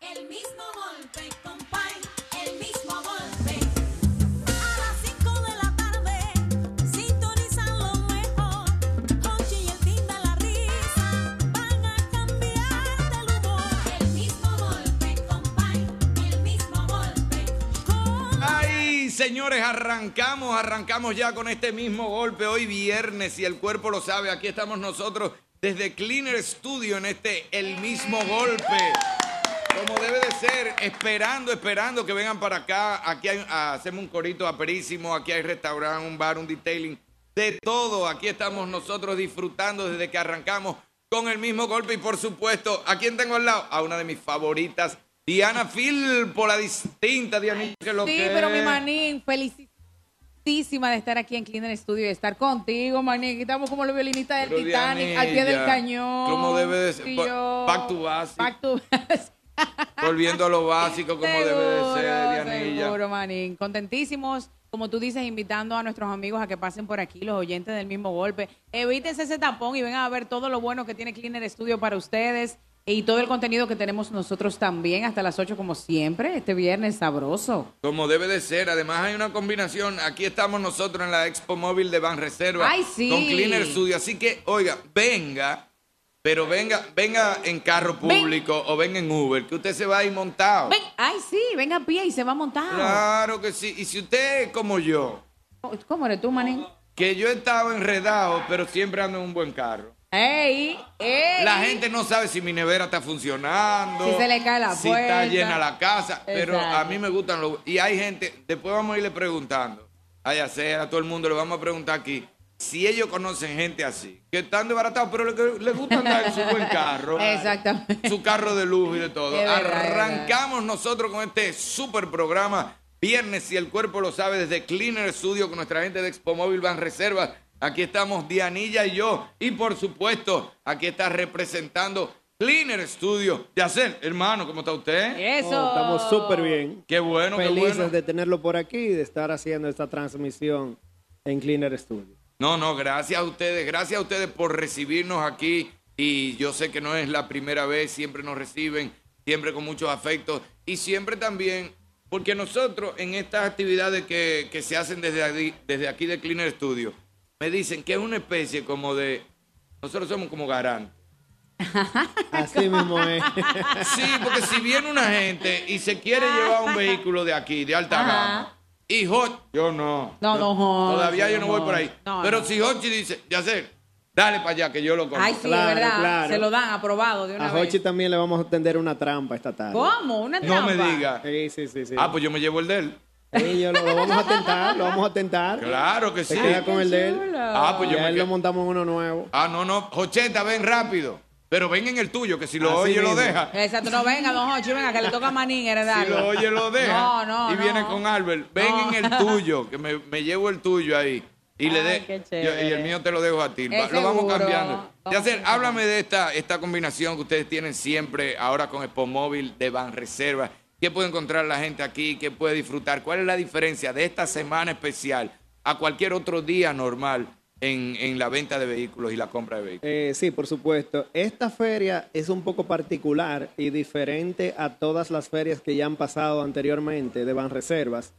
El mismo golpe, compay, el mismo golpe. A las 5 de la tarde, sintonizan lo mejor. Hochi y el fin de la risa van a cambiarte el humor. El mismo golpe, compay, el mismo golpe. Ay, señores, arrancamos, arrancamos ya con este mismo golpe hoy viernes, y el cuerpo lo sabe. Aquí estamos nosotros desde Cleaner Studio en este el mismo golpe. Como debe de ser, esperando, esperando que vengan para acá. Aquí hay- ah, hacemos un corito aperísimo, aquí hay restaurante, un bar, un detailing, de todo. Aquí estamos nosotros disfrutando desde que arrancamos con el mismo golpe. Y por supuesto, ¿a quién tengo al lado? A una de mis favoritas, Diana Phil, por la distinta, Dianita, que lo Sí, que pero mi es. manín, felicísima de estar aquí en Cleaner Studio y de estar contigo, manín. Aquí estamos como los violinistas del Pero, Titanic, al pie Dianilla, del cañón. ¿cómo debe de ser? Y Ba- yo- back to basics. Back to basics. Volviendo a lo básico, como debe de ser, Seguro, Dianilla. seguro, manín. Contentísimos, como tú dices, invitando a nuestros amigos a que pasen por aquí, los oyentes del mismo golpe. Evítense ese tapón y vengan a ver todo lo bueno que tiene Cleaner Studio para ustedes y todo el contenido que tenemos nosotros también hasta las 8 como siempre, este viernes sabroso. Como debe de ser. Además, hay una combinación. Aquí estamos nosotros en la Expo Móvil de Ban Reserva. Ay, sí. Con Cleaner Studio. Así que, oiga, venga, pero venga, venga en carro Ven. público o venga en Uber, que usted se va ahí montado. Ven, ay, sí, venga a pie y se va montado. Claro que sí. Y si usted es como yo, ¿Cómo eres tú, manín? que yo he estado enredado, pero siempre ando en un buen carro. ¡Ey! ¡Ey! La gente no sabe si mi nevera está funcionando. Si se le cae la Si está puerta. llena la casa. Pero Exacto. a mí me gustan los. Y hay gente, después vamos a irle preguntando. A Yacer, a todo el mundo, le vamos a preguntar aquí. Si ellos conocen gente así, que están desbaratados, pero le, que- le gusta andar en su buen carro. Exactamente. Su carro de luz y de todo. Es verdad, es verdad. Arrancamos nosotros con este super programa. Viernes, si el cuerpo lo sabe, desde Cleaner Studio con nuestra gente de Expo Móvil Van Reservas. Aquí estamos Dianilla y yo. Y por supuesto, aquí está representando Cleaner Studio. Yacer, hermano, ¿cómo está usted? ¡Eso! No, Oh, estamos súper bien. Qué bueno, qué Felices bueno. de tenerlo por aquí y de estar haciendo esta transmisión en Cleaner Studio. No, no, gracias a ustedes, gracias a ustedes por recibirnos aquí. Y yo sé que no es la primera vez, siempre nos reciben, siempre con muchos afectos. Y siempre también, porque nosotros en estas actividades que, que se hacen desde aquí, desde aquí de Cleaner Studio, me dicen que es una especie como de. Nosotros somos como garante. Así mismo es. Sí, porque si viene una gente y se quiere llevar un vehículo de aquí, de alta Ajá. gama, y Hot, yo no. No, no jodas, Todavía yo no no voy por ahí. jodas. No, Pero no. si Hochi dice, ya sé, dale para allá que yo lo conozco. Ay, sí, Claro, ¿verdad? claro. Se lo dan aprobado de una A vez. Hochi también le vamos a tender una trampa esta tarde. ¿Cómo? ¿Una no trampa? me diga. Sí, sí, sí. sí. Ah, pues yo me llevo el de él. Sí, yo lo, lo vamos a tentar, lo vamos a tentar. Claro que Se sí. queda con el de él. Ah, pues yo Ya me él lo quedo. montamos en uno nuevo. Ah, no, no. Jocheta, ven rápido. Pero ven en el tuyo, que si lo Así oye, lo mismo. deja. Exacto, no venga, don Hochi, venga, que le toca a Manín heredarlo. Si lo oye, lo deja. No, no, Y viene no. con Albert. Ven No. en el tuyo, que me, me llevo el tuyo ahí. Y le Ay, de- qué yo- chévere. y el mío te lo dejo a ti. Va- Es lo vamos seguro. cambiando. Vamos Yacer, cambiando. háblame de esta, esta combinación que ustedes tienen siempre ahora con Expo Móvil de Van Reserva. ¿Qué puede encontrar la gente aquí? ¿Qué puede disfrutar? ¿Cuál es la diferencia de esta semana especial a cualquier otro día normal en, en la venta de vehículos y la compra de vehículos? Eh, sí, por supuesto. Esta feria es un poco particular y diferente a todas las ferias que ya han pasado anteriormente de Banreservas,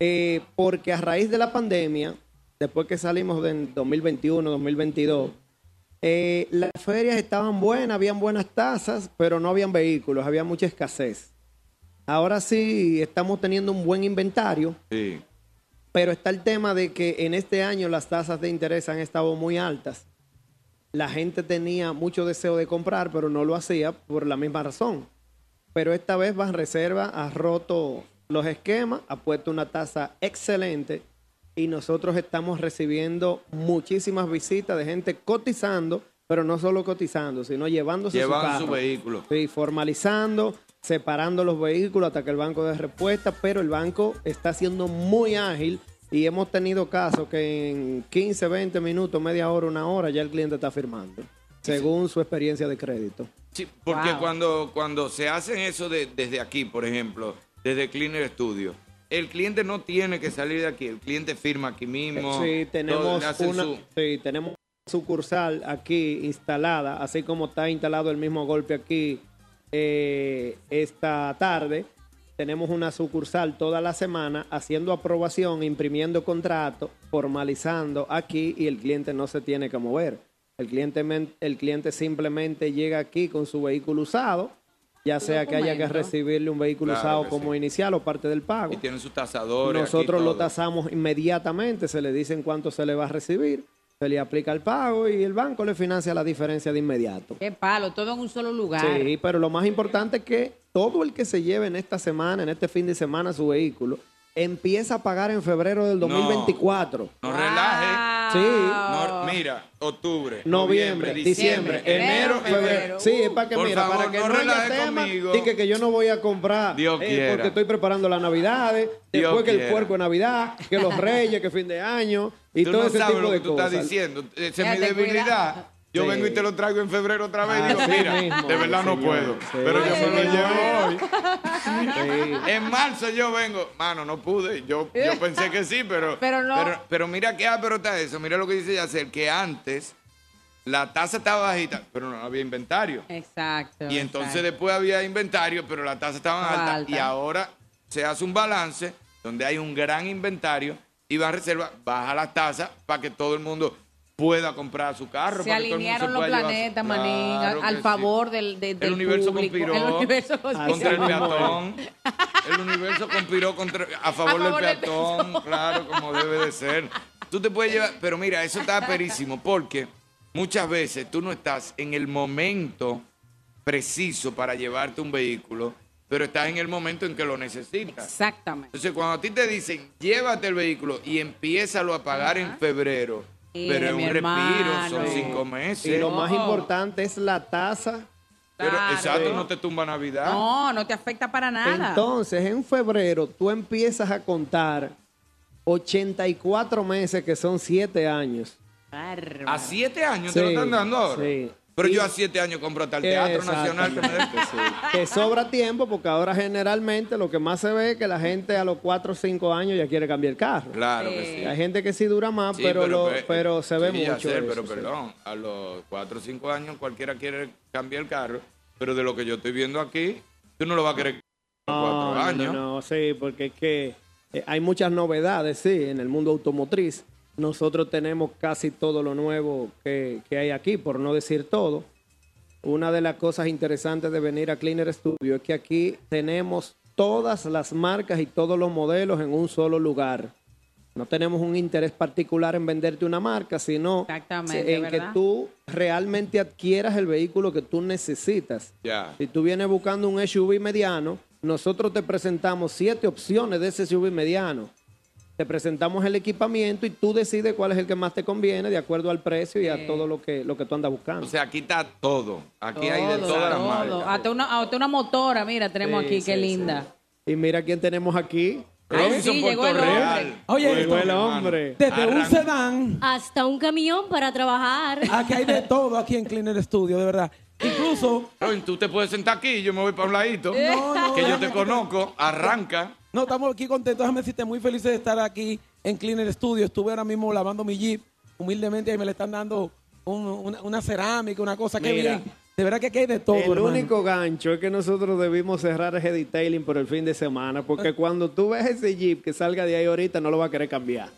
eh, porque a raíz de la pandemia, después que salimos en 2021, 2022, eh, las ferias estaban buenas, habían buenas tasas, pero no habían vehículos, había mucha escasez. Ahora sí estamos teniendo un buen inventario, Sí. pero está el tema de que en este año las tasas de interés han estado muy altas. La gente tenía mucho deseo de comprar, pero no lo hacía por la misma razón. Pero esta vez Banreserva ha roto los esquemas, ha puesto una tasa excelente y nosotros estamos recibiendo muchísimas visitas de gente cotizando pero no solo cotizando, sino llevándose Llevan Pues su, su carro. vehículo. Sí, formalizando, separando los vehículos hasta que el banco dé respuesta, pero el banco está siendo muy ágil y hemos tenido casos que en 15, 20 minutos, media hora, una hora, ya el cliente está firmando, según su experiencia de crédito. Sí, porque Wow. cuando, cuando se hacen eso de- desde aquí, por ejemplo, desde Cleaner Studio, el cliente no tiene que salir de aquí, el cliente firma aquí mismo. Sí, todo, tenemos le hacen una su- sí, tenemos una sucursal aquí instalada, así como está instalado el mismo golpe aquí eh, esta tarde. Tenemos una sucursal toda la semana haciendo aprobación, imprimiendo contrato, formalizando aquí y el cliente no se tiene que mover. El cliente, men- el cliente simplemente llega aquí con su vehículo usado, ya sea que haya que documento. recibirle un vehículo Claro usado que como sí. inicial o parte del pago. y tienen sus tasadores. aquí, Nosotros lo todo. tasamos inmediatamente, se le dicen cuánto se le va a recibir, se le aplica el pago y el banco le financia la diferencia de inmediato. Qué palo, todo en un solo lugar. Sí, pero lo más importante es que todo el que se lleve en esta semana, en este fin de semana su vehículo, empieza a pagar en febrero del No. 2024. No relaje. Sí. Ah, ¿eh? No- mira, octubre, Noviembre, diciembre, enero, febrero. Sí, es para que Por mira, favor, para que no no, haya relaje tema, conmigo. dije que yo no voy a comprar eh, Dios quiera. porque estoy preparando las Navidades, Dios después que el quiera. puerco de Navidad, que los Reyes, que fin de año y tú todo no ese sabes tipo lo que de tú cosas. estás diciendo. Esa es mi Fíjate, debilidad. cuidado. Yo Sí. vengo y te lo traigo en febrero otra vez y digo, Así mira, mismo, de verdad no señor. puedo, Sí. pero yo Ay, me lo pero llevo hoy. Sí. En marzo yo vengo, mano, no pude. Yo, yo pensé que sí, pero. Pero no. Pero, pero mira qué pero está eso. Mira lo que dice Yacel, que antes la tasa estaba bajita, pero no había inventario. Exacto. Y entonces exacto. después había inventario, pero la tasa estaba alta. Estaba Y alta. ahora se hace un balance donde hay un gran inventario y va a reserva, baja la tasa para que todo el mundo pueda comprar su carro. se para que Ah, todo el mundo alinearon los pueda llevar su- planetas, manín, Claro al- al que sí. favor del, de- del El universo público. conspiró El universo contra el conspiró. mismo es. peatón. El universo conspiró contra, a favor, favor del del peatón, claro, como debe de ser. Tú te puedes llevar, pero mira, eso está perísimo porque muchas veces tú no estás en el momento preciso para llevarte un vehículo, pero estás en el momento en que lo necesitas. Exactamente. Entonces, cuando a ti te dicen, llévate el vehículo y empiézalo a pagar en febrero, Sí, pero es mi un respiro, son hermano. cinco Y meses. lo más Oh. importante es la tasa pero Claro. exacto, no te tumba Navidad. No, no te afecta para nada. Entonces, en febrero tú empiezas a contar 84 meses, que son 7 años. Bárbaro. A siete años te Sí, lo están dando ahora. sí. Pero Y- yo a siete años compro hasta el Teatro Nacional. que me dé- Exactamente, sí. Que sobra tiempo porque ahora generalmente lo que más se ve es que la gente a los 4 o 5 años ya quiere cambiar el carro. Claro Y que Hay sí. gente que sí dura más, Sí, pero, lo- pe- pero se ve sí, ya mucho. sé, eso, pero sí. perdón, a los cuatro o cinco años cualquiera quiere cambiar el carro, pero de lo que yo estoy viendo aquí, tú no lo vas a querer a los No, cuatro no, años. No, no, sí, porque es que eh, hay muchas novedades, sí, en el mundo automotriz. Nosotros tenemos casi todo lo nuevo que, que hay aquí, por no decir todo. Una de las cosas interesantes de venir a Cleaner Studio es que aquí tenemos todas las marcas y todos los modelos en un solo lugar. No tenemos un interés particular en venderte una marca, sino Exactamente, en que ¿verdad? tú realmente adquieras el vehículo que tú necesitas. Ya. Si tú vienes buscando un SUV mediano, nosotros te presentamos siete opciones de ese SUV mediano. Te presentamos el equipamiento y tú decides cuál es el que más te conviene de acuerdo al precio y a todo lo que, lo que tú andas buscando. O sea, aquí está todo. Aquí hay de Todo, todas las todo. marcas. Hasta una, hasta una motora, mira, tenemos Sí, aquí, qué sí, linda. y mira quién tenemos aquí. Ay, Robinson sí, llegó Puerto el hombre. Real. Oye, Bueno, llegó el hermano. hombre. Desde un Arranca. sedán, Hasta un camión para trabajar. aquí hay de todo aquí en Cleaner Studio, de verdad. Incluso, Robin, tú te puedes sentar aquí, yo me voy para un ladito, No, no, que yo te déjame. conozco, arranca. no, estamos aquí contentos, déjame decirte, muy felices de estar aquí en Cleaner Studio. Estuve ahora mismo lavando mi Jeep, humildemente, y me le están dando un- una, una cerámica, una cosa, que Mira. bien. De verdad que aquí hay de todo, el hermano. único gancho es que nosotros debimos cerrar ese detailing por el fin de semana, porque cuando tú ves ese Jeep que salga de ahí ahorita, no lo va a querer cambiar.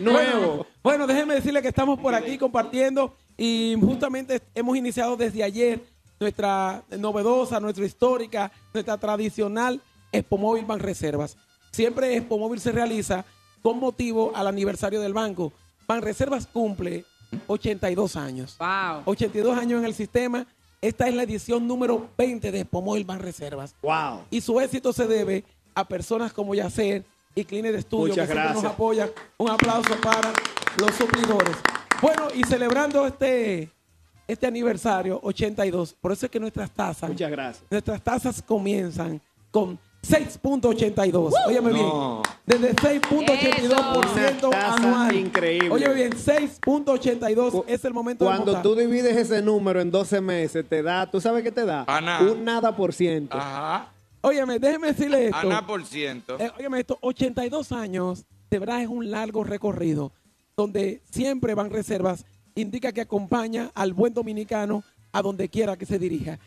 Nuevo. Bueno, bueno, déjenme decirle que estamos por aquí compartiendo y justamente hemos iniciado desde ayer nuestra novedosa, nuestra histórica, nuestra tradicional Expomóvil Ban Reservas. Siempre Expomóvil se realiza con motivo al aniversario del banco. Ban Reservas cumple 82 años. Wow. 82 años en el sistema. Esta es la edición número 20 de Expomóvil Ban Reservas. Wow. Y su éxito se debe a personas como Yacer y Cleaner Studio, Muchas que siempre gracias. nos apoyan. Un aplauso para los suplidores. Bueno, y celebrando este este aniversario 82. Por eso es que nuestras tazas, Muchas gracias. nuestras tazas comienzan con 6.82. Óyeme No. bien. Desde 6.82% Uh, Una taza anual. increíble. Óyeme bien, 6.82 Cu- es el momento de Cuando montar. tú divides ese número en 12 meses, te da, ¿tú sabes qué te da? Pa' nada. Un nada por ciento. Ajá. Óyeme, déjeme decirle esto. Ana por ciento. Eh, óyeme esto, 82 años de verdad es un largo recorrido donde siempre van reservas. Indica que acompaña al buen dominicano a donde quiera que se dirija.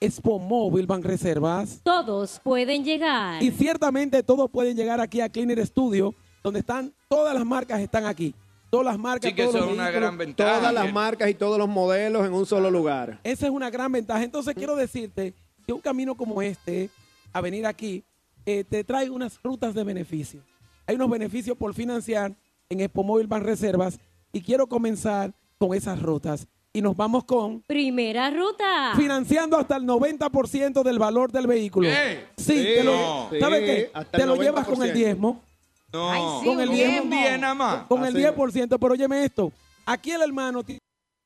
Expo Móvil van reservas. Todos pueden llegar. Y ciertamente todos pueden llegar aquí a Cleaner Studio, donde están todas las marcas están aquí. Todas las marcas, Sí que todos eso los es una vehículos. gran ventaja. Todas las que- marcas y todos los modelos en un solo lugar. Esa es una gran ventaja. Entonces quiero decirte que un camino como este, a venir aquí, eh, te trae unas rutas de beneficio. Hay unos beneficios por financiar en Expo Móvil Ban Reservas y quiero comenzar con esas rutas. Y nos vamos con Primera ruta. Ah. financiando hasta el 90% del valor del vehículo. ¿Qué? Sí, Sí, te lo, no. ¿sabes Sí, qué? hasta Te el lo llevas con el 90%. diezmo. No. Ay, sí, Con el un diezmo. Un 10 nada más. con el Así es. 10%. Pero óyeme esto. Aquí el hermano tiene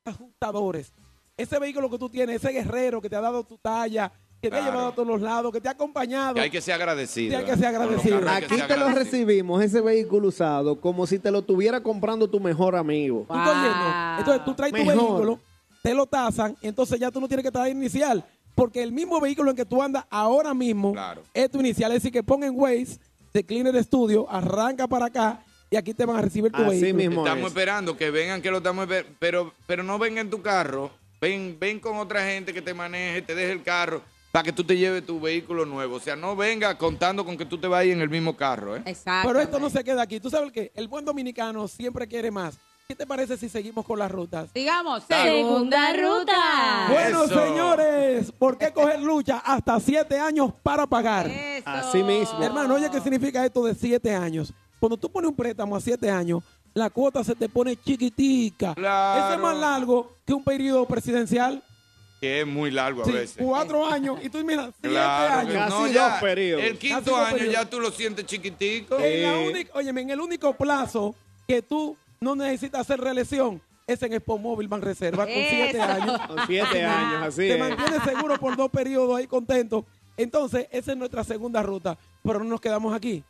ajustadores. Ese vehículo que tú tienes, ese guerrero que te ha dado tu talla, que te Claro. ha llevado a todos los lados, que te ha acompañado. Que hay que ser agradecido. Sí, hay que ser ¿eh? Con los agradecido. carros hay que Aquí ser te lo agradecido. recibimos, ese vehículo usado, como si te lo estuviera comprando tu mejor amigo. ¿Tú estás oyendo? Entonces tú traes Mejor. tu vehículo, te lo tasan, entonces ya tú no tienes que traer inicial. Porque el mismo vehículo en que tú andas ahora mismo Claro. es tu inicial. Es decir, que pongan Waze de Cleaner Studio, arranca para acá y aquí te van a recibir tu Así vehículo. mismo Estamos es. esperando que vengan, que lo estamos esperando. Pero, pero no venga en tu carro. Ven, ven con otra gente que te maneje, te deje el carro para que tú te lleves tu vehículo nuevo. O sea, no venga contando con que tú te vayas en el mismo carro. ¿eh? Exacto. Pero esto no se queda aquí. Tú sabes que el buen dominicano siempre quiere más. ¿Qué te parece si seguimos con las rutas? Digamos, Segunda segunda ruta. ruta. Bueno, Eso. señores, ¿por qué coger lucha hasta siete años para pagar? Eso. Así mismo. Hermano, oye, ¿qué significa esto de siete años? Cuando tú pones un préstamo a siete años, la cuota se te pone chiquitica. Claro. Ese es más largo que un periodo presidencial. Que es muy largo a Sí, veces. cuatro años. Y tú miras, siete Claro, que años. Casi dos ya, periodos. El Casi quinto dos año periodos. ya tú lo sientes chiquitico. En la única- óyeme, en el único plazo que tú no necesitas hacer reelección es en Expo Móvil Banreserva con siete Eso. años. Con siete años, así Te es. mantienes seguro por dos periodos ahí contento. Entonces, esa es nuestra segunda ruta, pero no nos quedamos aquí.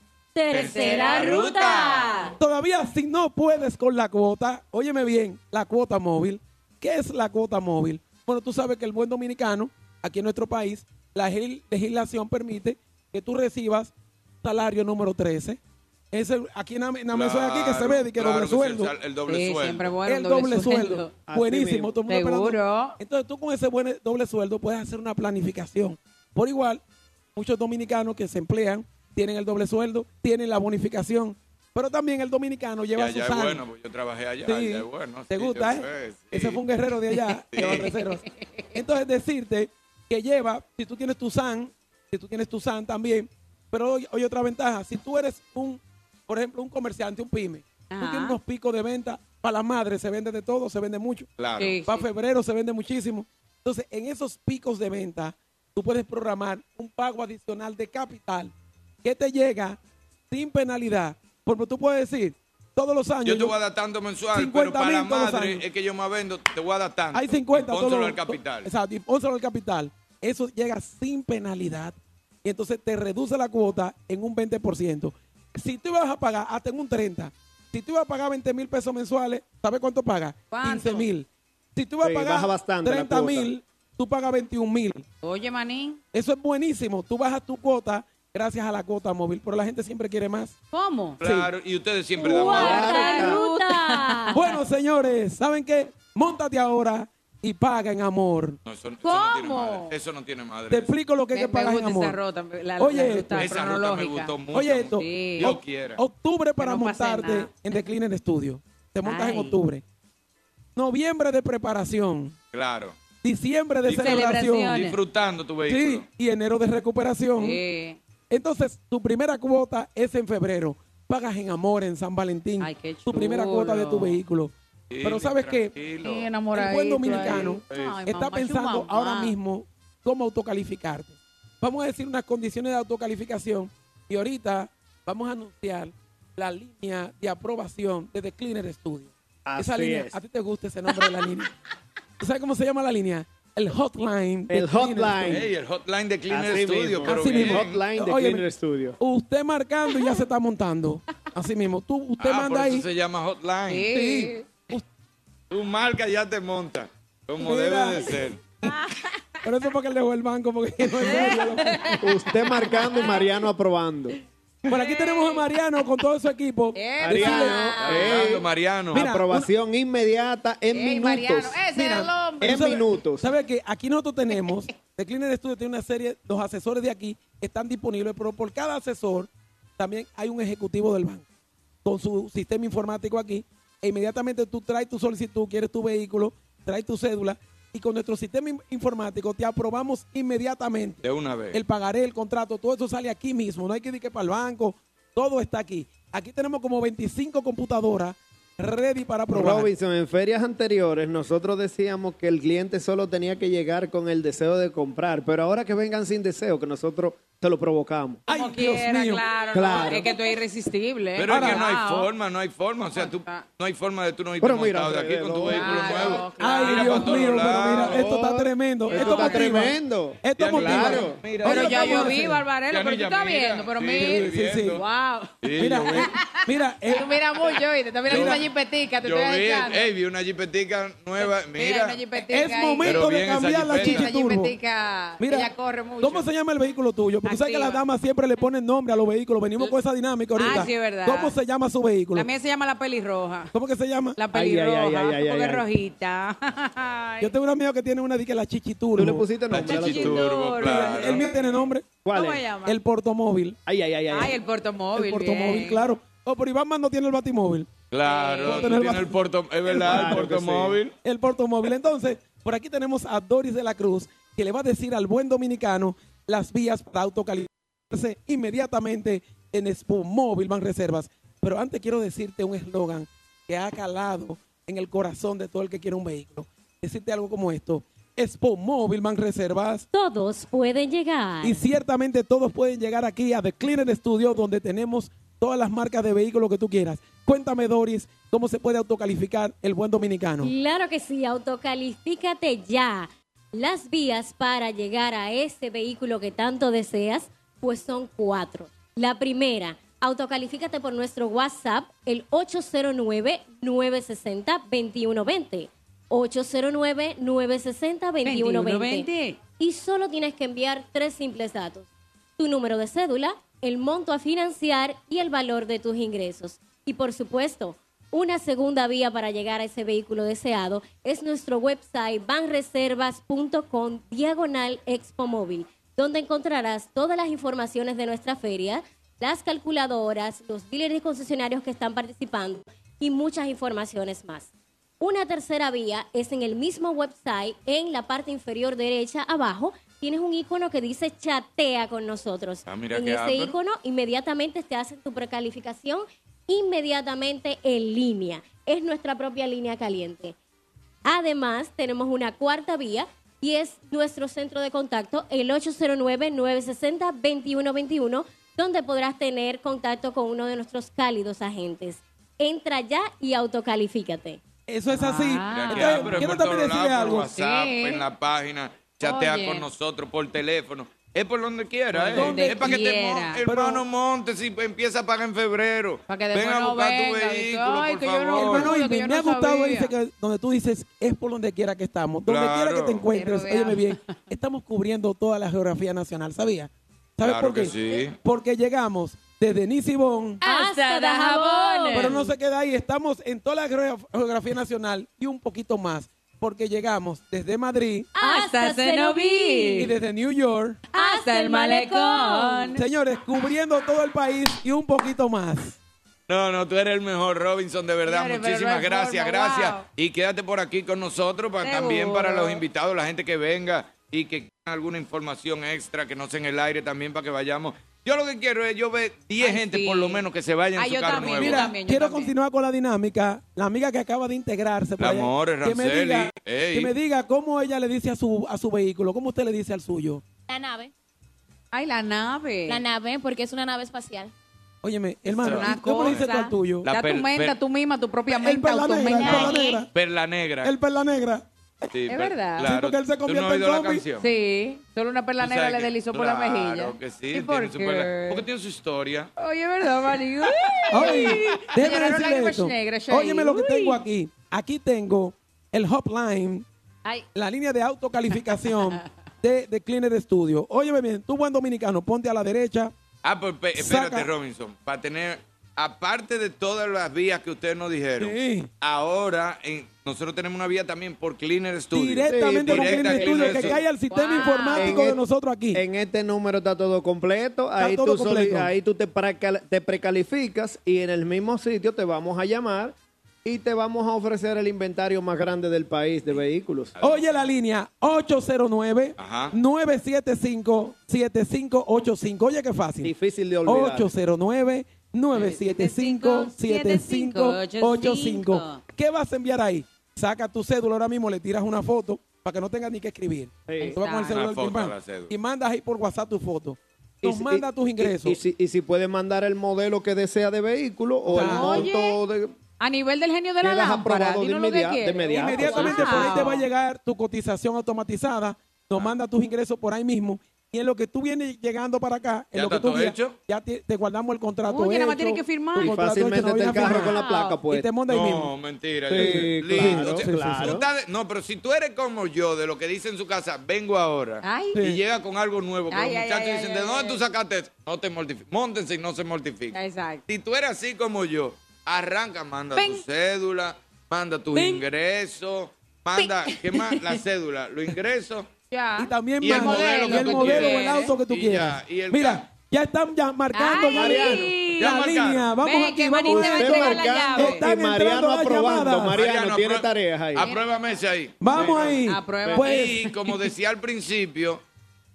Tercera ruta. Todavía si no puedes con la cuota, óyeme bien, la cuota móvil. ¿Qué es la cuota móvil? Bueno, tú sabes que el buen dominicano, aquí en nuestro país, la gel- legislación permite que tú recibas salario número 13. Ese, aquí en la mesa aquí que se Claro, ve y que claro doble sí, sueldo. el- El doble Sí, sueldo. siempre bueno. el un doble, sueldo. Así Buenísimo. mismo. todo el mundo Seguro. esperando. Entonces tú con ese buen eh, doble sueldo puedes hacer una planificación. Por igual, muchos dominicanos que se emplean tienen el doble sueldo, tienen la bonificación, pero también el dominicano Que lleva su allá es salario. bueno, pues yo trabajé allá. Sí. allá es bueno. ¿Te sí, gusta, yo eh? sé, sí. Ese fue un guerrero de allá, que va a reservas. Entonces, decirte que lleva, si tú tienes tu SAN, si tú tienes tu SAN también, pero hoy, hoy otra ventaja, si tú eres un, por ejemplo, un comerciante, un pyme, tú Ajá. tienes unos picos de venta, para la madre se vende de todo, se vende mucho. Claro. Sí. Para febrero se vende muchísimo. Entonces, en esos picos de venta, tú puedes programar un pago adicional de capital que te llega sin penalidad. Porque tú puedes decir, todos los años. Yo te yo- voy a dar tanto mensual, 50 pero para la mil todos los madre años. es que yo más vendo, te voy a dar tanto. Hay 50 Pónselo todos los- al capital. Exacto, y pónselo al capital. Eso llega sin penalidad. Y entonces te reduce la cuota en un 20%. Si tú vas a pagar hasta en un 30%, si tú vas a pagar 20 mil pesos mensuales, ¿sabes cuánto pagas? ¿Cuánto? 15 mil. Si tú vas Sí, a pagar baja bastante la 30 mil, tú pagas 21 mil. Oye, Manín, Eso es buenísimo. Tú bajas tu cuota gracias a la cuota móvil, pero la gente siempre quiere más. ¿cómo? Claro, y ustedes siempre dan más. Cuarta ruta. Bueno, señores, ¿saben qué? Móntate ahora y paga en amor. No, eso, eso no tiene ¿Cómo? madre. Eso no tiene madre. Te explico lo que hay Me- que me pagar en gusta esa amor. ruta, la- Oye, la ruta Esa ruta me cronológica. gustó mucho. Oye esto, Oh. Sí. Yo oc- quiera. octubre para no pase montarte nada. en The Cleaner Studio. Te montas en Ay. octubre. Noviembre de preparación. Claro. Diciembre de Y- celebración. Celebraciones. Disfrutando tu vehículo. Sí, y enero de recuperación. Sí. Entonces, tu primera cuota es en febrero. Pagas en amor en San Valentín. Ay, qué Tu primera cuota de tu chulo. vehículo. Sí, Pero sabes qué? tranquilo. Sí, enamoradito El buen dominicano ahí. Ay, está mamá, Ah. pensando chumamá. ahora mismo cómo autocalificarte. Vamos a decir unas condiciones de autocalificación y ahorita vamos a anunciar la línea de aprobación de The Cleaner Studio. Esa Así línea, es. a ti te gusta ese nombre de la línea. ¿Tú sabes cómo se llama la línea? El hotline. de El Cleaner hotline. Studio. Ey, el hotline de Cleaner Así Studio, mismo. pero Así bien. mismo. Hotline de Óyeme. Cleaner Studio. Usted marcando y ya se está montando. Así mismo. Tú, usted Ah, por manda eso ahí. se llama hotline. Sí. Tu marca ya te monta, como Mira. debe de ser. Por eso fue que él dejó el banco. Porque no es serio. Usted marcando y Mariano aprobando. Por aquí tenemos a Mariano con todo su equipo. Eh, Decirle- Mariano. Hablando, Mariano. Mira, Aprobación inmediata en Ey, minutos. Mariano, ese era el hombre. en Tú sabes- minutos. ¿Sabes qué? Aquí nosotros tenemos, The Cleaner Studio tiene una serie, los asesores de aquí están disponibles, pero por cada asesor también hay un ejecutivo del banco con su sistema informático aquí. E inmediatamente tú traes tu solicitud, quieres tu vehículo, traes tu cédula y con nuestro sistema in- informático te aprobamos inmediatamente De una vez. el pagaré, el contrato, todo eso sale aquí mismo. No hay que ir que para el banco, todo está aquí. Aquí tenemos como 25 computadoras ready para probar. Robinson, en ferias anteriores nosotros decíamos que el cliente solo tenía que llegar con el deseo de comprar, pero ahora que vengan sin deseo, que nosotros te lo provocamos. Ay, como Dios quiera, mío. claro. Claro. no, es que tú eres irresistible. Pero es que no hay Cuidado. forma, no hay forma. O sea, tú, no hay forma de tú no irte Pero mira, montado de aquí con tu alrededor. vehículo Ah. Claro, nuevo. Ay, claro. Mira Dios pa' todos mío, pero lados. mira, esto está Oh, tremendo. esto Esto, está motiva. tremendo. Esto Ya, motiva. claro. Mira, Oye, Pero ya ¿qué yo vamos a vi, hacer? Barbarelo, Ya pero ni tú ya estás mira. viendo, pero Sí, mira. yo estoy viendo. Wow. Sí, Mira, yo vi- eh, mira, eh, Tú miras mucho, ¿viste? Estás mirando Yo- una jipetica, te yo estoy vi, echando. ey, vi una jipetica nueva. Mira, Mira, una jipetica es ahí. momento de bien esa cambiar la jipeta. Una chichi turbo. jipetica, Mira, ella corre mucho. ¿cómo se llama el vehículo tuyo? Porque tú sabes que las Activa. damas siempre le ponen nombre a los vehículos. Venimos con esa dinámica Ah, ahorita. sí, es verdad. ¿Cómo se llama su vehículo? La mía se llama la pelirroja. ¿Cómo que se llama? La Ay, ay, ay, pelirroja, ay, ay, porque ay. es rojita. Ay. Yo tengo un amigo que tiene una di que es la chichi turbo. Tú le pusiste la nombre a la chichi tuya. chichiturbo, turbo. claro. El mío tiene nombre. ¿Cuál ¿Cómo es? se llama? El portomóvil. Ay, ay, ay, ay. Ay, el portomóvil. el portomóvil, bien. claro. Oh, pero Iván más no tiene el batimóvil. Claro, Sí. tú tienes el porto, es verdad, el Claro que portomóvil. el portomóvil. Entonces, por aquí tenemos a Doris de la Cruz, que le va a decir al buen dominicano las vías para autocalificarse inmediatamente en Expo Móvil Banreservas. Pero antes quiero decirte un eslogan que ha calado en el corazón de todo el que quiere un vehículo. Decirte algo como esto. Expo Móvil Banreservas. Todos pueden llegar. Y ciertamente todos pueden llegar aquí a The Cleaner Studio, donde tenemos todas las marcas de vehículos que tú quieras. Cuéntame, Doris, cómo se puede autocalificar el buen dominicano. Claro que sí, autocalifícate ya. Las vías para llegar a ese vehículo que tanto deseas, pues son cuatro. La primera, autocalifícate por nuestro WhatsApp, el 809-960-2120. 809-960-2120. 2120. Y solo tienes que enviar tres simples datos. Tu número de cédula, el monto a financiar y el valor de tus ingresos. Y por supuesto, una segunda vía para llegar a ese vehículo deseado es nuestro website banreservas.com diagonal expo móvil, donde encontrarás todas las informaciones de nuestra feria, las calculadoras, los dealers y concesionarios que están participando y muchas informaciones más. Una tercera vía es en el mismo website, en la parte inferior derecha abajo, tienes un icono que dice chatea con nosotros. Ah, mira en qué ese ápero. icono inmediatamente te hacen tu precalificación inmediatamente en línea. Es nuestra propia línea caliente. Además, tenemos una cuarta vía y es nuestro centro de contacto, el 809-960-2121, donde podrás tener contacto con uno de nuestros cálidos agentes. Entra ya y autocalifícate. Eso es así. Ah. Entonces, Mira que abro en quiero Puerto también decirle Lago, por algo. WhatsApp, Sí. en la página, chatea Oye. con nosotros por teléfono. Es por donde quiera, Por eh. donde es para que te mon- quiera. hermano Montes y empieza a pagar en febrero. Pa' que después Venga a no buscar tu venga, dice, vehículo, "Ay, por que yo no- favor. Hermano, Oye, Ibe, que yo me no ha gustado sabía. dice que donde tú dices es por donde quiera que estamos. Donde quiera que Claro. te encuentres, Te rodea. óyeme bien, estamos cubriendo toda la geografía nacional, ¿sabías? ¿Sabes Claro por qué? que sí. Porque llegamos desde Nisibón, Hasta Dajabón. pero no se queda ahí, estamos en toda la geograf- geografía nacional y un poquito más, porque llegamos desde Madrid Hasta y Cenoví. desde New York. Hasta el malecón. Señores, cubriendo todo el país y un poquito más. No, no, tú eres el mejor, Robinson, de verdad. Señores, pero Muchísimas no hay gracias, forma, gracias. wow. Y quédate por aquí con nosotros, para, también para Seguro. los invitados, la gente que venga y que tenga alguna información extra, que no sea en el aire también, para que vayamos. Yo lo que quiero es, yo ve 10 Ay, gente sí. por lo menos que se vayan Ay, en su Ah, carro yo también, nuevo. yo Mira, también, quiero también. continuar con la dinámica. La amiga que acaba de integrarse. por La allá, More, que, me Ranceli, diga, ey. que me diga cómo ella le dice a su, a su vehículo, cómo usted le dice al suyo. La nave, Ay, la nave. la nave, porque es una nave espacial. Óyeme, hermano, Una ¿cómo le dices tú cosa. al tuyo? La Da tu pel- menta, pel- tú misma, tu propia el menta, perla negra, el automenta. perla negra. Perla Negra. El perla negra. Sí, Es pero- verdad. Sí, Claro, porque él se ¿tú convierte no en has oído la zombie. canción? Sí, solo una perla Tú negra sabes le que- deslizó por la claro mejilla. que sí. ¿Y tiene por su perla- qué? Porque tiene su historia. Oye, ¿verdad, Mario? Oye, déjeme Lloraron decirle lágrimas esto. negras, Shay. Óyeme lo que Uy. tengo aquí. Aquí tengo el hotline, Ay, la línea de autocalificación de, de Cleaner Studio. Óyeme bien, tú buen dominicano, ponte a la derecha. Ah, pues pe- espérate, Saca. Robinson. Para tener, aparte de todas las vías que ustedes nos dijeron, Sí. ahora en- nosotros tenemos una vía también por Cleaner Studio. Directamente Sí, con directa Cleaner Cleaner Studio, que Studio. cae al sistema Wow. informático de En- e- nosotros aquí. En este número está todo completo. ahí, todo tú soli- completo. ahí tú te, precal- te precalificas y en el mismo sitio te vamos a llamar y te vamos a ofrecer el inventario más grande del país de vehículos. Oye la línea Ajá. 809-975-7585. Oye, qué fácil. Difícil de olvidar. 809-975-7585. ¿Qué vas a enviar ahí? Saca tu cédula ahora mismo, le tiras una foto para que no tengas ni que escribir. Sí. Tú vas con el Exacto. celular Una foto Kimball, a la cédula. y mandas ahí por WhatsApp tu foto. Y Nos si- manda y- tus y- ingresos. Y, si, y si puedes mandar el modelo que desea de vehículo o el Claro. monto de... a nivel del genio de la Quedas lámpara, aprobado de dinos lo que inmediato- de quieres. inmediato. Inmediatamente por ahí pues, Wow. Ah. te va a llegar tu cotización automatizada, nos manda tus ingresos por ahí mismo. Y en lo que tú vienes llegando para acá, en Ya lo que está tú todo vienes, hecho. ya te, te guardamos el contrato. Oye, nada más hecho, tienes que firmar. tu Y contrato hecho, fácilmente no te viene encargo firmado. con la placa, Y pues. te manda ahí No, mismo. mentira. Sí, Lindo. claro, O sea, sí, claro. tú estás de- no, pero si tú eres como yo, de lo que dice en su casa, vengo ahora Ay. y llega con algo nuevo, que Ay, los ay, muchachos ay, dicen, ay, ¿de ay, dónde ay, tú ay. sacaste esto? No te mortifiques. Móntense y no se mortifiquen. Exacto. Si tú eres así como yo, arranca, manda Ping. tu cédula, manda tus ingresos, manda, ¿qué más? La cédula, los ingresos. Ya. Y también Y el manda modelo y que el tú modelo quieres. o el auto que tú Y ya, quieras. y el Mira, ya están ya marcando, Ay. Mariano. Ya la marcaron. línea, vamos Ven, aquí, que vamos Marín te a va a ver. entregar la marcando llave. y Están Mariano entrando las aprobando. llamadas. Mariano tiene aprueba- tareas ahí. Apruébame ese ahí. Vamos ahí. Aprueba. Pues, Y como decía al principio,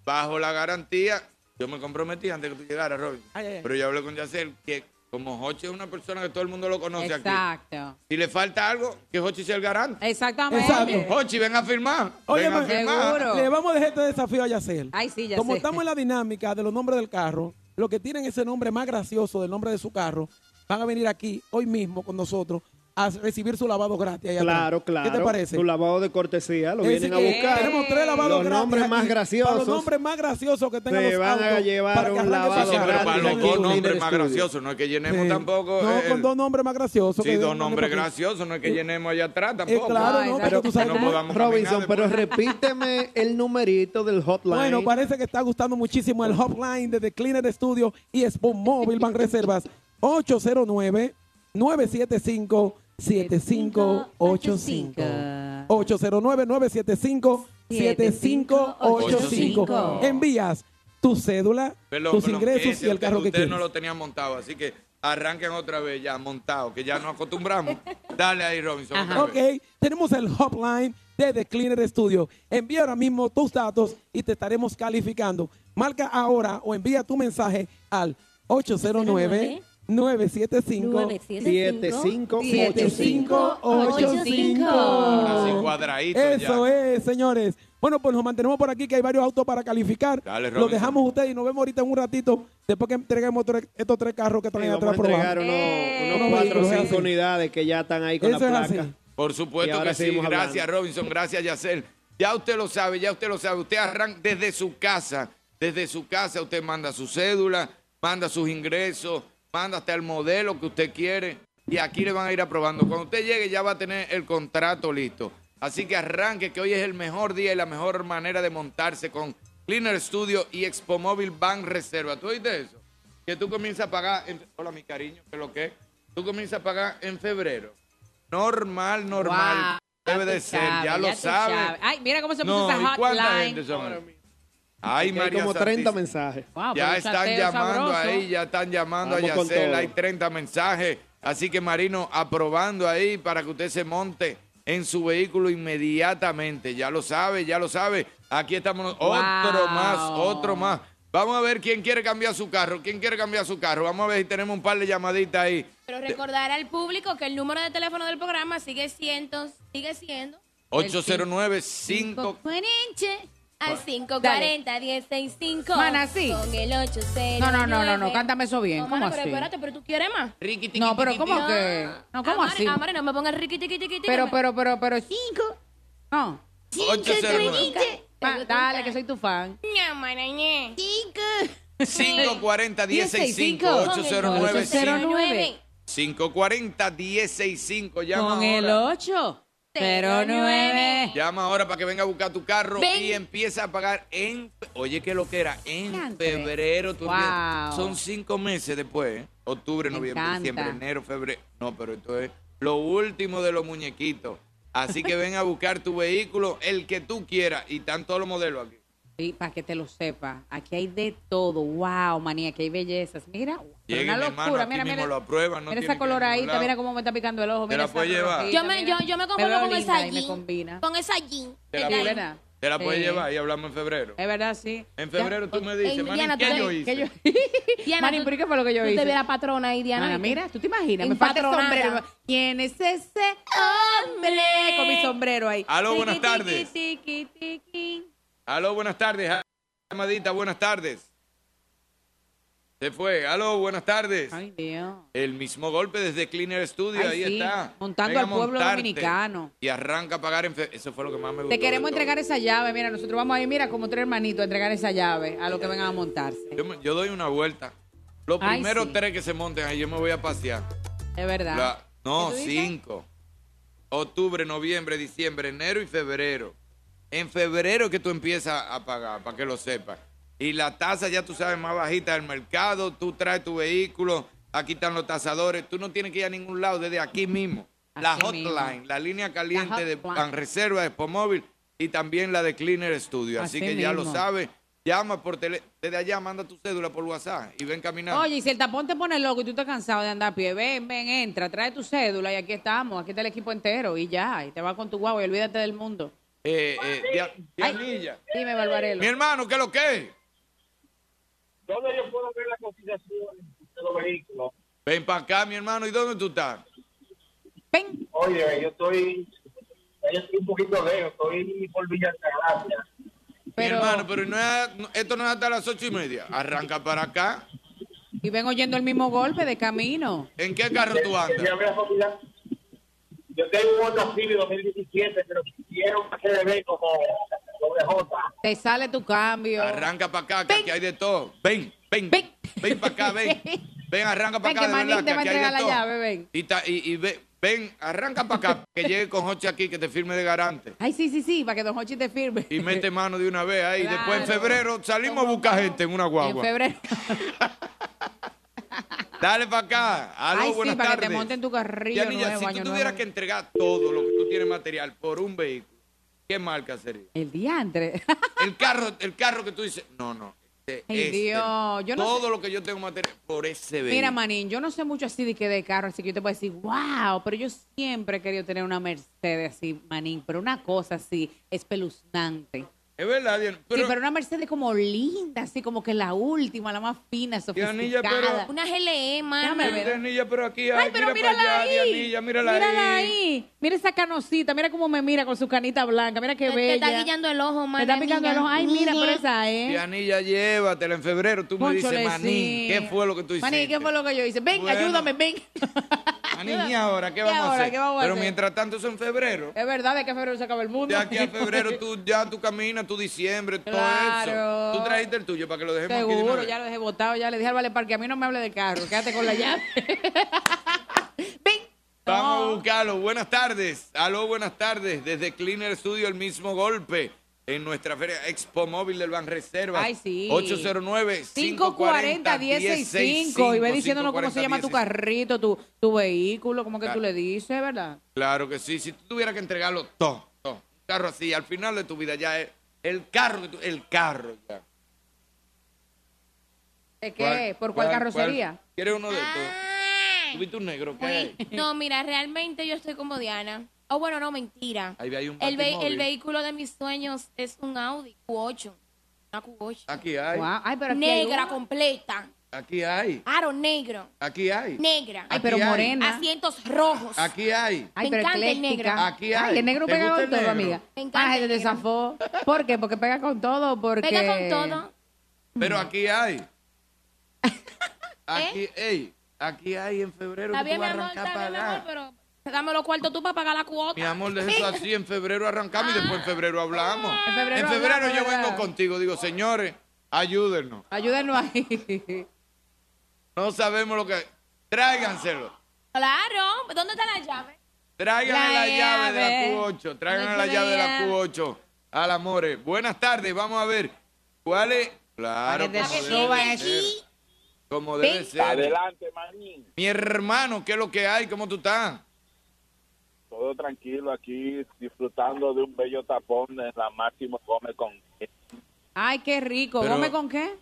bajo la garantía, yo me comprometí antes que tú llegaras, Robin. Ay, ay, ay. Pero yo hablé con Yacel que como Jochi es una persona que todo el mundo lo conoce aquí. Exacto. Si le falta algo, que Jochi sea el garante. Exactamente. Exacto. Jochi, ven a firmar. Oye, ven a ma- firmar. Seguro. Le vamos a dejar este desafío a Yacel. Ay, sí, Yacel. Como estamos en la dinámica de los nombres del carro, los que tienen ese nombre más gracioso del nombre de su carro, van a venir aquí hoy mismo con nosotros a recibir su lavado gratis. allá atrás. Claro, claro. ¿Qué te parece? Tu lavado de cortesía lo Es vienen a decir, buscar. Tenemos tres lavados Los gratis nombres aquí. más Para graciosos. los nombres más graciosos que tengan se los van a autos llevar para que un arranque su lavado Sí, carro. pero gratis para los aquí dos en nombres Cleaner más Studio. graciosos, no es que llenemos Sí. tampoco. No, eh, con dos nombres más graciosos. Sí, que dos vengan nombres por aquí. graciosos, no es que llenemos allá atrás Eh, tampoco. claro, Ay, no, pero pero tú sabes no que- podamos Robinson, caminar pero después. repíteme el numerito del hotline. Bueno, parece que está gustando muchísimo el hotline desde Cleaner Studio y Spoon Móvil Banreservas 809-975-7585. 809-975-7585. Envías tu cédula, Perdón, tus perdón, ingresos ese y el usted- carro que Ustedes quieres. no lo tenían montado, así que arranquen otra vez ya montado, que ya nos acostumbramos. Dale ahí, Robinson. otra Ok, vez. tenemos el hotline de The Cleaner Studio. Envía ahora mismo tus datos y te estaremos calificando. Marca ahora o envía tu mensaje al 809-975. 7585. 7585. Así cuadradito Eso ya. es, señores. Bueno, pues nos mantenemos por aquí que hay varios autos para calificar. Dale, Los Robinson. dejamos a ustedes y nos vemos ahorita en un ratito después que entreguemos tres- estos tres carros que Sí, traen vamos a atrás entregar probados. unos, Eh. unos cuatro o Vehículos, sí. cinco unidades que ya están ahí con Eso la es placa. así. Por Y supuesto ahora que sí. seguimos hablando. Gracias, Robinson. Gracias, Yacel. Ya usted lo sabe, ya usted lo sabe. Usted arranca desde su casa. Desde su casa usted manda su cédula, manda sus ingresos, manda hasta el modelo que usted quiere. Y aquí le van a ir aprobando. Cuando usted llegue ya va a tener el contrato listo. Así que arranque, que hoy es el mejor día y la mejor manera de montarse con Cleaner Studio y Expo Móvil Bank Reserva. ¿Tú oíste eso? Que tú comienzas a pagar... en- Hola, mi cariño, que lo que es? Tú comienzas a pagar en febrero. Normal, normal. Wow, ya Debe de tú ser, sabes, ya lo tú sabe. Ay, mira cómo se puso No, ¿y esa cuánta hotline. gente son? Ay, Que Hay María como 30 Santísima. mensajes. Wow, pero Ya un están chanteo llamando sabroso. ahí, ya están llamando Vamos a con Yacel, todo. hay 30 mensajes. Así que Marino, aprobando ahí para que usted se monte en su vehículo inmediatamente. Ya lo sabe, ya lo sabe. Aquí estamos. Otro más, otro más. Vamos a ver quién quiere cambiar su carro, quién quiere cambiar su carro. Vamos a ver si tenemos un par de llamaditas ahí. Pero recordar al público que el número de teléfono del programa sigue siendo, sigue siendo 809 5 Bueninche al 540 1065. Mana, sí. Con el 809. No, no, no, no, no, cántame eso bien. No, ¿Cómo mana, pero así? espérate, pero tú quieres más. No, pero ¿cómo que? No, ¿cómo Amare, así? amare, no me pongas riqui tiqui tiqui. Pero, pero, pero, pero, cinco. No. 809 Pa- Dale, que soy tu fan. Ña, marañé. 540 1065 809 809. 540 1065 llama Con el ahora. 8. Cero, 09. Llama ahora para que venga a buscar tu carro Ven. y empieza a pagar en. Oye, que lo que era, en Diantre. febrero. tú Wow. olvidas. Son cinco meses después. ¿eh? Octubre, Me noviembre, encanta. diciembre, enero, febrero. No, pero esto es lo último de los muñequitos. Así que ven a buscar tu vehículo, el que tú quieras. Y están todos los modelos aquí. Sí, para que te lo sepa. Aquí hay de todo. Wow, manía, aquí hay bellezas. Mira, pero Lleguen, una hermano, locura. aquí Mira, mismo mira. lo aprueban, no mira tienen que esa ir a ningún coloradita, lado. mira cómo me está picando el ojo. Te Mira la esa puedes llevar. rojita, Yo me, yo, mira. yo me veo conformo con linda esa y me jean. combina. Con esa jean. Te la, Sí, puedes- ¿verdad? te la puedes Sí. llevar y hablamos en febrero. Es verdad, sí. En febrero tú me dices, Ey, "Manny, Diana, ¿qué tú yo te- hice? Que yo- Diana, Mani, tú- ¿por qué fue lo que yo Tú hice? te ves la patrona ahí, Diana. Mana, ¿viste? mira, tú te imaginas, me falta el Empatronada. sombrero. ¿Quién es ese hombre? Con mi sombrero ahí. Aló, buenas Tiqui, tardes. tiqui, tiqui, tiqui. Aló, buenas tardes. Ah, Llamadita, buenas tardes. Se fue. Aló, buenas tardes. Ay, Dios. El mismo golpe desde Cleaner Studio, Ay, ahí sí, está. montando Ven a al pueblo montarte dominicano. Y arranca a pagar en fe- Eso fue lo que más me gustó. Te queremos de todo. entregar esa llave. Mira, nosotros vamos a ir, mira, como tres hermanitos, a entregar esa llave a los que vengan a montarse. Yo, me- yo doy una vuelta. Los Ay, primeros sí. tres que se monten ahí, yo me voy a pasear. Es verdad. La- no, cinco. Octubre, noviembre, diciembre, enero y febrero. En febrero que tú empiezas a pagar, para que lo sepas. Y la tasa ya tú sabes más bajita del mercado, tú traes tu vehículo, aquí están los tasadores, tú no tienes que ir a ningún lado desde aquí mismo. La Así mismo. hotline, la línea caliente de hotline. Banreserva, de Spomóvil y también la de Cleaner Studio. Así, Así que ya lo mismo. sabes, llama por teléfono, desde allá manda tu cédula por WhatsApp y ven caminando. Oye, y si el tapón te pone loco y tú estás cansado de andar a pie, ven, ven, entra, trae tu cédula y aquí estamos, aquí está el equipo entero y ya, y te vas con tu guagua y olvídate del mundo. Eh, eh, Dia- Dianilla. Dime, Barbarelo. Mi hermano, ¿qué es lo que es? ¿Dónde yo puedo ver la cotización de los vehículos? Ven para acá, mi hermano. ¿Y dónde tú estás? Ven. Oye, yo estoy, yo estoy un poquito lejos, estoy por Villa Altagracia. Pero- Mi hermano, pero no es- no- esto no es hasta las ocho y media. Arranca para acá. Y ven oyendo el mismo golpe de camino. ¿En qué carro tú Quería andas? ver la cotización. Yo tengo un Honda Civic 2017, pero quiero que se ve como doble J. Te sale tu cambio. Arranca para acá, que aquí hay de todo. Ven, ven, Ven. ven, para acá, ven. Ven, arranca para Ven, acá. que de Manín verdad, te va a aquí hay de entregar la todo. llave, ven. Y, ta- y- y ve- ven, arranca para acá, que llegue con Joche aquí, que te firme de garante. Ay, sí, sí, sí, para que Don Hochi te firme. Y mete mano de una vez ahí. Después en Claro. febrero salimos a buscar gente en una en guagua. febrero. Dale para acá. Aló, Ay, sí, buenas para que te tardes. monten tu carrillo Yanira, nuevo, si año tú tuvieras nuevo. que entregar todo lo que tú tienes material por un vehículo, ¿qué marca sería? El diantre. El carro, el carro que tú dices, no, no. Este, Ay, este, Dios, yo no todo lo que yo tengo material por ese vehículo. Mira, Manín, yo no sé mucho así de que de carro, así que yo te puedo decir, wow, pero yo siempre he querido tener una Mercedes así, Manín, pero una cosa así, espeluznante. Es verdad, Diana. Pero, Pero, sí, pero una Mercedes como linda, así como que la última, la más fina, Dianilla, sofisticada. pero- Una E, GLE, mano. Déjame ver. Dianilla, pero aquí hay, Ay, pero mira mírala para allá, ahí. Dianilla, mírala, ahí. Mira esa canosita, mira cómo me mira con su canita blanca, mira qué Te, te bella. está guillando el ojo, Me mano. está picando el ojo. Ay, mira, pero esa es. Dianilla, llévatela en febrero. Tú me dices, Cónchole, Manín, sí. ¿qué fue lo que tú hiciste? Manín, ¿qué fue lo que yo hice? Ven, Bueno. ayúdame, ven. Manín, ¿y ahora? ¿Qué, vamos, ahora? a hacer? ¿Qué vamos a Pero hacer? mientras tanto, eso en febrero. Es verdad, de que febrero se acaba el mundo. De aquí a febrero tú ya tú caminas, tú diciembre, todo Claro. eso. Tú trajiste el tuyo para que lo dejemos aquí de una Seguro, vez. ya lo dejé botado, ya le dije al vale parque, a mí no me hable del carro, quédate con la llave. Ven. Vamos a No. buscarlo. Buenas tardes. Aló, buenas tardes. Desde Cleaner Studio, el mismo golpe. En nuestra feria Expo Móvil del Banreserva. Ay, sí. 809 540 540-1065. Y ve diciéndonos cómo se llama tu carrito, tu, tu vehículo, como que Claro. tú le dices, ¿verdad? Claro que sí. Si tú tuvieras que entregarlo todo, todo. Un carro así, al final de tu vida ya es el carro, que tú- el carro ya. ¿De qué? ¿Por cuál, carrocería? ¿Quieres uno de estos? Ah. ¿Tuviste un negro? ¿Qué hay? No, mira, realmente yo estoy como Diana. Oh, bueno, no, mentira. Ahí hay un el, ve- batimóvil. el vehículo de mis sueños es un Audi Q8. Una Q8. Aquí hay. Guau, Ay, pero aquí hay Negra una. completa. Aquí hay. Aro negro. Aquí hay. Negra. Ay, pero Aquí hay. morena. Asientos rojos. Aquí hay. Me Ay, pero encanta el ecléctica. negro. Aquí hay. Ay, el negro ¿Te pega gusta el con todo, negro? amiga. Me encanta el Ay, se negro. desafó. ¿Por qué? Porque pega con todo, porque... Pega con todo. Pero aquí hay. ¿Eh? Aquí, ey, aquí hay en febrero. Está que tú bien, mi vas a amor, arrancar está bien, mi para amor, allá. pero Dame los cuartos tú para pagar la cuota. Mi amor, deja eso así. En febrero arrancamos y después en febrero hablamos. En Ah. febrero hablamos, yo ¿verdad? vengo contigo. Digo, señores, ayúdennos. Ayúdenos ahí. No sabemos lo que. Tráiganselo. Claro. ¿Dónde está la llave? Tráiganle La la, llave de llave. la Q8. Tráiganle la Nuestra llave de la llave. Q8 al amore. Buenas tardes. Vamos a ver. ¿Cuál es? Claro, Para que te como suba debe ser. aquí. Como debe ser. Adelante, Marín. Mi hermano, ¿qué es lo que hay? ¿Cómo tú estás? Todo tranquilo aquí, disfrutando de un bello tapón en la Máximo Gómez con... Ay, qué rico. Pero- ¿Come con qué?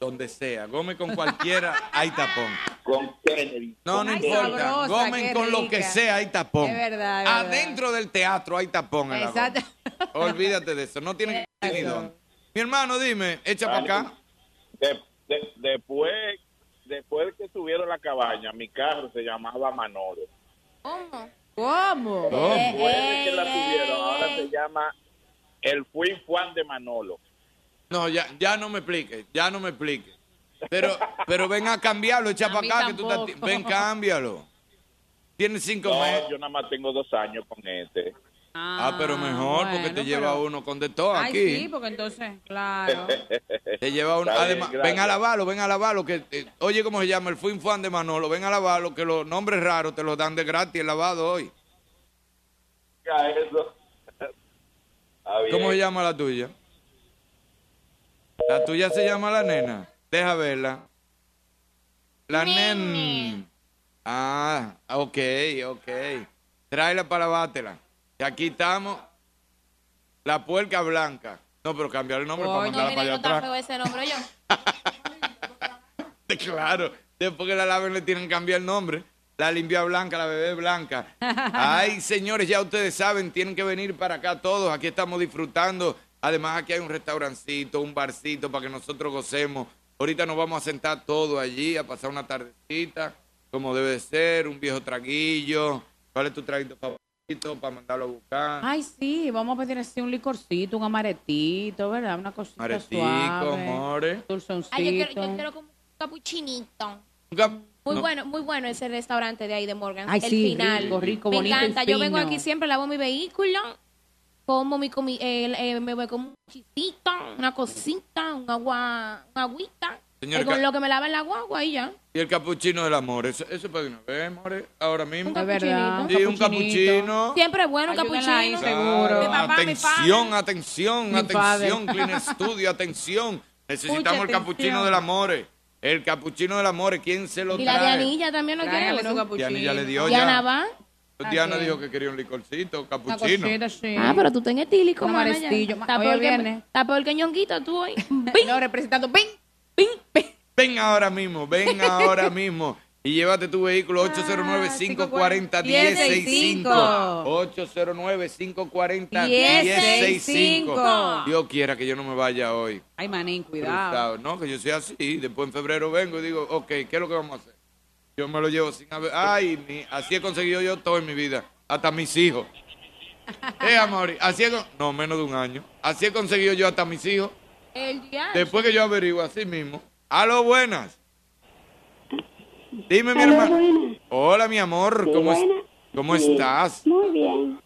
Donde sea. Gómez con cualquiera, hay tapón. con Kennedy. No, no Ay, importa. sabrosa, Gomen qué con lo rica. que sea, hay tapón. Es verdad, es verdad. Adentro del teatro hay tapón. en la goma. Exacto. Olvídate de eso. No tiene que ni dónde. Mi hermano, dime, echa para Dale. acá. De- de- después, después que subieron la cabaña, mi carro se llamaba Manolo. ¿Cómo? ¿Cómo? Oh, Después de que la Eh. subieron, ahora se llama el Fui Juan de Manolo. No, ya, ya no me expliques, ya no me expliques. Pero, pero ven a cambiarlo, echa A para mí acá. Que tú estás- tampoco. ven, cámbialo. Tienes cinco meses. No, yo nada más tengo dos años con este. Ah, pero mejor, porque bueno, te lleva pero- uno con de todo Ay, aquí. Eh, sí, porque entonces, claro. Te lleva un- Está bien, además, gracias. ven a lavarlo, ven a lavarlo. Que, eh, oye, ¿cómo se llama? El Fuin Fan de Manolo. Ven a lavarlo, que los nombres raros te los dan de gratis el lavado hoy. Ya, eso. Está bien. ¿Cómo se llama la tuya? La tuya se llama la nena. Deja verla. La nena. Ah, ok, ok. Tráela para lavártela. Y aquí estamos. La puerca blanca. No, pero cambiar el nombre para Coño, No, mandarla mira, para allá no está atrás. feo ese nombre yo. Claro, después que la laven le tienen que cambiar el nombre. La limpia blanca, la bebé blanca. Ay, señores, ya ustedes saben, tienen que venir para acá todos. Aquí estamos disfrutando. Además, aquí hay un restaurancito, un barcito para que nosotros gocemos. Ahorita nos vamos a sentar todos allí a pasar una tardecita, como debe de ser, un viejo traguillo. ¿Cuál es tu traguito favorito para mandarlo a buscar? Ay, sí, vamos a pedir así un licorcito, un amaretito, ¿verdad? Una cosita Maretico, suave. more. Dulzoncito. Ay, yo quiero, yo quiero como un capuchinito. Muy bueno, muy bueno ese restaurante de ahí de Morgan. Ay, el sí, final. rico, rico, Me bonito y encanta. Yo vengo fino. aquí siempre, lavo mi vehículo, como mi comi, eh, eh, me voy como un chisito, una cosita, un agua, un agüita. Señora, y con ca- lo que me lavan la guagua y ya. Y el capuchino del amor. Eso, eso es para de una vez, more, eh, ahora mismo. Es verdad. Un Sí, un capuchino. Siempre es bueno un Ayúdenla ahí, capuchino. seguro. Mi papá, mi atención, padre. atención, Mi atención, padre. Clean Studio, atención. Necesitamos el Mucha capuchino atención. del amore. El capuchino del amore, ¿quién se lo Y la trae? Dianilla también lo quiere Tráigame su uno. capuchino. Diana ya le dio Diana ya. va. Diana Así es. dijo que quería un licorcito, Una capuchino. cosita, sí. Ah, pero tú estás en etílico, Un mana, ya. amarestillo. Está Hoy peor, es que, viernes. está peor que ñonguito tú hoy. No, representando. ¡Ping! ¡Ping! ¡Ping! Ven ahora mismo, ven ahora mismo. Y llévate tu vehículo 809-540-1065. 809-540-1065. Dios quiera que yo no me vaya hoy. Ay, manín, cuidado. Cruzado. No, que yo soy así. Después en febrero vengo y digo, ok, ¿qué es lo que vamos a hacer? Yo me lo llevo sin haber. Ay, mi- así he conseguido yo todo en mi vida. Hasta mis hijos. Eh, amor, así he con- No, menos de un año. Así he conseguido yo hasta mis hijos. El día. Después que yo averiguo así mismo. Aló, buenas. Dime, mi hermano. Hola, mi amor. ¿Cómo, es- buenas. ¿cómo Sí. estás? Muy bien.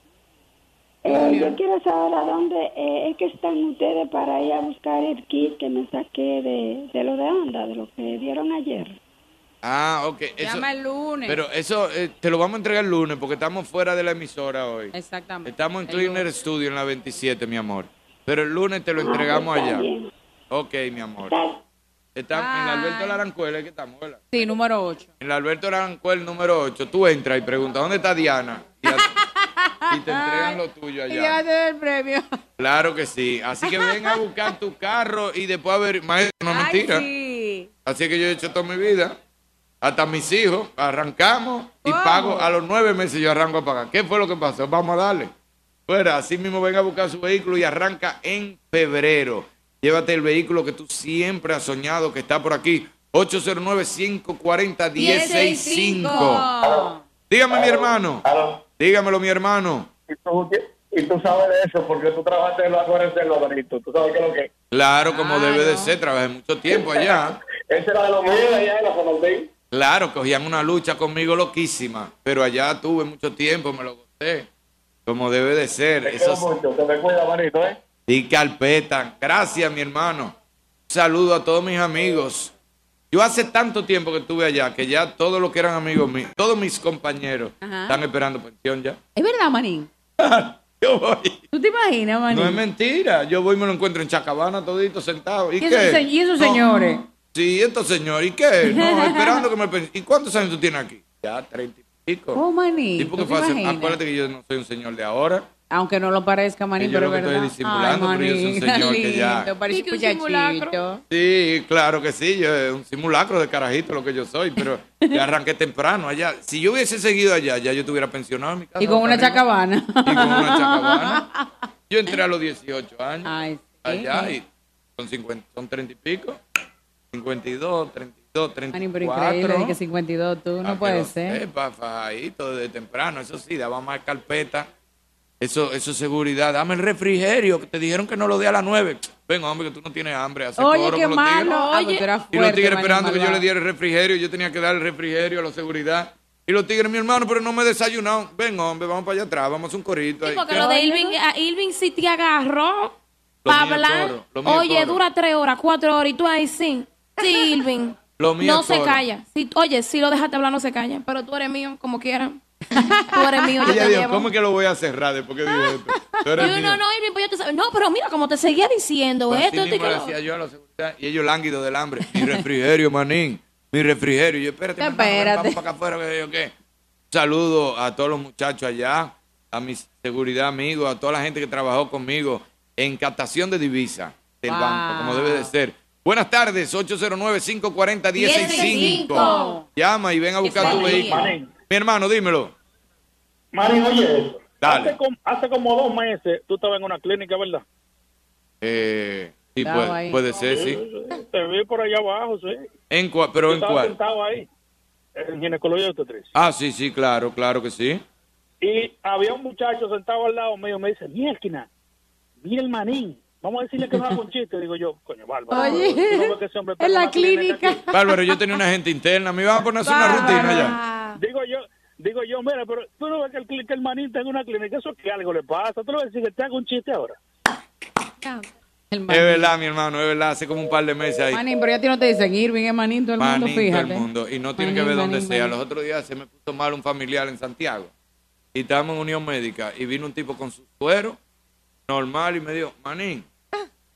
Eh, yo quiero saber a dónde eh, es que están ustedes para ir a buscar el kit que me saqué de, de lo de onda, de lo que dieron ayer. Ah, ok. eso- Llama el lunes. pero eso eh, te lo vamos a entregar el lunes porque estamos fuera de la emisora hoy. Exactamente. Estamos en El Cleaner lunes. Studio en la 27, mi amor. Pero el lunes te lo entregamos Ah, pues, allá. está bien. Ok, mi amor. Está- Estamos en la Bye. Alberto Larancuela, que estamos, ¿verdad? Sí, número 8. En la Alberto Larancuel número 8. Tú entras y preguntas, ¿dónde está Diana? Y, a- y te entregan lo tuyo Y ya allá. te doy el premio. Claro que sí. Así que ven a buscar tu carro y después a ver. Maestro, no es Ay, mentira. sí. Así que yo he hecho toda mi vida. Hasta mis hijos, arrancamos y ¿Cómo? pago. A los nueve meses yo arranco a pagar. ¿Qué fue lo que pasó? Vamos a darle. Fuera, así mismo venga a buscar su vehículo y arranca en febrero. Llévate el vehículo que tú siempre has soñado que está por aquí. 809-540-1065. Dígame, mi hermano. Claro. Dígamelo, mi hermano. Y tú, y tú sabes de eso, porque tú trabajaste en los acuerdos de los gritos. Tú sabes que lo que Claro, como debe de Claro. pues ser. Trabajé mucho tiempo allá. Esa era de los míos allá en la San Martín. Claro, cogían una lucha conmigo loquísima, pero allá tuve mucho tiempo, me lo gocé, como debe de ser. Te Eso quiero mucho, te me cuida, manito, ¿eh? Y carpeta. Gracias, mi hermano. Un saludo a todos mis amigos. Yo hace tanto tiempo que estuve allá que ya todos los que eran amigos míos, todos mis compañeros, Ajá. están esperando pensión ya. Es verdad, Manín. Yo voy. ¿Tú te imaginas, Manín? No es mentira. Yo voy y me lo encuentro en Chacabana todito sentado. ¿Y, ¿Y esos qué? se- y esos No. señores? Sí, estos señores. ¿Y qué? No, esperando que me pensión. ¿Y cuántos años tú tienes aquí? Ya, treinta y pico. Oh, Manín. Sí, porque ¿tú te fue hace- imaginas? acuérdate que yo no soy un señor de ahora. Aunque no lo parezca, Manín, Que yo pero lo que es estoy verdad. disimulando, pero yo soy un señor que ya- lindo, parece un muchachito. Sí, claro que sí, yo- es un simulacro de carajito lo que yo soy, pero yo arranqué temprano allá. Si yo hubiese seguido allá, ya yo estuviera pensionado en mi casa. Y con una chacabana. Yo entré a los 18 años Ay, allá y son, 50, son 30 y pico, 52, 32, Manín, 34. pero increíble, de que 52 tú, Ah, no puede ser. Sepa, eh, fajadito desde temprano, eso sí, daba más carpeta. Eso, eso es seguridad. Dame el refrigerio, que te dijeron que no lo dé a las 9. Ven, hombre, que tú no tienes hambre. Hace Oye, coro qué con los tigres. malo. Oye, Y los tigres esperando que yo le diera el refrigerio, yo tenía que dar el refrigerio a la seguridad. Y los tigres, mi hermano, pero no me he desayunado. Ven, hombre, vamos para allá atrás, vamos a hacer un corito. ahí. Porque ¿Qué? lo de Irving, a Irving sí te agarró Lo mío para es hablar. toro, lo mío es Oye, toro. dura tres horas, cuatro horas y tú ahí sí. Sí, Irving. Lo mío no es se toro. calla. Si- oye, si lo dejaste hablar, no se calla. Pero tú eres mío, como quieras. Tú eres mío, yo Ella te dijo, llevo. ¿cómo es que lo voy a cerrar después que dije esto? Tú eres Y yo, mío. Pues no, no, Irving, pues yo te sab- No, pero mira, como te seguía diciendo Así esto, te mismo le hacía yo a la seguridad. Y ellos lánguidos del hambre. Mi refrigerio, manín. Mi refrigerio. Y yo, espérate, mi hermano, ven, Espérate. vamos para acá afuera. que yo qué. Saludo a todos los muchachos allá, a mi seguridad, amigos, a toda la gente que trabajó conmigo en captación de divisas del Wow. banco, como debe de ser. Buenas tardes, 809-540-165. Llama y ven a buscar tu Manín, vehículo. Manín. Mi hermano, dímelo. Marín, oye eso. Dale. Hace, com- hace como dos meses tú estabas en una clínica, ¿verdad? Eh, sí, Estaba ahí. puede, puede ser, sí. Te vi por allá abajo, sí. ¿En cua- ¿Pero Yo en estaba cuál? sentado ahí, en ginecología de obstetricia. Ah, sí, sí, claro, claro que sí. Y había un muchacho sentado al lado mío, me dice, mierda, mira el manín, vamos a decirle que no haga un chiste. Digo yo, coño, bárbaro. Oye, ¿tú no ves que ese hombre está en la una clínica clínica. Bárbaro, yo tenía una gente interna. Me iban a poner a hacer una rutina ya. aquí?". Digo yo, digo yo, mira, pero tú no ves que el, cli- que el manín está en una clínica, eso es que algo le pasa. Tú le vas a decir que te haga un chiste ahora. Es El Manín. verdad, mi hermano, es verdad. Hace como un par de meses ahí. Manín, pero ya a ti no te dicen Irving, es Manín, todo el mundo, Manín, todo fíjate. el mundo. Y no tiene que Manín, ver dónde manín, sea. manín. Los otros días se me puso mal un familiar en Santiago. Y estábamos en Unión Médica. Y vino un tipo con su suero normal y me dijo, Manín,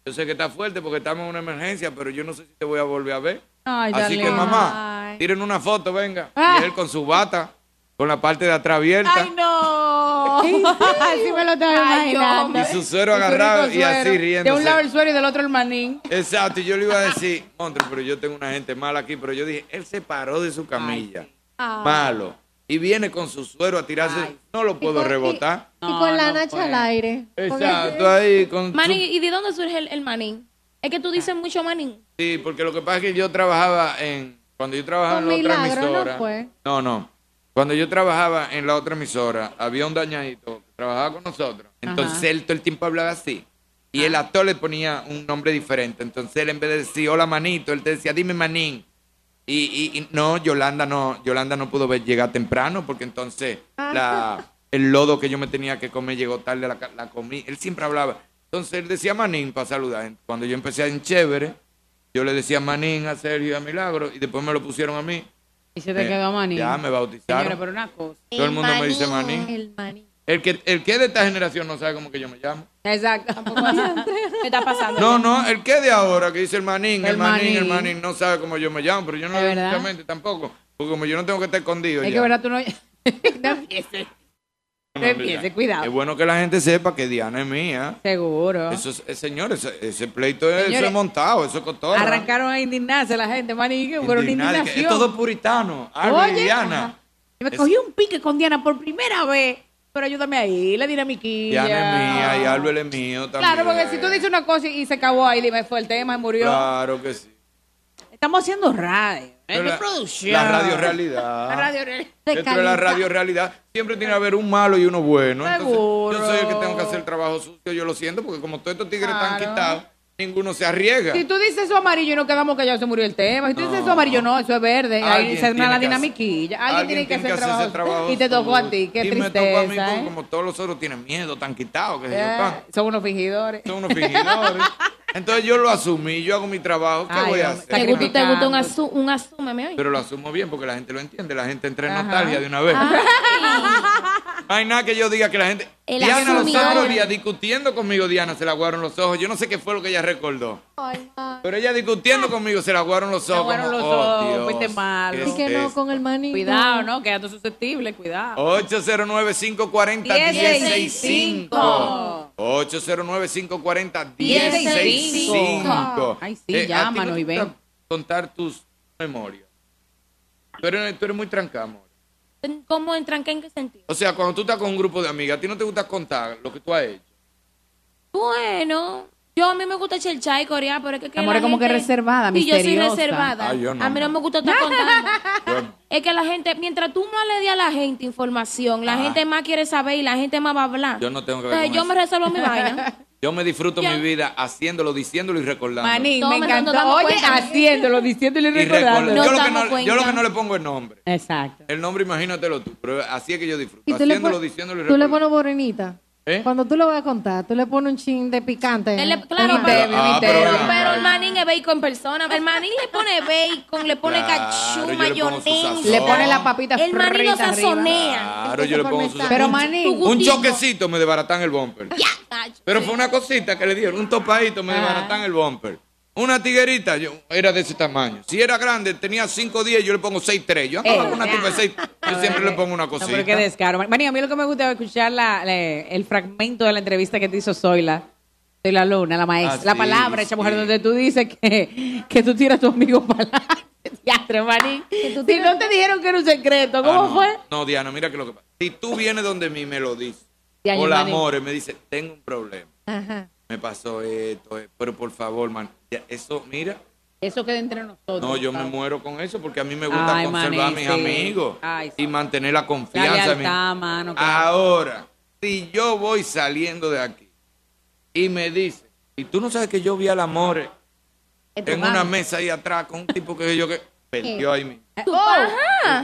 yo sé que está fuerte porque estamos en una emergencia, pero yo no sé si te voy a volver a ver. Ay, Así dale. que mamá, tiren una foto, venga. Ah. Y él con su bata, con la parte de atrás abierta. Ay, no. Así me lo estaba Ay, imaginando. Y su suero El agarrado suerito y así suero. De riéndose. un lado el suero y del otro el Manín. Exacto, y yo le iba a decir, monstruo, pero yo tengo una gente mala aquí, pero yo dije, él se paró de su camilla, Ah. Ah. malo, y viene con su suero a tirarse, no lo puedo rebotar. y con Ah, la no nacha puede. pues. al aire. Porque- Exacto, ahí con... su- Manín, ¿y de dónde surge el, el manín? Es que tú Ah. dices mucho manín. Sí, porque lo que pasa es que yo trabajaba en, cuando yo trabajaba en Con la Ah, otra milagro, no emisora, Pues. fue. no, no, cuando yo trabajaba en la otra emisora, había un dañadito que trabajaba con nosotros, entonces Ajá. él todo el tiempo hablaba así. Y el actor le ponía un nombre diferente. Entonces él en vez de decir hola manito, él te decía dime manín. Y, y- y no, Yolanda no, Yolanda no pudo ver- llegar temprano porque entonces la, el lodo que yo me tenía que comer llegó tarde, la, ca- la comí. Él siempre hablaba. Entonces él decía manín para saludar. Cuando yo empecé en Chévere, yo le decía manín a Sergio y a Milagro y después me lo pusieron a mí. Y se te Eh, quedó Manín. Ya me bautizaron. Señora, pero una cosa. Todo el mundo me dice manín. El maní. El que, el que es de esta generación no sabe cómo que yo me llamo. Exacto. ¿Qué está pasando? No, no, el que de ahora que dice el manín, el, El manín, el manín. manín, no sabe cómo yo me llamo, pero yo no ¿Es lo digo verdad? exactamente tampoco, porque como yo no tengo que estar escondido. Es que ya. verdad tú no... no empieces. No empieces, Es cuidado. bueno que la gente sepa que Diana es mía. Seguro. Eso es, eh, señores, ese, ese pleito es, eso Señores, es montado, eso es cotorra. Arrancaron a indignarse la gente, Manín, que fueron Indignada, que indignación. Es todo puritano, Arby Oye, y Diana. ajá. Y me Es- cogí un pique con Diana por primera vez. Pero ayúdame ahí, la dinamiquilla. Diana es mía y Albert es mío también. Claro, porque si tú dices una cosa y se acabó ahí, dime, fue el tema, murió. Claro que sí. Estamos haciendo radio. Pero Esto la- es producción. La radio realidad. La radio real. Dentro de la radio realidad siempre tiene que haber un malo y uno bueno. Entonces, Seguro. yo soy el que tengo que hacer el trabajo sucio, yo lo siento, porque como todos estos tigres están Claro. quitados, ninguno se arriesga. Si tú dices eso amarillo y no quedamos callados, se murió el tema. Si tú dices No. eso amarillo, no, eso es verde. Ahí Alguien se tiene una la que hacer- dinamiquilla. Alguien, tiene que hacer, trabajo. ese trabajo Y te tocó a ti, qué y tristeza. me tocó a mí porque ¿eh? como todos los otros tienen miedo, tan quitados, que Eh, son unos fingidores. Son unos fingidores. Entonces yo lo asumí, yo hago mi trabajo, ¿qué Ay, voy a hombre, hacer? ¿Te gusta, te gusta un, asu un asúmeme hoy? Pero lo asumo bien porque la gente lo entiende, la gente entra en Ajá. nostalgia de una vez. No hay nada que yo diga que la gente... El Diana los asumidor. otros días discutiendo conmigo, Diana, se le aguaron los ojos. Yo no sé qué fue lo que ella recordó. Pero ella discutiendo conmigo, se le aguaron los ojos. Ah. aguaron como, los "Oh, ojos, Dios, Este, fuiste malo". qué Así que tristeza". no, con el maní. Cuidado, ¿no? Quédate susceptible, cuidado. 809-540-1065. 809-540-1065. Ay, sí, Eh, ¿a ti llámanos no te y ven. gusta Contar tus memorias. Tú eres, tú eres muy trancamo. ¿Cómo entran? ¿En qué sentido? O sea, cuando tú estás con un grupo de amigas, ¿a ti no te gusta contar lo que tú has hecho? Bueno, yo a mí me gusta chelchar y corear, pero es que... que Amor, la es como que gente- reservada, Sí, yo soy misteriosa. reservada. Ah, yo no, a mí no, me gusta estar contando. es que la gente, mientras tú no le des a la gente información, la Ah. gente más quiere saber y la gente más va a hablar. Yo no tengo que ver Entonces con yo eso. me resuelvo mi vaina. Yo me disfruto mi vida haciéndolo, diciéndolo y recordando. Manín, me Toma, no nos encantó. damos Oye, cuenta. haciéndolo, diciéndole y Y recordando. recordando. Yo, lo que no, yo lo que no le pongo es nombre. Exacto. El nombre imagínatelo tú, pero así es que yo disfruto. Y tú le, Haciéndolo, pon- diciéndolo y tú le recordando. pones morenita. ¿Eh? Cuando tú lo vas a contar, tú le pones un chin de picante. Él le- Un claro, hit. pero, Ah, pero, pero- pero el manín es bacon en persona. El manín le pone bacon, le pone Claro, cachú, yo le pongo su mayonesa. sazón. Le pone la papita El manín lo frita arriba. sazonea. Claro, yo le pongo sus- Pero, un- manín, Un choquecito me desbaratan el bumper. Ay, Pero fue una cosita que le dieron, un topadito Ah. me desbaratan el bumper. Una tiguerita yo, era de ese tamaño. Si era grande, tenía 5 10, yo le pongo 6 3. Yo andaba Eh, con una tipa de 6, yo siempre le pongo una No, cosita. Ah, pero qué descaro. María, a mí lo que me gusta es escuchar la- la- el fragmento de la entrevista que te hizo Zoila. Soy la luna, la maestra. Ah, la sí, palabra, sí. esa mujer, donde tú dices que, que tú tiras a tu amigo para adelante. manín. Si no te dijeron que era un secreto, ¿cómo Ah, no. fue? No, Diana, mira que lo que pasa. Si tú vienes donde mí me lo dices. Ya, Hola, Giovanni. amores, me dice, tengo un problema. Ajá. Me pasó esto, eh, pero por favor, man. ya, Eso, mira, Eso queda entre nosotros. no, yo me muero con eso porque a mí me gusta Ay, conservar a maní, mis sí. amigos Ay, y mantener la La confianza. en mi- lealtad, mano. claro. Ahora, si yo voy saliendo de aquí y me dice, y tú no sabes que yo vi al amor En tu en una mano. mesa ahí atrás con un tipo que yo que perdió ahí mismo. Oh,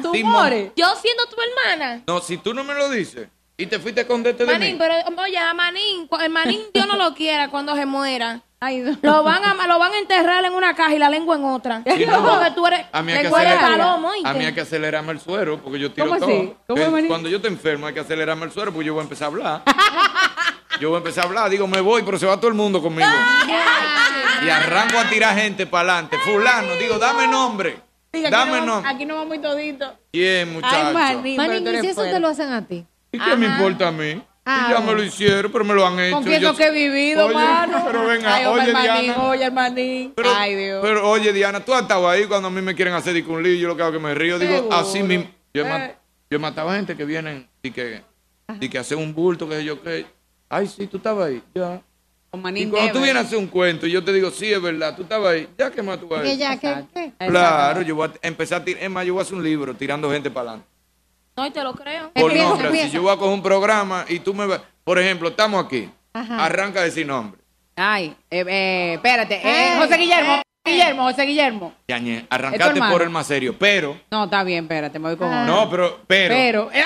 tú Sí, more. Ah, Yo siendo tu hermana. No, si tú no me lo dices y te fuiste a esconderte de Manín, mí. pero oye, a Manín, cu- el Manín Dios no lo quiera cuando se muera. Ay, no. Lo van a lo van a enterrar en una caja y la lengua en otra. Sí, no. Porque tú eres A mí, hay que lengua de acelerar- palomo, ¿oíste? a mí hay que acelerarme el suero porque yo tiro ¿Cómo todo. así? ¿Cómo, Que Manín? Cuando yo te enfermo hay que acelerarme el suero porque yo voy a empezar a hablar. yo voy a empezar a hablar, digo, me voy, pero se va todo el mundo conmigo. y arranco a tirar gente para adelante. Fulano, digo, dame nombre. Sí, aquí Dame no vamos- nombre. Aquí no vamos muy todito. ¿Quién, Ay, muchacho? manín, pero Manín, tú eres ¿y si eso fuerte. te lo hacen a ti? ¿Y qué me importa a mí? Ah, Y ya me bueno. lo hicieron, pero me lo han hecho. Con quién Yo lo que he sé- vivido, Oye, mano. Pero venga, Ay, oye, el manín, Diana. oye, el manín. Pero, Ay, Dios. pero, oye, Diana, tú has estado ahí cuando a mí me quieren hacer de que un lío, yo lo que hago es que me río, digo, Seguro. así mismo. Yo he, Eh. mat- yo he matado a gente que vienen y que, y que hacen un bulto, que yo que, ay, sí, tú estabas ahí, ya. Con Y manín cuando tú debe. vienes a hacer un cuento y yo te digo, sí, es verdad, tú estabas ahí, ya que más tú vas a Que ir. ya, que, que- Claro, yo voy a empezar a tirar, es más, yo voy a hacer un libro tirando gente para adelante. No, y te lo creo. Por Empieza, nombre, si empieza. yo voy a coger un programa y tú me vas, por ejemplo, estamos aquí, Ajá. arranca a decir nombre. Ay, eh, eh, espérate. Eh, Ey, José Guillermo, Guillermo, José Guillermo. Yañez, Es tu arrancaste hermano. por el más serio, pero, No, está bien, espérate, me voy con Ah. uno. no, pero, pero, Pero, eh,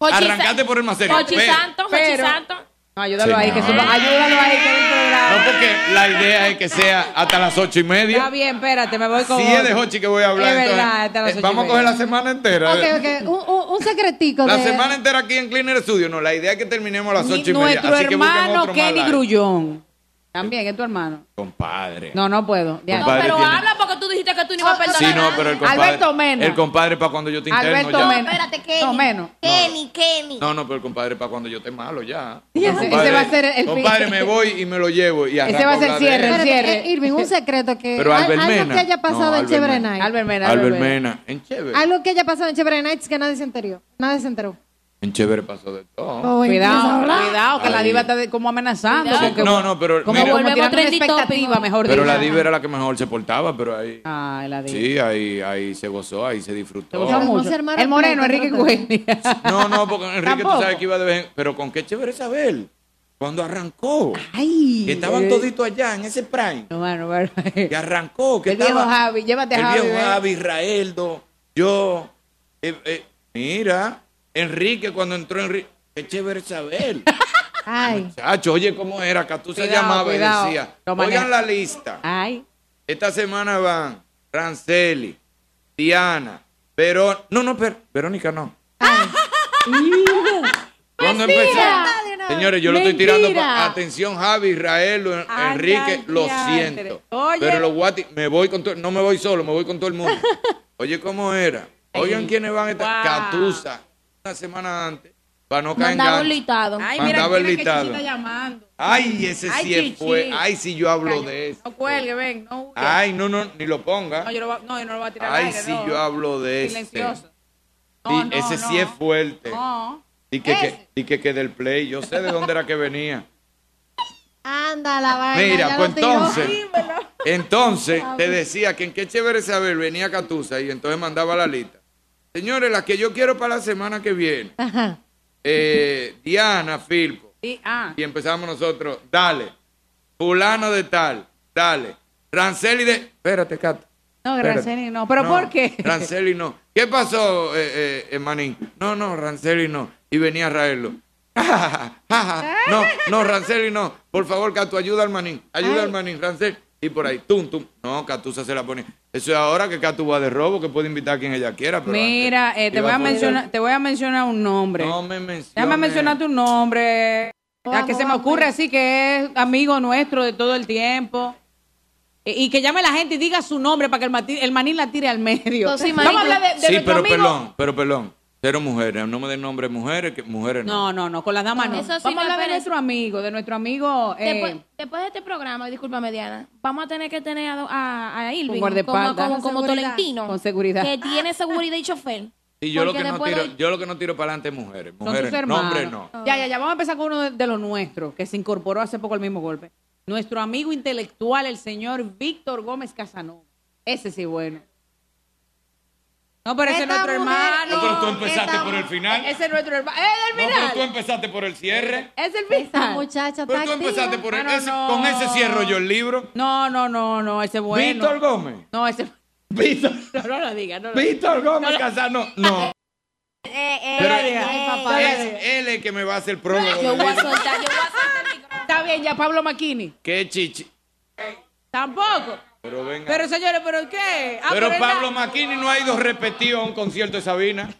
Jochi Sa- arrancaste por el más serio, Jochi pero. Santos, Jochi pero- Santos. no, ayúdalo ahí, que Señor. suba, ayúdalo ahí, que es el programa. No, porque la idea es que sea hasta las ocho y Está media. bien, espérate, me voy con Si otro. es de Hochi que voy a hablar. Es entonces, verdad, hasta las eh, ocho y vamos a media. coger la semana entera. eh. Ok, ok, Un, un- un secretico. La de- semana entera aquí en Cleaner Studio. No, la idea es que terminemos a las Mi- ocho y media. Nuestro Así que busquen hermano otro más Kenny live. Grullón. También, es tu hermano. Compadre. No, no puedo. ya. No, Compadre pero tiene- habla porque tú dijiste que tú no ibas a perdonar. Sí, no, pero el compadre. Ah, Alberto Mena. El compadre para cuando yo te interno Alberto ya. Mena. Espérate, Kenny. No, menos. Kenny, Kenny. No, no, pero el compadre para cuando yo te malo ya. Ese- ese va a ser el fin. Compadre, me voy y me lo llevo. Y Ese va a ser arranco hablar de cierre. él. Espérate, Cierre. eh, Irving, un secreto que Pero al- Albert algo Mena. que haya pasado No, en Albert Chévere Mena. Night. Albert Mena. Albert Mena. En chévere. Algo que haya pasado en Chévere Nights que nadie se enteró. Nadie se enteró. En chévere pasó de todo. Oh, empieza a Cuidado, hablar. cuidado, que la Ahí. diva está de- como amenazando. Cuidado. con que- No, no, pero Como mira- volvemos Volvemos tirando una trending expectativa, topic. mejor Pero dicho. la diva era la que mejor se portaba, pero ahí. Ay, la diva. Sí, ahí, ahí se gozó, ahí se Te disfrutó. gustó Los mucho. dos hermanos El moreno, Plata, Enrique creo que- Cuelli. No, no, porque Enrique tú Tampoco. sabes que iba de vez en- Pero con qué chévere Isabel. Cuando arrancó. Ay. Que estaban eh. toditos allá en ese prime. No, mano, bueno. Que arrancó. Que El viejo estaba- Javi, llévate a el Javi. viejo ven. Javi, Israeldo, yo. eh, eh, mira, Enrique, cuando entró Enrique. Qué chévere saber. Ay. Chacho, oye, ¿cómo era? Catu se Cuidado, llamaba cuidado. y decía. Lo maneja. Oigan la lista. Ay. Esta semana van Ranceli, Diana, Verón. No, no, pero Verónica no. Ah. Cuando empezó. Señores, yo lo estoy Mentira. tirando. pa- Atención, Javi, Israel, lo- Anda Enrique, lo diantre. siento. Oye. Pero los guati, me voy con todo, no me voy solo, me voy con todo el mundo. Oye, ¿cómo era? Oigan quiénes van a estar. Catusa, una semana antes, para no caer en Mandaba un gancho. listado. Ay, Mandaba mira, el mira que listado. Chichi está llamando. Ay, ese Ay, sí es Chichi. fue. Ay, si yo hablo de eso. No cuelgue, ven. No, huyas. Ay, no, no, ni lo ponga. no, yo lo va- no, yo no lo voy a tirar al Ah. Ay, aire, si no. yo hablo de eso. Silencioso. Sí, No, no, ese no. sí es fuerte. No. Y que, que, y que, que del play, yo sé de dónde era que venía. Anda la vaina. Mira, ya pues lo tiró. entonces, entonces Sabe. te decía que en qué chévere saber venía Catusa y entonces mandaba la lista. Señores, las que yo quiero para la semana que viene, Ajá. eh, Diana, Filpo, Sí, ah. y empezamos nosotros, dale, fulano de tal, dale, Ranceli de... Espérate, Cato. No, Espérate. Graciani no. ¿Pero No, por qué? Ranceli no. ¿Qué pasó, eh, eh, eh, Manín? No, no, Ranceli no. Y venía Raelo. ¿Eh? no, no, Ranceli no. Por favor, Catu, ayuda al Manín. Ayuda al Manín, Ranceli. Y por ahí, tum, tum. No, Catusa se la pone. Eso es ahora que Catu va de robo, que puede invitar a quien ella quiera. Pero Mira, antes eh, te, iba voy a por- mencionar, te voy a mencionar un nombre. No me menciones. Déjame mencionar tu nombre. La que Vamos, se me vamos. ocurre así que es amigo nuestro de todo el tiempo. Y, y que llame la gente y diga su nombre para que el, mati- el manín la tire al medio. Entonces, Vamos a manito. hablar de, de Sí, nuestro pero amigo. perdón, pero perdón. Cero mujeres. No me den nombre de mujeres, que mujeres no. No, no, no, con las damas no. Eso sí Vamos a me hablar de parece. nuestro amigo, de nuestro amigo. eh, Después, después de este programa, disculpa Diana, vamos a tener que tener a, a, a Irving como, guardaespaldas. como, Con como seguridad. Tolentino. Con seguridad. Que tiene seguridad y chofer. Sí, yo, lo Porque que no después tiro, doy- yo lo que no tiro para adelante es mujeres. Son sus Mujeres, hermanos. nombres no. Ya, ya, ya. Vamos a empezar con uno de, de los nuestros, que se incorporó hace poco al mismo golpe. Nuestro amigo intelectual, el señor Víctor Gómez Casanova. Ese sí, bueno. No, pero ese es Esta nuestro mujer hermano. es- Pero tú empezaste esta- por el final. Ese es nuestro hermano. ¡Es el No, pero tú final! empezaste por el cierre. ¡Es el Esa final! muchacha Pero está tú empezaste activa. por el, Ah, no, ese- no. con ese cierro yo el libro. No, no, no, no. Ese bueno. Víctor Gómez. No, ese... Víctor, No, no lo diga. No lo diga. Víctor Gómez Casano. No. Pero Ay, papá. es él el que me va a hacer prólogo. Yo del voy a libro. soltar, yo voy a soltar el micrófono. Está bien, ya Pablo Maquini. Qué chichi. Tampoco. Pero venga. Pero, Pero señores, ¿pero qué? Ah, él Pablo da- Maquini no ha ido repetido a un concierto de Sabina.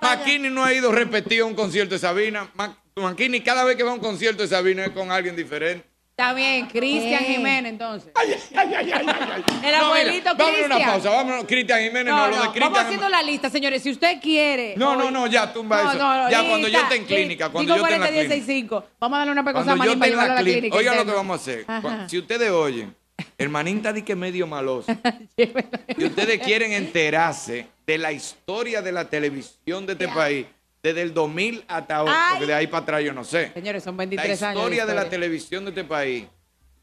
Maquini no ha ido repetido a un concierto de Sabina. Ma- Maquini cada vez que va a un concierto de Sabina es con alguien diferente. Está bien, Cristian Jiménez, entonces. El No, mira, abuelito vámonos Cristian. una pausa, vámonos. Cristian Jiménez, no, No, lo de no, Cristian. vamos haciendo la lista, señores. Si usted quiere. No, no, hoy- no, ya, tumba No, eso. no, no, ya, cuando yo lista, esté en clínica, cuando yo esté en la 540, clínica. 165. Vamos a darle una pecosa a Cuando yo Manín esté para en llevarlo a la la clínica. clínica. Oigan lo que interna. vamos a hacer. Ajá. Cuando- Si ustedes oyen, el manín está di que medio maloso. y ustedes quieren enterarse de la historia de la televisión de este país, desde el 2000 hasta ahora, porque de ahí para atrás yo no sé. Señores, son La 23 historia, años. de la televisión de este país,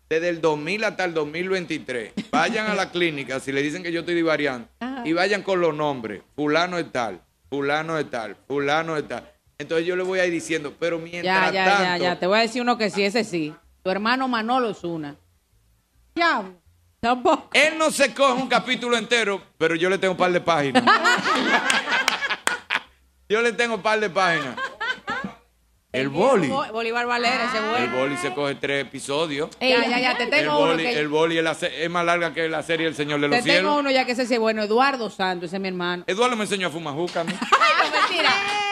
desde el 2000 hasta el 2023. Vayan a la clínica, si le dicen que yo estoy divariando, Ah. y vayan con los nombres. Fulano es tal, fulano es tal, fulano es tal. Entonces yo le voy a ir diciendo, pero Ya, mientras ya, tanto... ya, ya. Te voy a decir uno que sí, ese sí. Tu hermano Manolo Zuna. Diablo. Tampoco. Él no se coge un capítulo entero, pero yo le tengo un par de páginas. yo le tengo un par de páginas. El boli. Ah. Bo- Bolívar Valera, ese El bueno. boli se coge tres episodios. Ya, ya, ya. Te El tengo uno. boli, que- el boli es, la se- es más larga que la serie El Señor de los Te tengo Cielos. uno ya que ese sí es bueno. Eduardo Santos, ese es mi hermano. Eduardo me enseñó a fumar juca. ¿no? Es mentira,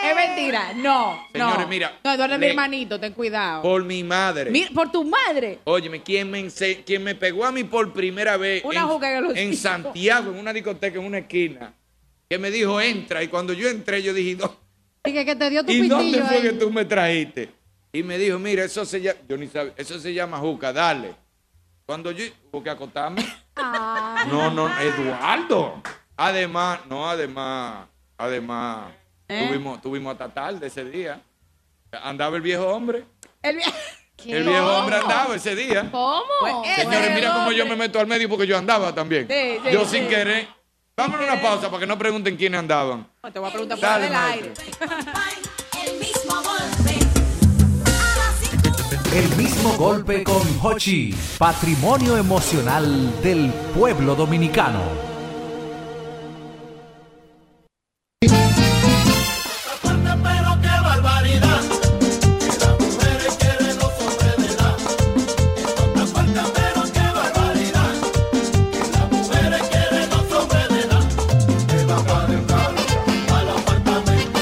es mentira. No, Señores, no. mira, No, Eduardo es mi le- hermanito, ten cuidado. Por mi madre. Mi- por tu madre. Óyeme, quien me, ense- quien me pegó a mí por primera vez Una juca en el en, hocico. en Santiago, en una discoteca, en una esquina, que me dijo, entra. Y cuando yo entré, yo dije, "No, Y que, que te dio tu ¿Y dónde pitillo fue que ahí. tú me trajiste? Y me dijo, mira, eso se llama, yo ni sabía, eso se llama juca, dale. Cuando yo, porque acotame. No, no, Eduardo. Además, no, además, además, ¿Eh? tuvimos, tuvimos hasta tarde ese día. Andaba el viejo hombre. El vie- El viejo hombre andaba ese día. ¿Cómo? Pues, eh, Señores, bueno, mira cómo hombre. yo me meto al medio porque yo andaba también. Sí, sí, yo sí. sin querer. Vámonos a una pausa para que no pregunten quiénes andaban. No, Te voy a preguntar por Dale, el aire. maestro. El mismo golpe. A las cinco de la El mismo golpe con Hochi, patrimonio emocional del pueblo dominicano. Pero qué barbaridad, que las mujeres quieren los hombres de edad. Esto está falta, pero qué barbaridad, que las mujeres quieren los hombres de edad. El papá de a la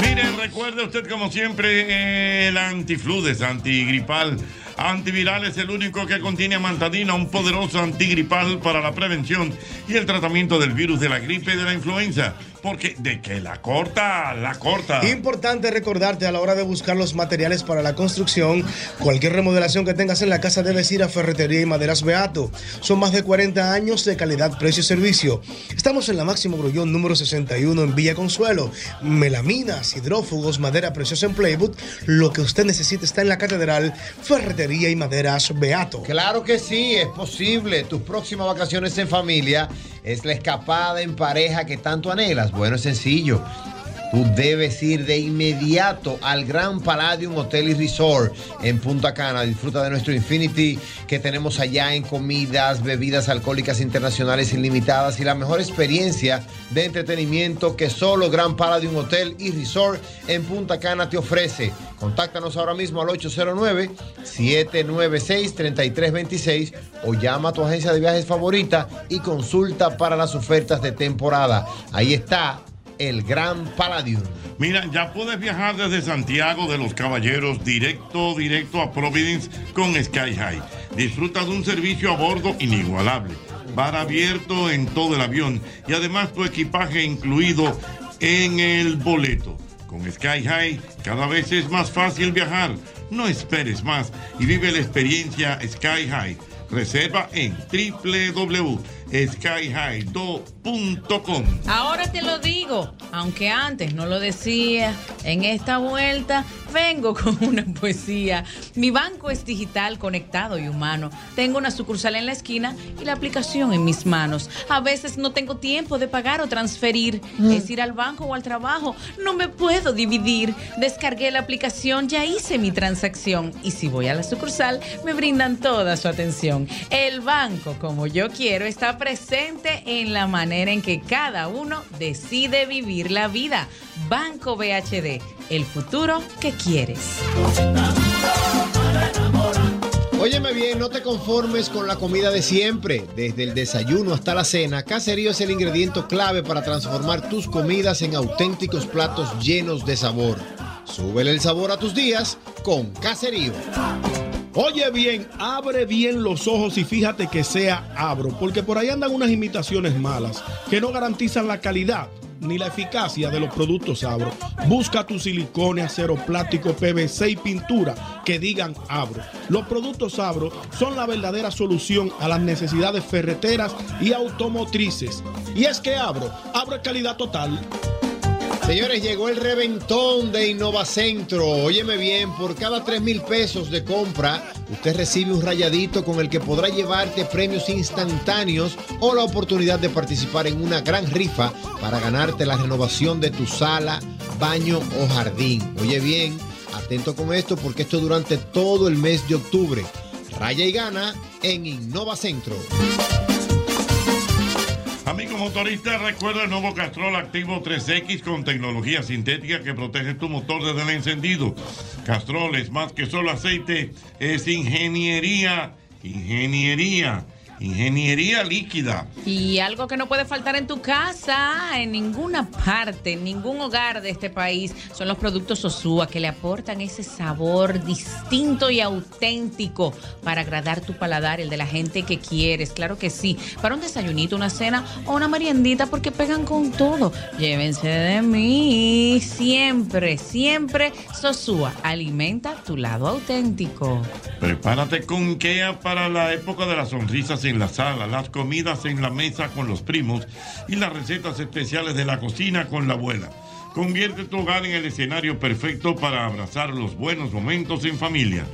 Miren, recuerde usted como siempre eh, el antifludes, antigripal, antiviral es el único que contiene amantadina, un poderoso antigripal para la prevención y el tratamiento del virus de la gripe y de la influenza. Porque de que la corta, la corta. Importante recordarte a la hora de buscar los materiales para la construcción, cualquier remodelación que tengas en la casa debes ir a Ferretería y Maderas Beato. Son más de 40 años de calidad, precio y servicio. Estamos en la Máximo Grullón número 61 en Villa Consuelo. Melaminas, hidrófugos, madera preciosa en Playwood. Lo que usted necesita está en la catedral Ferretería y Maderas Beato. Claro que sí, es posible. Tus próximas vacaciones en familia es la escapada en pareja que tanto anhelas. Bueno, es sencillo. Tú debes ir de inmediato al Gran Palladium Hotel y Resort en Punta Cana. Disfruta de nuestro Infinity que tenemos allá en comidas, bebidas alcohólicas internacionales ilimitadas y la mejor experiencia de entretenimiento que solo Gran Palladium Hotel y Resort en Punta Cana te ofrece. Contáctanos ahora mismo al 809-796-3326 o llama a tu agencia de viajes favorita y consulta para las ofertas de temporada. Ahí está el Gran Palladium. Mira, ya puedes viajar desde Santiago de los Caballeros directo, directo a Providence con Sky High. Disfruta de un servicio a bordo inigualable. Bar abierto en todo el avión y además tu equipaje incluido en el boleto. Con Sky High cada vez es más fácil viajar. No esperes más y vive la experiencia Sky High. Reserva en www.skyhigh2.com. Ahora te lo digo, aunque antes no lo decía, en esta vuelta vengo con una poesía. Mi banco es digital, conectado y humano. Tengo una sucursal en la esquina y la aplicación en mis manos. A veces no tengo tiempo de pagar o transferir. Es ir al banco o al trabajo. No me puedo dividir. Descargué la aplicación, ya hice mi transacción. Y si voy a la sucursal, me brindan toda su atención. El banco, como yo quiero, está presente en la manera en que cada uno decide vivir la vida. Banco BHD, el futuro que quieres. Óyeme bien, no te conformes con la comida de siempre. Desde el desayuno hasta la cena, Caserío es el ingrediente clave para transformar tus comidas en auténticos platos llenos de sabor. Súbele el sabor a tus días con Caserío. Oye bien, abre bien los ojos y fíjate que sea abro, porque por ahí andan unas imitaciones malas que no garantizan la calidad ni la eficacia de los productos Abro. Busca tu silicone, acero plástico, PVC y pintura que digan Abro. Los productos Abro son la verdadera solución a las necesidades ferreteras y automotrices. Y es que Abro, Abro es calidad total. Señores, llegó el reventón de Innovacentro. Óyeme bien, por cada 3 mil pesos de compra, usted recibe un rayadito con el que podrá llevarte premios instantáneos o la oportunidad de participar en una gran rifa para ganarte la renovación de tu sala, baño o jardín. Oye bien, atento con esto porque esto durante todo el mes de octubre. Raya y gana en Innovacentro. Amigo motorista, recuerda el nuevo Castrol Activo 3X con tecnología sintética que protege tu motor desde el encendido. Castrol es más que solo aceite, es ingeniería, ingeniería, ingeniería líquida. Y algo que no puede faltar en tu casa, en ninguna parte, en ningún hogar de este país, son los productos Sosúa que le aportan ese sabor distinto y auténtico para agradar tu paladar, el de la gente que quieres. Claro que sí, para un desayunito, una cena o una meriendita, porque pegan con todo. Llévense de mí. Siempre, siempre Sosúa alimenta tu lado auténtico. Prepárate con IKEA para la época de las sonrisas en la sala, las comidas en la mesa con los primos y las recetas especiales de la cocina con la abuela. Convierte tu hogar en el escenario perfecto para abrazar los buenos momentos en familia.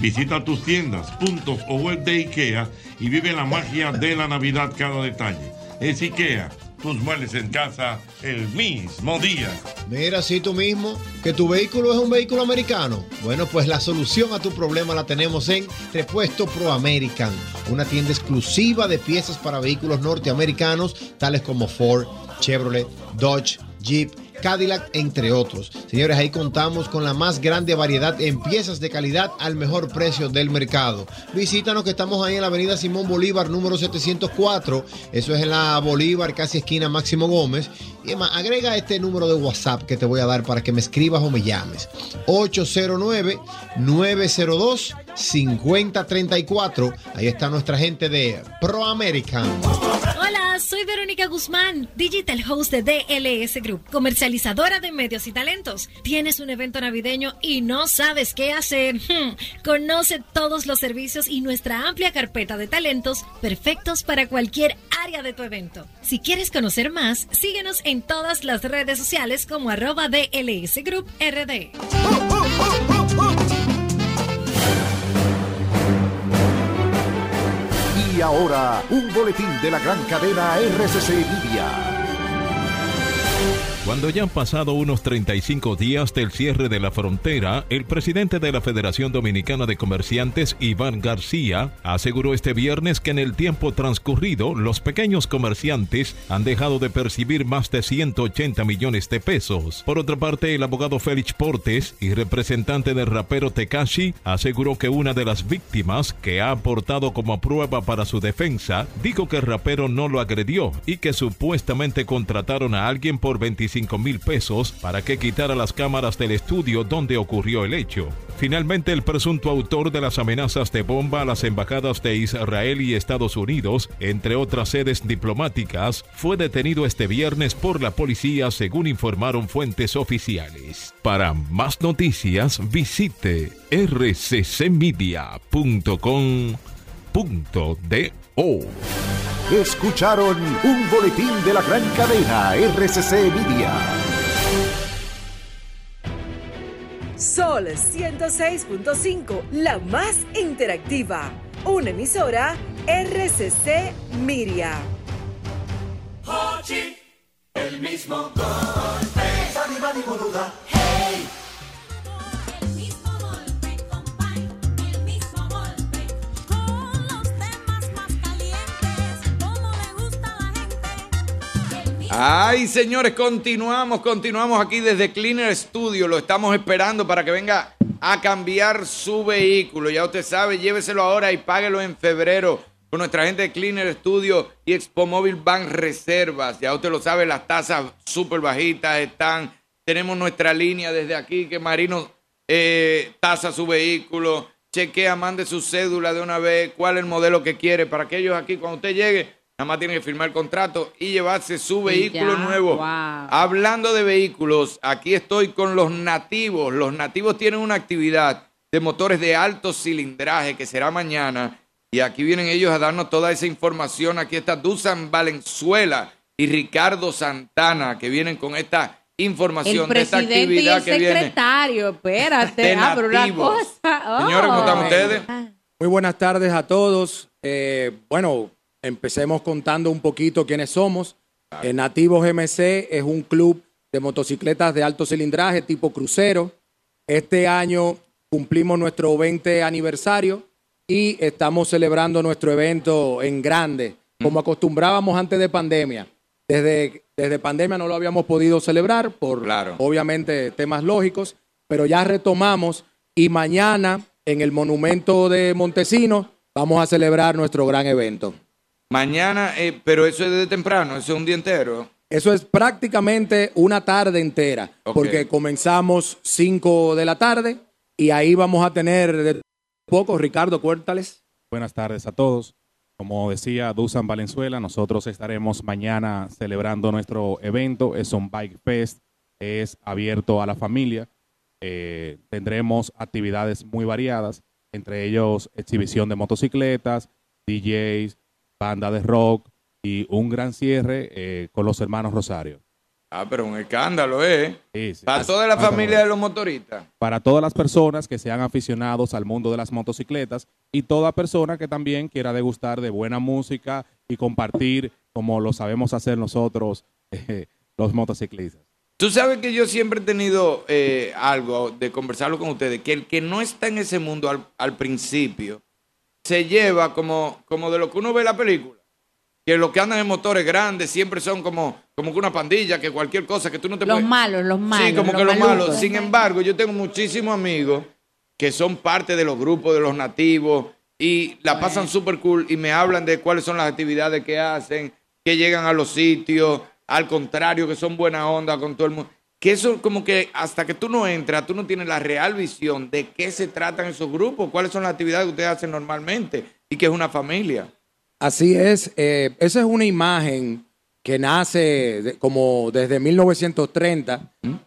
Visita tus tiendas, puntos o web de IKEA y vive la magia de la Navidad cada detalle. Es IKEA, tus muebles en casa el mismo día. Mira, si tú mismo, que tu vehículo es un vehículo americano. Bueno, pues la solución a tu problema la tenemos en Repuesto Pro American, una tienda exclusiva de piezas para vehículos norteamericanos, tales como Ford, Chevrolet, Dodge, Jeep. Cadillac, entre otros. Señores, ahí contamos con la más grande variedad en piezas de calidad al mejor precio del mercado. Visítanos que estamos ahí en la avenida Simón Bolívar, número 704. Eso es en la Bolívar, casi esquina Máximo Gómez. Y además, agrega este número de WhatsApp que te voy a dar para que me escribas o me llames. 809-902-5034. Ahí está nuestra gente de Pro American. Hola, soy Verónica Guzmán, digital host de DLS Group, comercializadora de medios y talentos. ¿Tienes un evento navideño y no sabes qué hacer? Hmm, Conoce todos los servicios y nuestra amplia carpeta de talentos perfectos para cualquier área de tu evento. Si quieres conocer más, síguenos en todas las redes sociales como arroba DLS Group RD. Y ahora, un boletín de la gran cadena RCC Media. Cuando ya han pasado unos 35 días del cierre de la frontera, el presidente de la Federación Dominicana de Comerciantes, Iván García, aseguró este viernes que en el tiempo transcurrido los pequeños comerciantes han dejado de percibir más de 180 millones de pesos. Por otra parte, el abogado Félix Portes y representante del rapero Tekashi aseguró que una de las víctimas que ha aportado como prueba para su defensa dijo que el rapero no lo agredió y que supuestamente contrataron a alguien por 25 mil pesos para que quitara las cámaras del estudio donde ocurrió el hecho. Finalmente, el presunto autor de las amenazas de bomba a las embajadas de Israel y Estados Unidos, entre otras sedes diplomáticas, fue detenido este viernes por la policía, según informaron fuentes oficiales. Para más noticias, visite rccmedia.com.do. Escucharon un boletín de la gran cadena RCC Media. Sol 106.5, la más interactiva. Una emisora RCC Miria. Hochi, el mismo golpe. Badi, badi, boluda. Hey. El mismo golpe, compay. El mismo golpe. Con los temas más calientes. Como le gusta a la gente. El mismo Ay, señores, continuamos, continuamos aquí desde Cleaner Studio. Lo estamos esperando para que venga a cambiar su vehículo. Ya usted sabe, lléveselo ahora y páguelo en febrero con nuestra gente de Cleaner Studio y Expo Móvil Bank Reservas. Ya usted lo sabe, las tasas súper bajitas están. Tenemos nuestra línea desde aquí que Marino eh, tasa su vehículo, chequea, mande su cédula de una vez, cuál es el modelo que quiere. Para aquellos aquí, cuando usted llegue, nada más tiene que firmar el contrato y llevarse su vehículo ya, nuevo. guau. Hablando de vehículos, aquí estoy con los nativos. Los nativos tienen una actividad de motores de alto cilindraje que será mañana. Y aquí vienen ellos a darnos toda esa información. Aquí está Dusan Valenzuela y Ricardo Santana que vienen con esta información El de esta presidente y actividad el que viene. secretario, espérate, De abro una nativos. cosa. Señores, ¿cómo están Oh. ustedes? Muy buenas tardes a todos. Eh, bueno, empecemos contando un poquito quiénes somos. Eh, Nativos MC es un club de motocicletas de alto cilindraje tipo crucero. Este año cumplimos nuestro 20 aniversario y estamos celebrando nuestro evento en grande, Mm. como acostumbrábamos antes de pandemia. Desde, desde pandemia no lo habíamos podido celebrar por obviamente temas lógicos, pero ya retomamos y mañana en el monumento de Montesinos vamos a celebrar nuestro gran evento. Mañana, eh, pero eso es de temprano, eso es un día entero. Eso es prácticamente una tarde entera, porque comenzamos 5 de la tarde y ahí vamos a tener de poco, Ricardo, cuéntales. Buenas tardes a todos. Como decía Dusan Valenzuela, nosotros estaremos mañana celebrando nuestro evento. Es un Bike Fest, es abierto a la familia. Eh, tendremos actividades muy variadas, entre ellos exhibición de motocicletas, DJs, banda de rock y un gran cierre eh, con los hermanos Rosario. Ah, pero un escándalo, ¿eh? Para Así- toda la ah, no. familia de los motoristas. para todas las personas que sean aficionados al mundo de las motocicletas y toda persona que también quiera degustar de buena música y compartir como lo sabemos hacer nosotros eh, los motociclistas. Tú sabes que yo siempre he tenido eh, algo de conversarlo con ustedes, que el que no está en ese mundo al, al principio se lleva como, como de lo que uno ve en la película. Que los que andan en motores grandes siempre son como, como que una pandilla, que cualquier cosa que tú no te Los puedes- malos, los malos. Pues, Sí, como que los malucos. malos. Sin embargo, yo tengo muchísimos amigos que son parte de los grupos de los nativos y Pues. la pasan súper cool y me hablan de cuáles son las actividades que hacen, que llegan a los sitios, al contrario, que son buena onda con todo el mundo. Que eso como que hasta que tú no entras, tú no tienes la real visión de qué se tratan esos grupos, cuáles son las actividades que ustedes hacen normalmente y que es una familia. Así es, eh, esa es una imagen que nace de- como desde 1930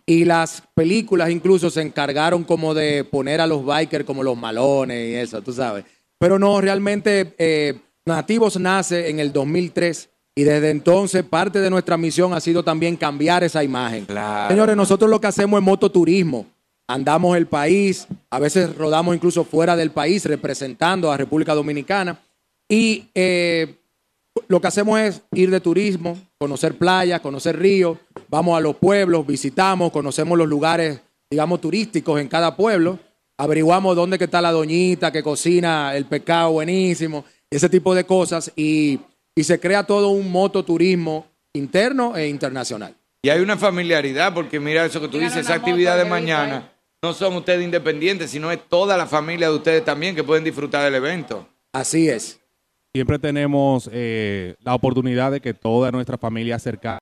y las películas incluso se encargaron como de poner a los bikers como los malones y eso, tú sabes. Pero no, realmente eh, Nativos nace en el 2003 y desde entonces parte de nuestra misión ha sido también cambiar esa imagen. Señores, nosotros lo que hacemos es mototurismo. Andamos el país, a veces rodamos incluso fuera del país representando a República Dominicana. Y eh, lo que hacemos es ir de turismo, conocer playas, conocer ríos, vamos a los pueblos, visitamos, conocemos los lugares, digamos, turísticos en cada pueblo, averiguamos dónde que está la doñita que cocina el pescado buenísimo, ese tipo de cosas, y, y se crea todo un mototurismo interno e internacional. Y hay una familiaridad, porque mira eso que tú dices, esa actividad de mañana. No son ustedes independientes, sino es toda la familia de ustedes también que pueden disfrutar del evento. Así es. Siempre tenemos eh, la oportunidad de que toda nuestra familia cercana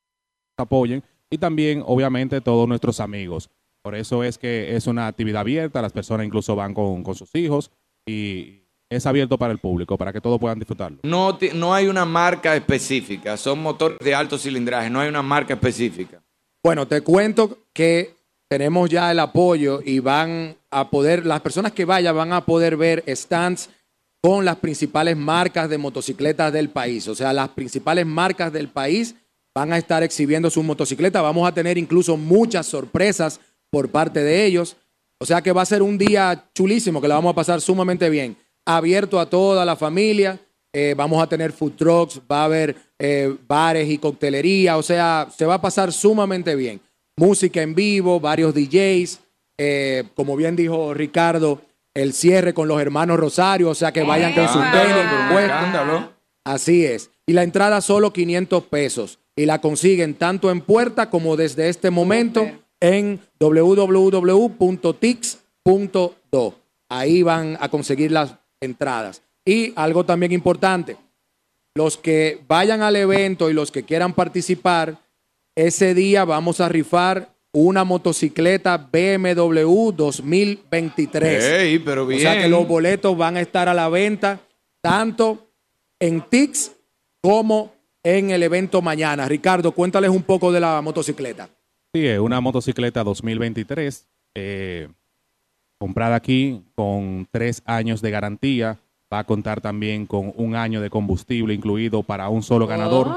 nos apoyen y también obviamente todos nuestros amigos. Por eso es que es una actividad abierta, las personas incluso van con, con sus hijos y es abierto para el público, para que todos puedan disfrutarlo. No, ti- no hay una marca específica, son motores de alto cilindraje, no hay una marca específica. Bueno, te cuento que tenemos ya el apoyo y van a poder, las personas que vayan van a poder ver stands con las principales marcas de motocicletas del país. O sea, las principales marcas del país van a estar exhibiendo sus motocicletas. Vamos a tener incluso muchas sorpresas por parte de ellos. O sea que va a ser un día chulísimo, que la vamos a pasar sumamente bien. Abierto a toda la familia. eh, vamos a tener food trucks, va a haber eh, bares y coctelería. O sea, se va a pasar sumamente bien. Música en vivo, varios DJs. eh, como bien dijo Ricardo, el cierre con los hermanos Rosario. O sea que vayan con sus Escándalo, tenis pero un puestos. escándalo. Así es. Y la entrada solo 500 pesos. Y la consiguen tanto en puerta como desde este momento en www.tix.do. Ahí van a conseguir las entradas. Y algo también importante, los que vayan al evento y los que quieran participar, ese día vamos a rifar una motocicleta BMW 2023. Ey, pero O sea que bien. los boletos van a estar a la venta tanto en TIX como en el evento mañana. Ricardo, cuéntales un poco de la motocicleta. Sí, es una motocicleta 2023, eh, comprada aquí con tres años de garantía. Va a contar también con un año de combustible incluido para un solo ganador.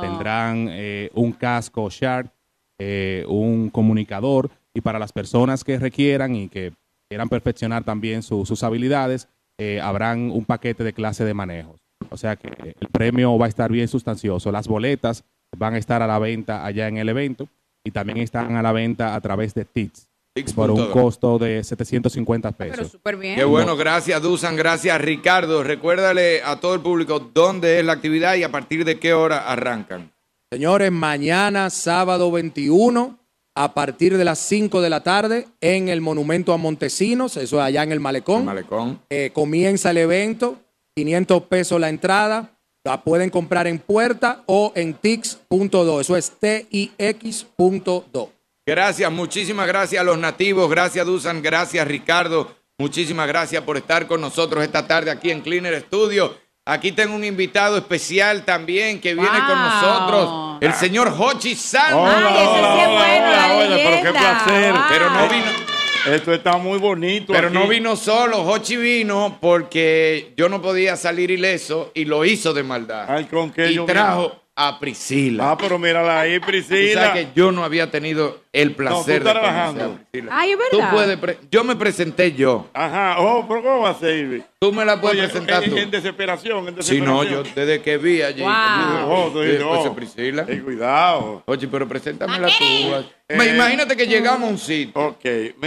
Tendrán eh, un casco Shark, eh, un comunicador y para las personas que requieran y que quieran perfeccionar también su- sus habilidades, eh, habrán un paquete de clase de manejos. O sea que el premio va a estar bien sustancioso. Las boletas van a estar a la venta allá en el evento y también están a la venta a través de TITS por un Tix.do. costo de 750 pesos. Súper bien. Qué bueno, gracias Dusan, gracias Ricardo. Recuérdale a todo el público dónde es la actividad y a partir de qué hora arrancan. Señores, mañana sábado 21 a partir de las 5 de la tarde en el Monumento a Montesinos, eso es allá en el Malecón. Malecón. Eh, comienza el evento, 500 pesos la entrada, la pueden comprar en puerta o en tix.do, eso es tix.do. Gracias, muchísimas gracias a los nativos, gracias Dusan, gracias Ricardo, muchísimas gracias por estar con nosotros esta tarde aquí en Cleaner Studio. Aquí tengo un invitado especial también que viene con nosotros, el señor Hochi Santos. Oye, pero qué placer. Pero no vino. Esto está muy bonito. Pero no aquí. vino solo, Hochi vino porque yo no podía salir ileso y lo hizo de maldad. Ay, con qué y yo trajo vine. a Priscila. Ah, pero mírala ahí, Priscila. Tú sabes que yo no había tenido el placer estás de conocer a relajando. Priscila. Ay, es Tú verdad. puedes pre- yo me presenté yo. Ajá, oh, pero ¿cómo va a ser? Tú me la puedes Oye, presentar en, tú. en desesperación, en Si no, yo desesperación. desde que vi allí. Wow. conmigo, Oh, tú y dices, después oh, de Priscila. cuidado. Oye, pero preséntamela Ok. tú. Me Eh. imagínate que llegamos a un sitio.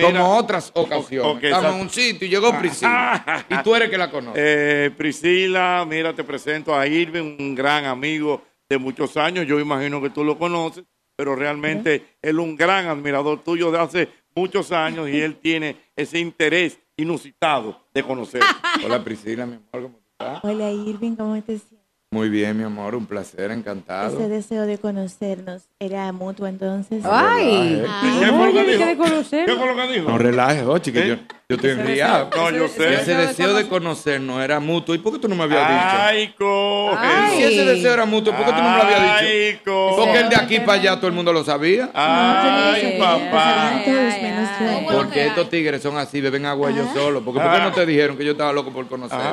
como otras ocasiones. O- ok, Estamos en exacto. Ah, un sitio y llegó Priscila. y tú eres que la conoces. Eh, Priscila, mira, te presento a Irving, un gran amigo de muchos años. Yo imagino que tú lo conoces, pero realmente él es un gran admirador tuyo de hace muchos años y él tiene ese interés inusitado de conocer. Hola, Priscila, mi amor, ¿cómo ah. estás? Hola Irving, ¿cómo te sientes? Muy bien, mi amor, un placer, encantado. Ese deseo de conocernos era mutuo entonces. Ay. Ay. ¿Qué ¿Qué fue lo que que dijo? de ¿Qué fue lo que dijo? No relajes, oye, que yo, yo estoy Ese enriado. deseo- ¿Eh? No, yo sé. Ese deseo de conocernos era mutuo. ¿Y por qué tú no me habías dicho? Ay, coge. Ay. Si ese deseo era mutuo, ¿por qué tú no me lo habías dicho? Ay, coge. Porque el de aquí para allá todo el mundo lo sabía. Ay, papá. Porque estos tigres son así, beben agua yo solo. Porque ¿por qué no te dijeron que yo estaba loco por conocerte?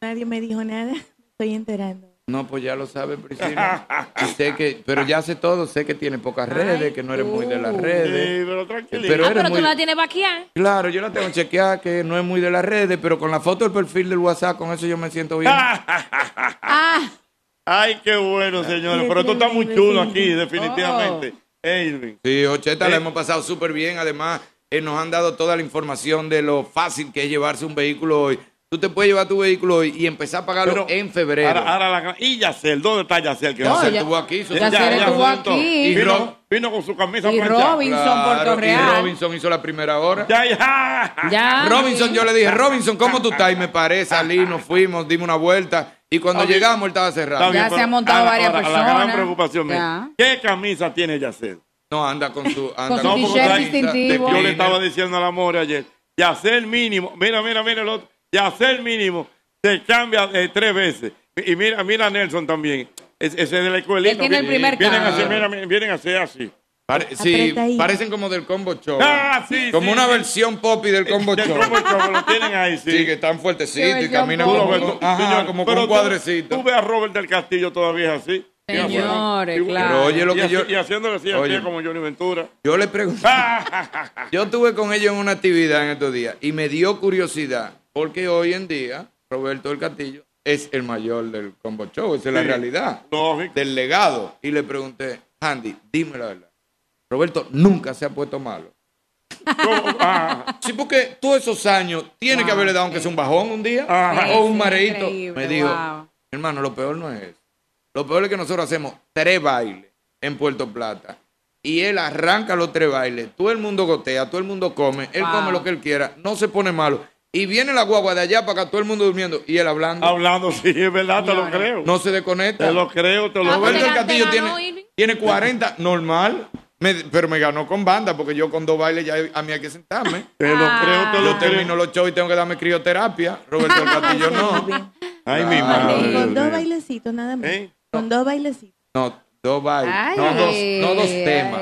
Nadie me dijo nada, me estoy enterando. No, pues ya lo sabe, Priscila. Y sé que, pero ya sé todo, sé que tiene pocas redes, que no eres muy de las redes. Sí, pero tranquilo. Pero ah, eres pero muy... tú la tienes vaqueada. Claro, yo la tengo chequeada, que no es muy de las redes, pero con la foto del perfil del WhatsApp, con eso yo me siento bien. Ay, qué bueno, señores. Pero tú estás muy chulo aquí, definitivamente. Eh, Irving. Sí, Ocheta, la hemos pasado súper bien. Además, eh, nos han dado toda la información de lo fácil que es llevarse un vehículo hoy. Tú te puedes llevar tu vehículo hoy y empezar a Pero pagarlo en febrero. Ahora, ahora la gran- Y Yacel, ¿dónde está Yacel? No, Yacel ya- estuvo aquí, su- Ya- Yacel ya estuvo junto. aquí. Y Vino- Ro- vino con su camisa Claro, planchada. Y Robinson hizo la primera hora. Ya, ya. Ya. Robinson, yo le dije, Robinson, ¿cómo tú estás? Y me paré, salí, nos fuimos, dimos una vuelta. Y cuando Está bien. llegamos, él estaba cerrado. Está bien, pero ahora- ahora La gran preocupación Ya. mía. ¿Qué camisa tiene Yacel? No, anda con su. No, porque Anda su camisa está- de Yo le cleaner. estaba diciendo al amor ayer. Yacel mínimo. Mira, mira, mira el otro. Yacel mínimo. Se cambia eh, tres veces. Y mira, mira a Nelson también. Es- Ese de la escuelita. Él tiene el Vienen- primer Ah, vienen a cambio. hacer, mira, mira, vienen a hacer así. Pare- sí, parecen como del combo show. Ah, sí, como sí, una sí. Eh, versión poppy del combo Del show. combo show, lo tienen ahí, sí. que están fuertecitos y caminan Tú lo como, ves, tú- con- ajá, señor, como con pero un tú- cuadrecito. Tú ves a Robert del Castillo todavía así. Señores, claro. Pero oye lo Y que así- yo- Y haciéndole así al Oye. pie como Johnny Ventura. Yo le pregunté. yo estuve con ellos en una actividad en estos días y me dio curiosidad porque hoy en día Roberto del Castillo es el mayor del combo show. Esa es la Sí, realidad del legado. Y le pregunté, Andy, dime la verdad. Roberto nunca se ha puesto malo. sí, porque todos esos años tiene que haberle dado aunque sea un bajón un día Ajá. o Sí, un mareito. increíble, Me dijo, wow. hermano, lo peor no es eso. Lo peor es que nosotros hacemos tres bailes en Puerto Plata. Y él arranca los tres bailes. Todo el mundo gotea, todo el mundo come. Él Wow. come lo que él quiera, no se pone malo. Y viene la guagua de allá para acá, todo el mundo durmiendo. Y él hablando. Hablando, sí, es verdad, te lo creo. No se desconecta. Te lo creo, te lo Ah, Ah, pues Roberto pues, creo. el Castillo tiene, tiene 40, normal. me- pero me ganó con banda, porque yo con dos bailes ya a mí hay que sentarme. Te lo creo, te yo termino los shows y tengo que darme crioterapia. Roberto el Castillo no. Ah, Ay, mi Y con dos bailecitos nada más. ¿Eh? Con dos bailecitos. No, dos bailes. Ay, no, dos, no dos ay. Ah, temas.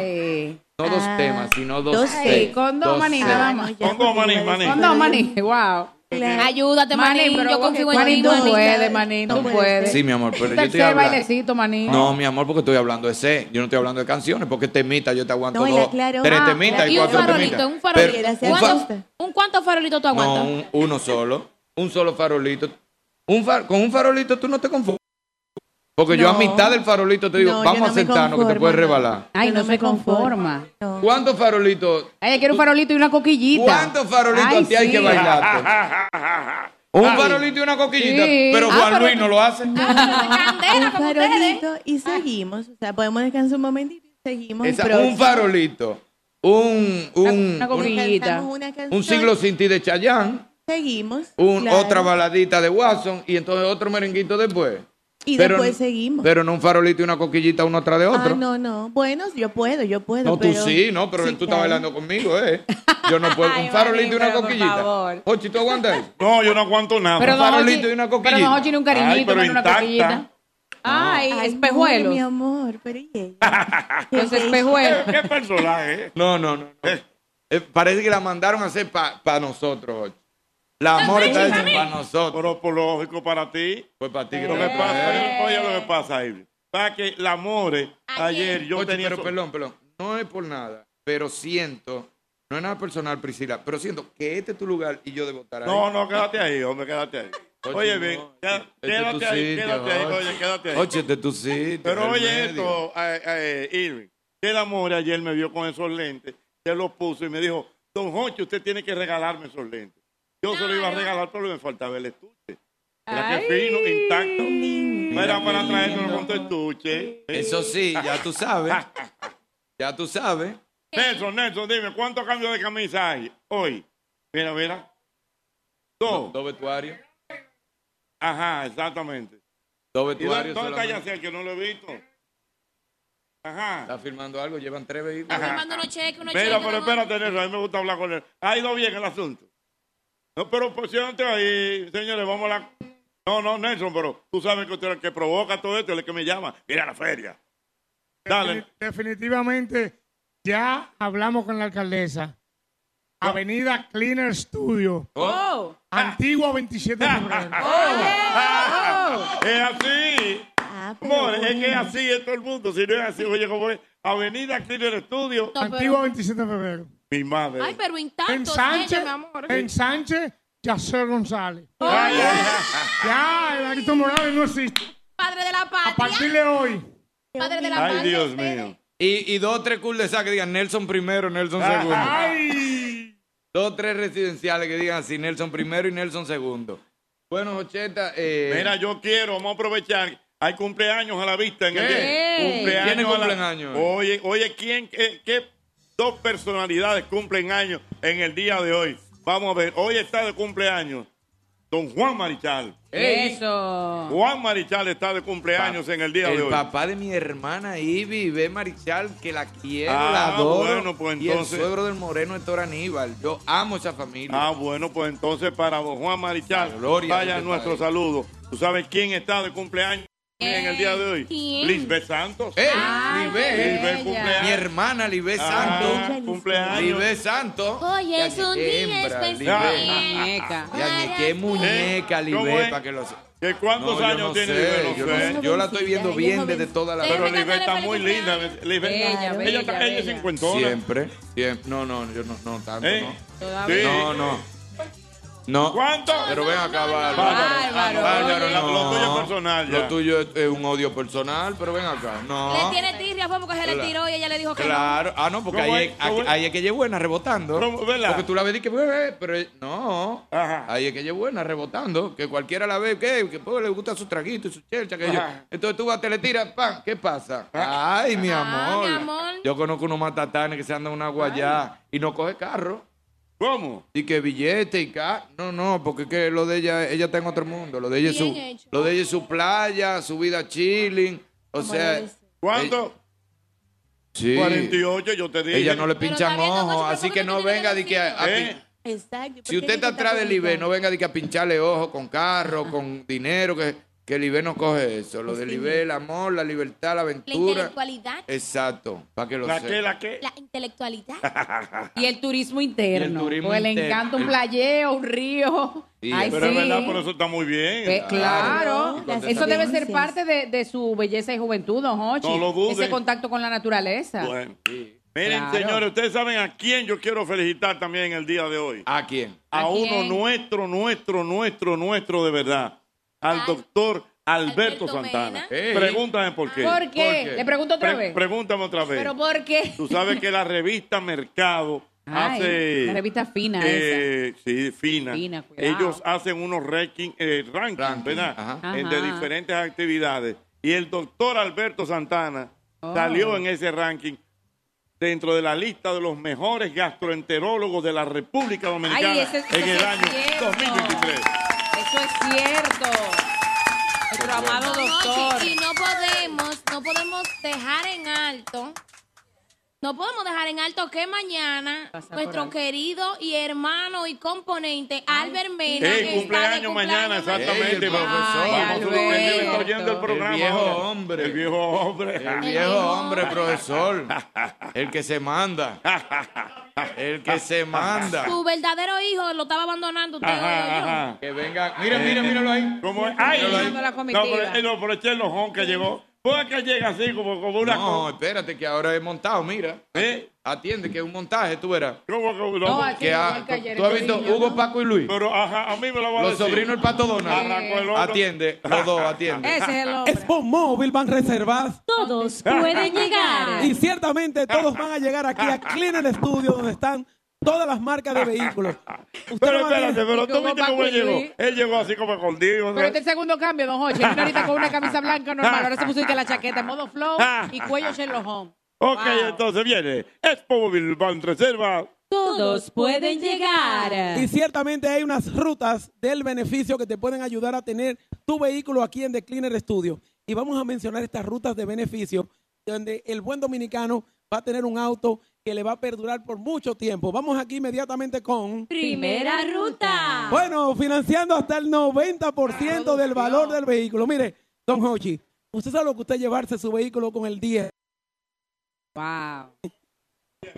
No dos temas, sino dos, dos sets. sets. Con dos maní, sets. nada más. Con dos maní, maní. Con dos maní, wow. Ayúdate, maní, pero yo vos- confío en ti, Maní, tú maní. puedes, maní, tú puedes. Sí, mi amor, pero Un yo estoy tercer hablando. bailecito, maní. No, mi amor, porque estoy hablando de C. Yo no estoy hablando de canciones, porque temita yo te aguanto No, y la dos, aclaró. tres Ah, temitas y Y un cuatro farolito, temitas. un Pero- farolito. un fa- ¿Cuánto, ¿Un cuánto farolito tú No, aguantas? un- uno solo. Un solo farolito. Un far- con un farolito tú no te confundes. Porque yo a No. mitad del farolito te digo, No, yo vamos no a me sentarnos que te conformo, puedes no. rebalar. Ay, no, se conforma. ¿Cuántos farolitos? Ay, quiero un farolito y una coquillita. ¿Cuántos farolitos Ay, a ti hay sí. Ah, que bailar? Un Ay. farolito y una coquillita. Sí. Pero Ah, Juan pero Luis no lo hace. un ¿eh? farolito y seguimos. O sea, podemos descansar un momentito y seguimos. Ah. Esa- próximo. un farolito. Un, un, un, Una coquillita. Una canción. un siglo sin ti de Chayanne. Seguimos. un- claro. otra baladita de Watson y entonces otro merenguito después. Y Pero después no- seguimos. Pero no un farolito y una coquillita uno atrás de Ah, otro. no, no. Bueno, yo puedo, yo puedo. no, pero... tú sí, no, pero tú estás bailando conmigo, ¿eh? Yo no puedo. Ay, un farolito y una Marín, pero por coquillita. favor. Ochi, ¿tú aguantas eso? No, yo no aguanto nada. un don farolito Jochi- y una pero don coquillita. Jochi ni un cariñito, Ay, pero ni una intacta. coquillita. Ay, espejuelos. Mi amor, pero ¿y ella? Los espejuelos. ¿Qué personaje? No, no, no. no. Eh, parece que la mandaron a hacer para nosotros, Jochi. La amor está hecha para nosotros. Pero por lógico para ti. Pues para ti que lo te que pasa, oye, lo que pasa, Irving. Para que la More, ayer yo Oye, tenía. Pero perdón, perdón. No es por nada, pero siento, no es nada personal, Priscila, pero siento que este es tu lugar y yo debo estar ahí. No, no, quédate ahí, hombre, quédate ahí. Oye, Oye, no, bien, ya- este es tu quédate ahí, sitio, quédate ahí, oye. oye, quédate ahí. Oye, este es tu sitio. Pero del oye medio. esto, eh, eh, Irving, el amor ayer me vio con esos lentes, se los puso y me dijo, don Jocho, usted tiene que regalarme esos lentes. Yo se los iba a regalar, pero me faltaba el estuche. Mira qué fino, intacto. Era para traernos con tu estuche. Eso sí, ya tú sabes. ya tú sabes. Nelson, Nelson, dime, ¿cuántos cambios de camisa hay hoy? Mira, mira. Dos. Dos vestuarios. Ajá, exactamente. ¿Y Dos dónde vestuarios. dónde está solamente. Yacel, que no lo he visto? Ajá. Está firmando algo, llevan tres vehículos. Mando unos cheques, unos Mira, cheques, pero unos- espérate, Nelson, a mí me gusta hablar con él. Ha ido bien el asunto. No, pero posicionate ahí, señores, vamos a la... No, no, Nelson, pero tú sabes que usted es el que provoca todo esto, el que me llama. Mira la feria. Dale. Defini- Definitivamente, ya hablamos con la alcaldesa. Avenida Cleaner Studio. Oh. Antigua 27 de febrero. Oh. Es así. More, es que es así en todo el mundo. Si no es así, oye, como es Avenida aquí en el estudio. Antigua 27 de febrero. Mi madre. Ay, pero en intacto, Sánchez, mi amor. Oh, en Sánchez, Yacer González. Ya, el Arito Morales no existe. Padre de la A patria. partir de hoy. Padre de la Ay, patria. Dios mío. Y, y dos, tres cool de sac que digan Nelson primero, Nelson Ah, segundo. Dos, tres residenciales que digan así, Nelson primero y Nelson segundo. Bueno, 80. Eh, Mira, yo quiero, vamos a aprovechar. Hay cumpleaños a la vista en el ¿Qué? día. ¿Quién Cumpleaños es a la- cumpleaños? Oye, oye, ¿quién, qué, qué dos personalidades cumplen años en el día de hoy? Vamos a ver, hoy está de cumpleaños don Juan Marichal. Eso. Juan Marichal está de cumpleaños en el día el de hoy. papá de mi hermana Ivy, ve Marichal, que la quiero, Ah, la adoro. bueno, pues entonces- Y el suegro del moreno Héctor Aníbal. Yo amo esa familia. Ah, bueno, pues entonces para don Juan Marichal, gloria vaya de este nuestro país. saludo. ¿Tú sabes quién está de cumpleaños en el día de hoy? ¿Quién? Lisbeth Santos. ¡Eh! Libé. Mi hermana Libé Ah, Santo. Cumpleaños. Libé Santo. Hoy Ya es que un qué día hembra, especial. Libé. Muñeca. Ya que qué muñeca ¿cómo Libé, es? para que lo se- ¿De cuántos No, yo años no tiene sé, Lisbeth? No yo no sé. sé. Yo la estoy viendo Ella es bien jovencita. desde toda la vida. Pero Lisbeth está muy linda. Lisbeth- Bella, ella, bella, está- ella es bella. cincuentona. Siempre, siempre. No, no, yo no, no tanto, ¿Eh? no. Todavía. No, no. No. ¿Cuánto? Pero ven acá, Bárbaro. Bárbaro, Bárbaro, la- lo tuyo es personal ya. Lo tuyo es, es un odio personal, pero ven acá. Le No. tiene tirria, fue porque se le Claro. tiró y ella le dijo que Claro. Ah, no, porque ¿Cómo ahí es? es, ahí, ahí es que ella es buena rebotando. Porque tú la ves y que, "Eh, pero eh, no. Ahí es que ella es buena rebotando. Que cualquiera la ve, que, que pues, le gusta su traguito y su chelcha. que yo- Ajá. Entonces tú vas, te le tiras, ¡pam! ¿Qué pasa? Ay, mi amor. Yo conozco unos matatanes que se andan una guayá y no coge carro. ¿Cómo? Y que billete y ca. No, no, porque es que lo de ella, ella está en otro mundo. Lo de ella es Bien su, hecho. lo de ella es su playa, su vida chilling. O sea, ¿Cuánto? sí. 48, yo te dije. Ella no le pinchan ojos, así que no venga de que a- a pin- Exacto. ¿por si qué usted está dice que atrás del IBE, bonita? no venga de que a pincharle ojos con carro, con dinero, que, que el IBE no coge eso. Lo Es del que IBE, el amor, la libertad, la no. La aventura. intelectualidad. Exacto, para que lo ¿La qué, sepa. la qué? La intelectualidad. Y el turismo interno. Y el turismo pues le interno. encanta un El- playeo, un río. Ay, pero sí. es verdad, por eso está muy bien. Eh, claro, eso debe ser parte de, de su belleza y juventud, don Hochi. No lo dude. Ese contacto con la naturaleza. Bueno. Miren, Claro. señores, ustedes saben a quién yo quiero felicitar también en el día de hoy. ¿A quién? A, ¿A uno quién? nuestro, nuestro, nuestro, nuestro de verdad. Al doctor Alberto, Santana. Ey. Pregúntame por qué. ¿Por qué? Le pregunto otra vez. Pregúntame otra vez. Pero ¿por qué? pues, Tú sabes que la revista Mercado Ay, hace... La revista fina esa. Eh, sí, fina. Fina, cuidado. Ellos hacen unos ranking, eh, rankings, ¿verdad? Ajá. Eh, De Ajá. diferentes actividades. Y el doctor Alberto Santana Oh. salió en ese ranking dentro de la lista de los mejores gastroenterólogos de la República Dominicana Ay, ese- eso en sí el es año cierto. 2023. Eso es cierto. Nuestro amado No, no, doctor. sí, Y no podemos, no podemos dejar en alto, no podemos dejar en alto que mañana Pasa nuestro por querido y hermano y componente Albert Mena Ey, está de cumpleaños mañana, exactamente. Ey, el profesor. Vamos, Ay, tú no entiendes, Alberto. está oyendo el programa. El viejo ahora. hombre. El viejo hombre. El viejo hombre, profesor. El que se manda. El que se manda. Su verdadero hijo lo estaba abandonando usted hoy, oyó. Que venga. Mira, mira, míralo ahí. Eh, ¿Cómo es? Ay, Míralo ahí. no, pero, eh, no, pero este es el ojón que llegó. ¿Cómo es que llega así como, como una ¿Eh? No, espérate, que ahora es montado, mira. Atiende, que es un montaje, tú verás. ¿Cómo que No, aquí que no, ha- el Cayer, ¿Tú has el visto niño, Hugo, ¿no? Paco y Luis? Pero ajá, a mí me lo va a Los decir. sobrinos del Pato Donald. Arrancó el otro. Atiende, los dos, atiende. Ese es el hombre. Expo Móvil van reservas. Todos pueden llegar. Y ciertamente todos van a llegar aquí a Cleaner Studio, donde están todas las marcas de vehículos. Usted Pero no va a ver- espérate, pero tú Hugo viste Paco cómo él y Luis. llegó. Él llegó así como escondido. Pero este es el segundo cambio, don Jorge. Vino ahorita con una camisa blanca normal. Ahora se puso y que la chaqueta en modo flow y cuello Sherlock Holmes. Ok, entonces viene Expo Móvil Ban Reserva. Todos pueden llegar. Y ciertamente hay unas rutas del beneficio que te pueden ayudar a tener tu vehículo aquí en The Cleaner Studio. Y vamos a mencionar estas rutas de beneficio donde el buen dominicano va a tener un auto que le va a perdurar por mucho tiempo. Vamos aquí inmediatamente con... Primera ruta. Bueno, financiando hasta el 90% del valor del vehículo. Mire, don Hochi, usted sabe lo que usted llevarse su vehículo con el 10. Wow.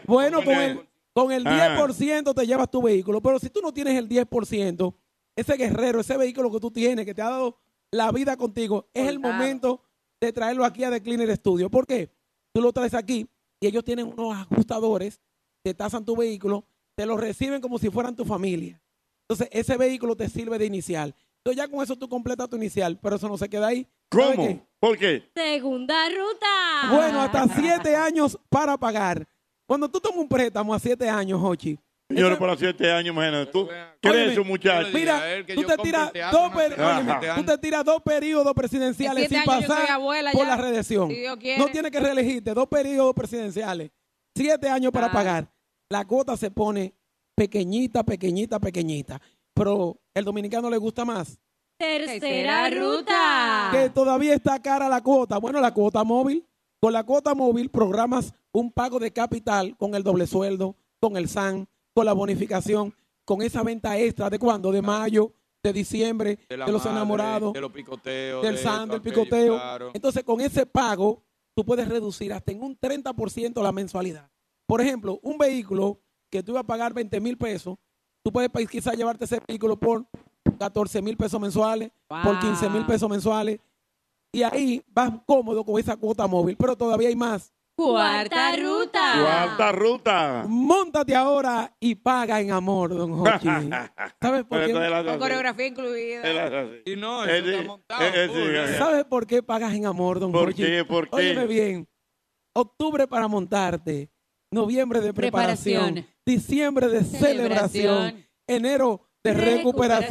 Bueno, con el, con el Ah. 10% te llevas tu vehículo, pero si tú no tienes el 10%, ese guerrero, ese vehículo que tú tienes, que te ha dado la vida contigo, es el momento de traerlo aquí a The Cleaner Studio. ¿Por qué? Tú lo traes aquí y ellos tienen unos ajustadores que tasan tu vehículo, te lo reciben como si fueran tu familia. Entonces, ese vehículo te sirve de inicial. Entonces, ya con eso tú completas tu inicial, pero eso no se queda ahí. ¿Sabe qué? ¿Cómo? ¿Por qué? Segunda ruta. Bueno, hasta siete años para pagar. Cuando tú tomas un préstamo a siete años, Hochi, Señores, para siete años, imagínate tú. Crees un muchacho. mira, tú te tiras este este dos, per- Ajá. óyeme, tú te tiras dos periodos presidenciales En siete sin años yo pasar soy abuela por ya. la reelección. Si Dios quiere. no tienes que reelegirte, dos periodos presidenciales, siete años para pagar. La cuota se pone pequeñita, pequeñita, pequeñita. Pero el dominicano le gusta más. Tercera ruta. Que todavía está cara la cuota. Bueno, la cuota móvil. Con la cuota móvil programas un pago de capital con el doble sueldo, con el SAN, con la bonificación, con esa venta extra de cuándo? De mayo, de diciembre, de, la los madre, enamorados, De los picoteos. del de SAN, esto, del aquello, picoteo. claro. Entonces, con ese pago, tú puedes reducir hasta en un 30% la mensualidad. Por ejemplo, un vehículo que tú ibas a pagar 20 mil pesos, tú puedes pues, quizás llevarte ese vehículo por 14 mil pesos mensuales, por 15 mil pesos mensuales. Y ahí vas cómodo con esa cuota móvil, pero todavía hay más. Cuarta ruta. Cuarta ruta. Móntate ahora y paga en amor, don Jochi. ¿Sabes por Pero qué? esto es la- Con coreografía incluida. Y no, eso está montado. eh, ¿Sabes por qué pagas en amor, don ¿Por Jorge? qué? ¿Por qué? Óyeme bien. Octubre para montarte. Noviembre de preparación. Preparación. Diciembre de celebración. Celebración. Enero de recuperación,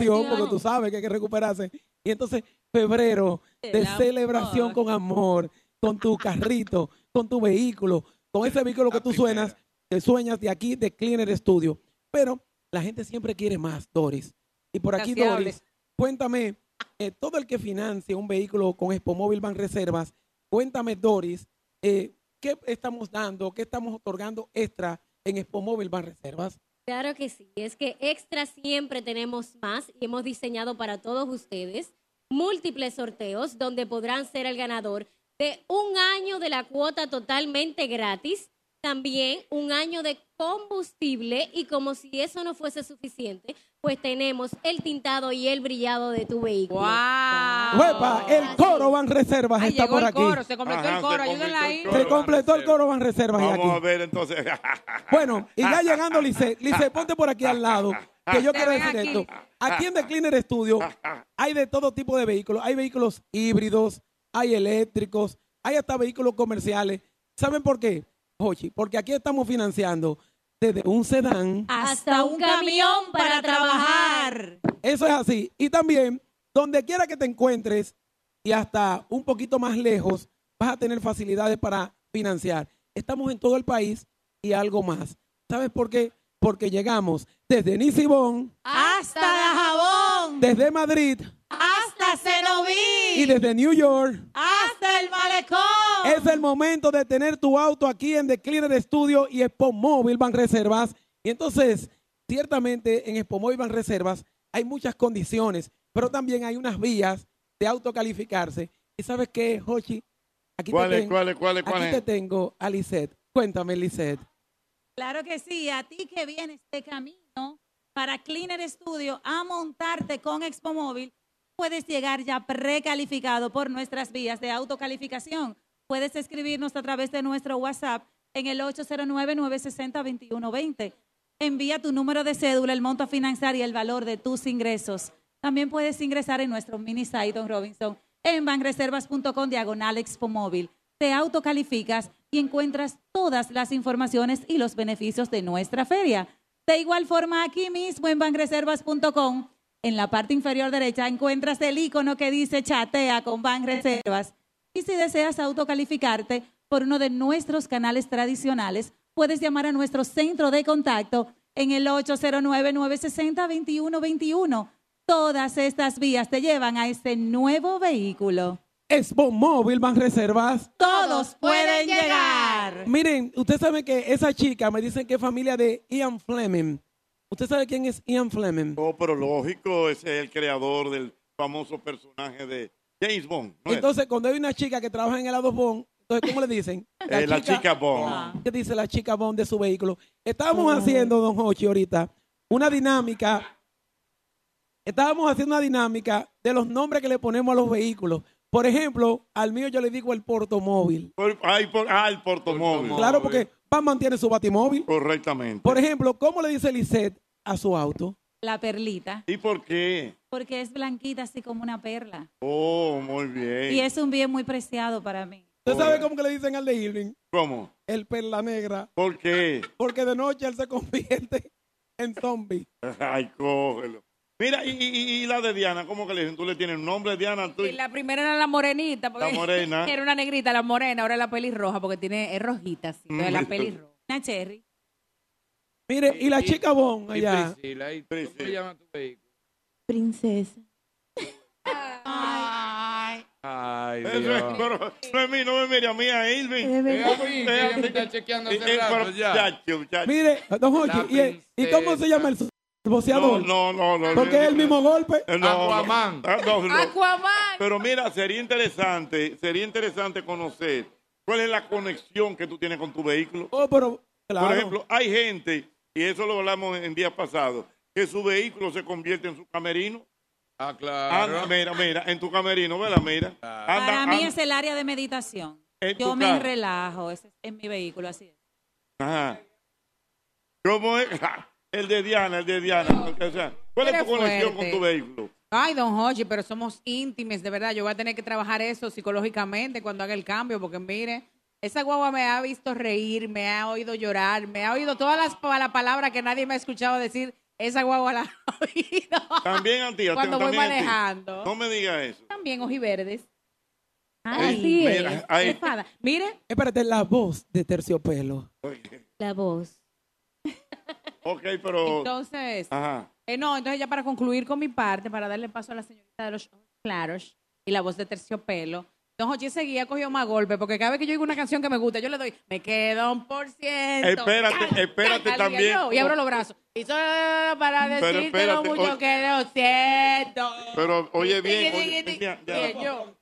Recuperación. porque tú sabes que hay que recuperarse. Y entonces, febrero de El celebración con amor, con tu carrito, con tu vehículo, con ese vehículo que tú suenas, que sueñas de aquí, de Cleaner Studio. Pero la gente siempre quiere más, Doris. Y por aquí, Insaciable. Doris, cuéntame, eh, todo el que financie un vehículo con Expomóvil Ban Reservas, cuéntame, Doris, eh, ¿qué estamos dando, qué estamos otorgando extra en Expomóvil Ban Reservas? Claro que sí, es que extra siempre tenemos más y hemos diseñado para todos ustedes múltiples sorteos donde podrán ser el ganador de un año de la cuota totalmente gratis, también un año de combustible y como si eso no fuese suficiente, pues tenemos el tintado y el brillado de tu vehículo. Ah, ¡Huepa! El coro Ban Reservas está por aquí. Ajá, se completó el Se coro. completó el coro Ban Reservas. y Vamos aquí. a ver entonces. Bueno, y ya llegando, Lice, Lice, ponte por aquí al lado, que yo Te quiero ven decir aquí. esto. Aquí en The Cleaner Studio hay de todo tipo de vehículos. Hay vehículos híbridos, hay eléctricos, hay hasta vehículos comerciales. ¿Saben por qué, Hochi? Porque aquí estamos financiando desde un sedán. Hasta un camión para trabajar. Eso es así. Y también, donde quiera que te encuentres y hasta un poquito más lejos, vas a tener facilidades para financiar. Estamos en todo el país y algo más. ¿Sabes por qué? Porque llegamos desde Nisibón, Hasta Dajabón. desde Madrid Hasta Cenoví. y desde New York. Hasta el malecón. Es el momento de tener tu auto aquí en The Cleaner Studio y Expo Móvil Ban Reservas. Y entonces, ciertamente en Expo Móvil Ban Reservas hay muchas condiciones, pero también hay unas vías de autocalificarse. ¿Y sabes qué, Hochi? Aquí ¿Cuál te es, tengo, cuál es, cuál es, cuál aquí es? te tengo a Lisette. Cuéntame, Lisette. Claro que sí, a ti que vienes de camino para Cleaner Studio a montarte con Expo Móvil, puedes llegar ya precalificado por nuestras vías de autocalificación. Puedes escribirnos a través de nuestro WhatsApp en el 809-960-2120. Envía tu número de cédula, el monto a financiar y el valor de tus ingresos. También puedes ingresar en nuestro mini site, Don Robinson, en banreservas.com diagonal Expo Móvil. Te autocalificas y encuentras todas las informaciones y los beneficios de nuestra feria. De igual forma, aquí mismo en banreservas.com, en la parte inferior derecha, encuentras el icono que dice chatea con Banreservas. Y si deseas autocalificarte por uno de nuestros canales tradicionales, puedes llamar a nuestro centro de contacto en el 809-960-2121. Todas estas vías te llevan a este nuevo vehículo. Expo Móvil Banreservas. Todos pueden llegar. Eh. Miren, ustedes saben que esa chica me dicen que es familia de Ian Fleming. ¿Usted sabe quién es Ian Fleming? Oh, pero lógico, ese es el creador del famoso personaje de James Bond. ¿no es? Entonces, cuando hay una chica que trabaja en el lado Bond, entonces, ¿cómo le dicen? Eh, la chica Bond. Ah. ¿Qué dice la chica Bond de su vehículo? Estábamos haciendo, don Hochi, ahorita, una dinámica. Estábamos haciendo una dinámica de los nombres que le ponemos a los vehículos. Por ejemplo, al mío yo le digo el portomóvil. Por- ay, por- ah, el portomóvil. Claro, porque Batman tiene su batimóvil. Correctamente. Por ejemplo, ¿cómo le dice Lisette a su auto? La perlita, ¿Y por qué? porque es blanquita así como una perla. Oh, muy bien. Y es un bien muy preciado para mí. ¿Usted sabe cómo que le dicen al de Irving? ¿Cómo? El perla negra. ¿Por qué? Porque de noche él se convierte en zombie. Ay, cógelo. Mira, y, y- y la de Diana, ¿cómo que le dicen? ¿Tú le tienes nombre, Diana? Tú- Y la primera era la morenita. Porque La morena. Era una negrita, la morena. Ahora la pelirroja, porque tiene, es rojita. Así, entonces la Mm. pelirroja. Una cherry. Mire, y, la chica Bon Y allá. Priscila, ¿y ¿cómo se llama tu vehículo? Princesa. Ay, Eso es, Dios. pero no es mí, no me mire a mí, a Irving. Es verdad. Eh, Irving, eh, que me está chequeando hace eh, eh, rato pero- ya. chacho, muchacho. Mire, don Hochi, ¿y, y cómo se llama el boceador? No, no, no. no Porque es el mismo golpe. Eh, no, no. Aquaman. Ah, no, no. Aquaman. Pero mira, sería interesante, sería interesante conocer cuál es la conexión que tú tienes con tu vehículo. Oh, pero, Por claro. ejemplo, hay gente, y eso lo hablamos en días pasados, que su vehículo se convierte en su camerino. Ah, Anda, mira, mira, en tu camerino, ¿verdad? Mira. Anda, Para mí anda. es el área de meditación. En tu Yo me carro. relajo ese es en mi vehículo, así es. Ajá. ¿Cómo es? El de Diana, el de Diana. O sea, ¿Cuál es Pero tu conexión fuerte. con tu vehículo? Ay, don Hochi, pero somos íntimes, de verdad. Yo voy a tener que trabajar eso psicológicamente cuando haga el cambio, porque mire, esa guagua me ha visto reír, me ha oído llorar, me ha oído todas las pa- la palabras que nadie me ha escuchado decir. Esa guagua la También a ti. a ti, Cuando voy también a ti. manejando. No me digas eso. también ojiverdes. Ay, Así es. mira, ay. Trepada. Mire, Espérate, la voz de terciopelo. La voz. Ok, pero... entonces, Ajá. eh, no, entonces ya para concluir con mi parte, para darle paso a la señorita de los ojos claros y la voz de terciopelo, don Jochi seguía cogió más golpe, porque cada vez que yo oigo una canción que me gusta, yo le doy, me queda un por ciento. Espérate, Can, espérate can, también. digo yo, y abro los brazos. Y solo para Pero decirte lo espérate, mucho oye. que lo siento. Pero oye bien, Digui, oye, digui, digui. Diana, Bien, yo.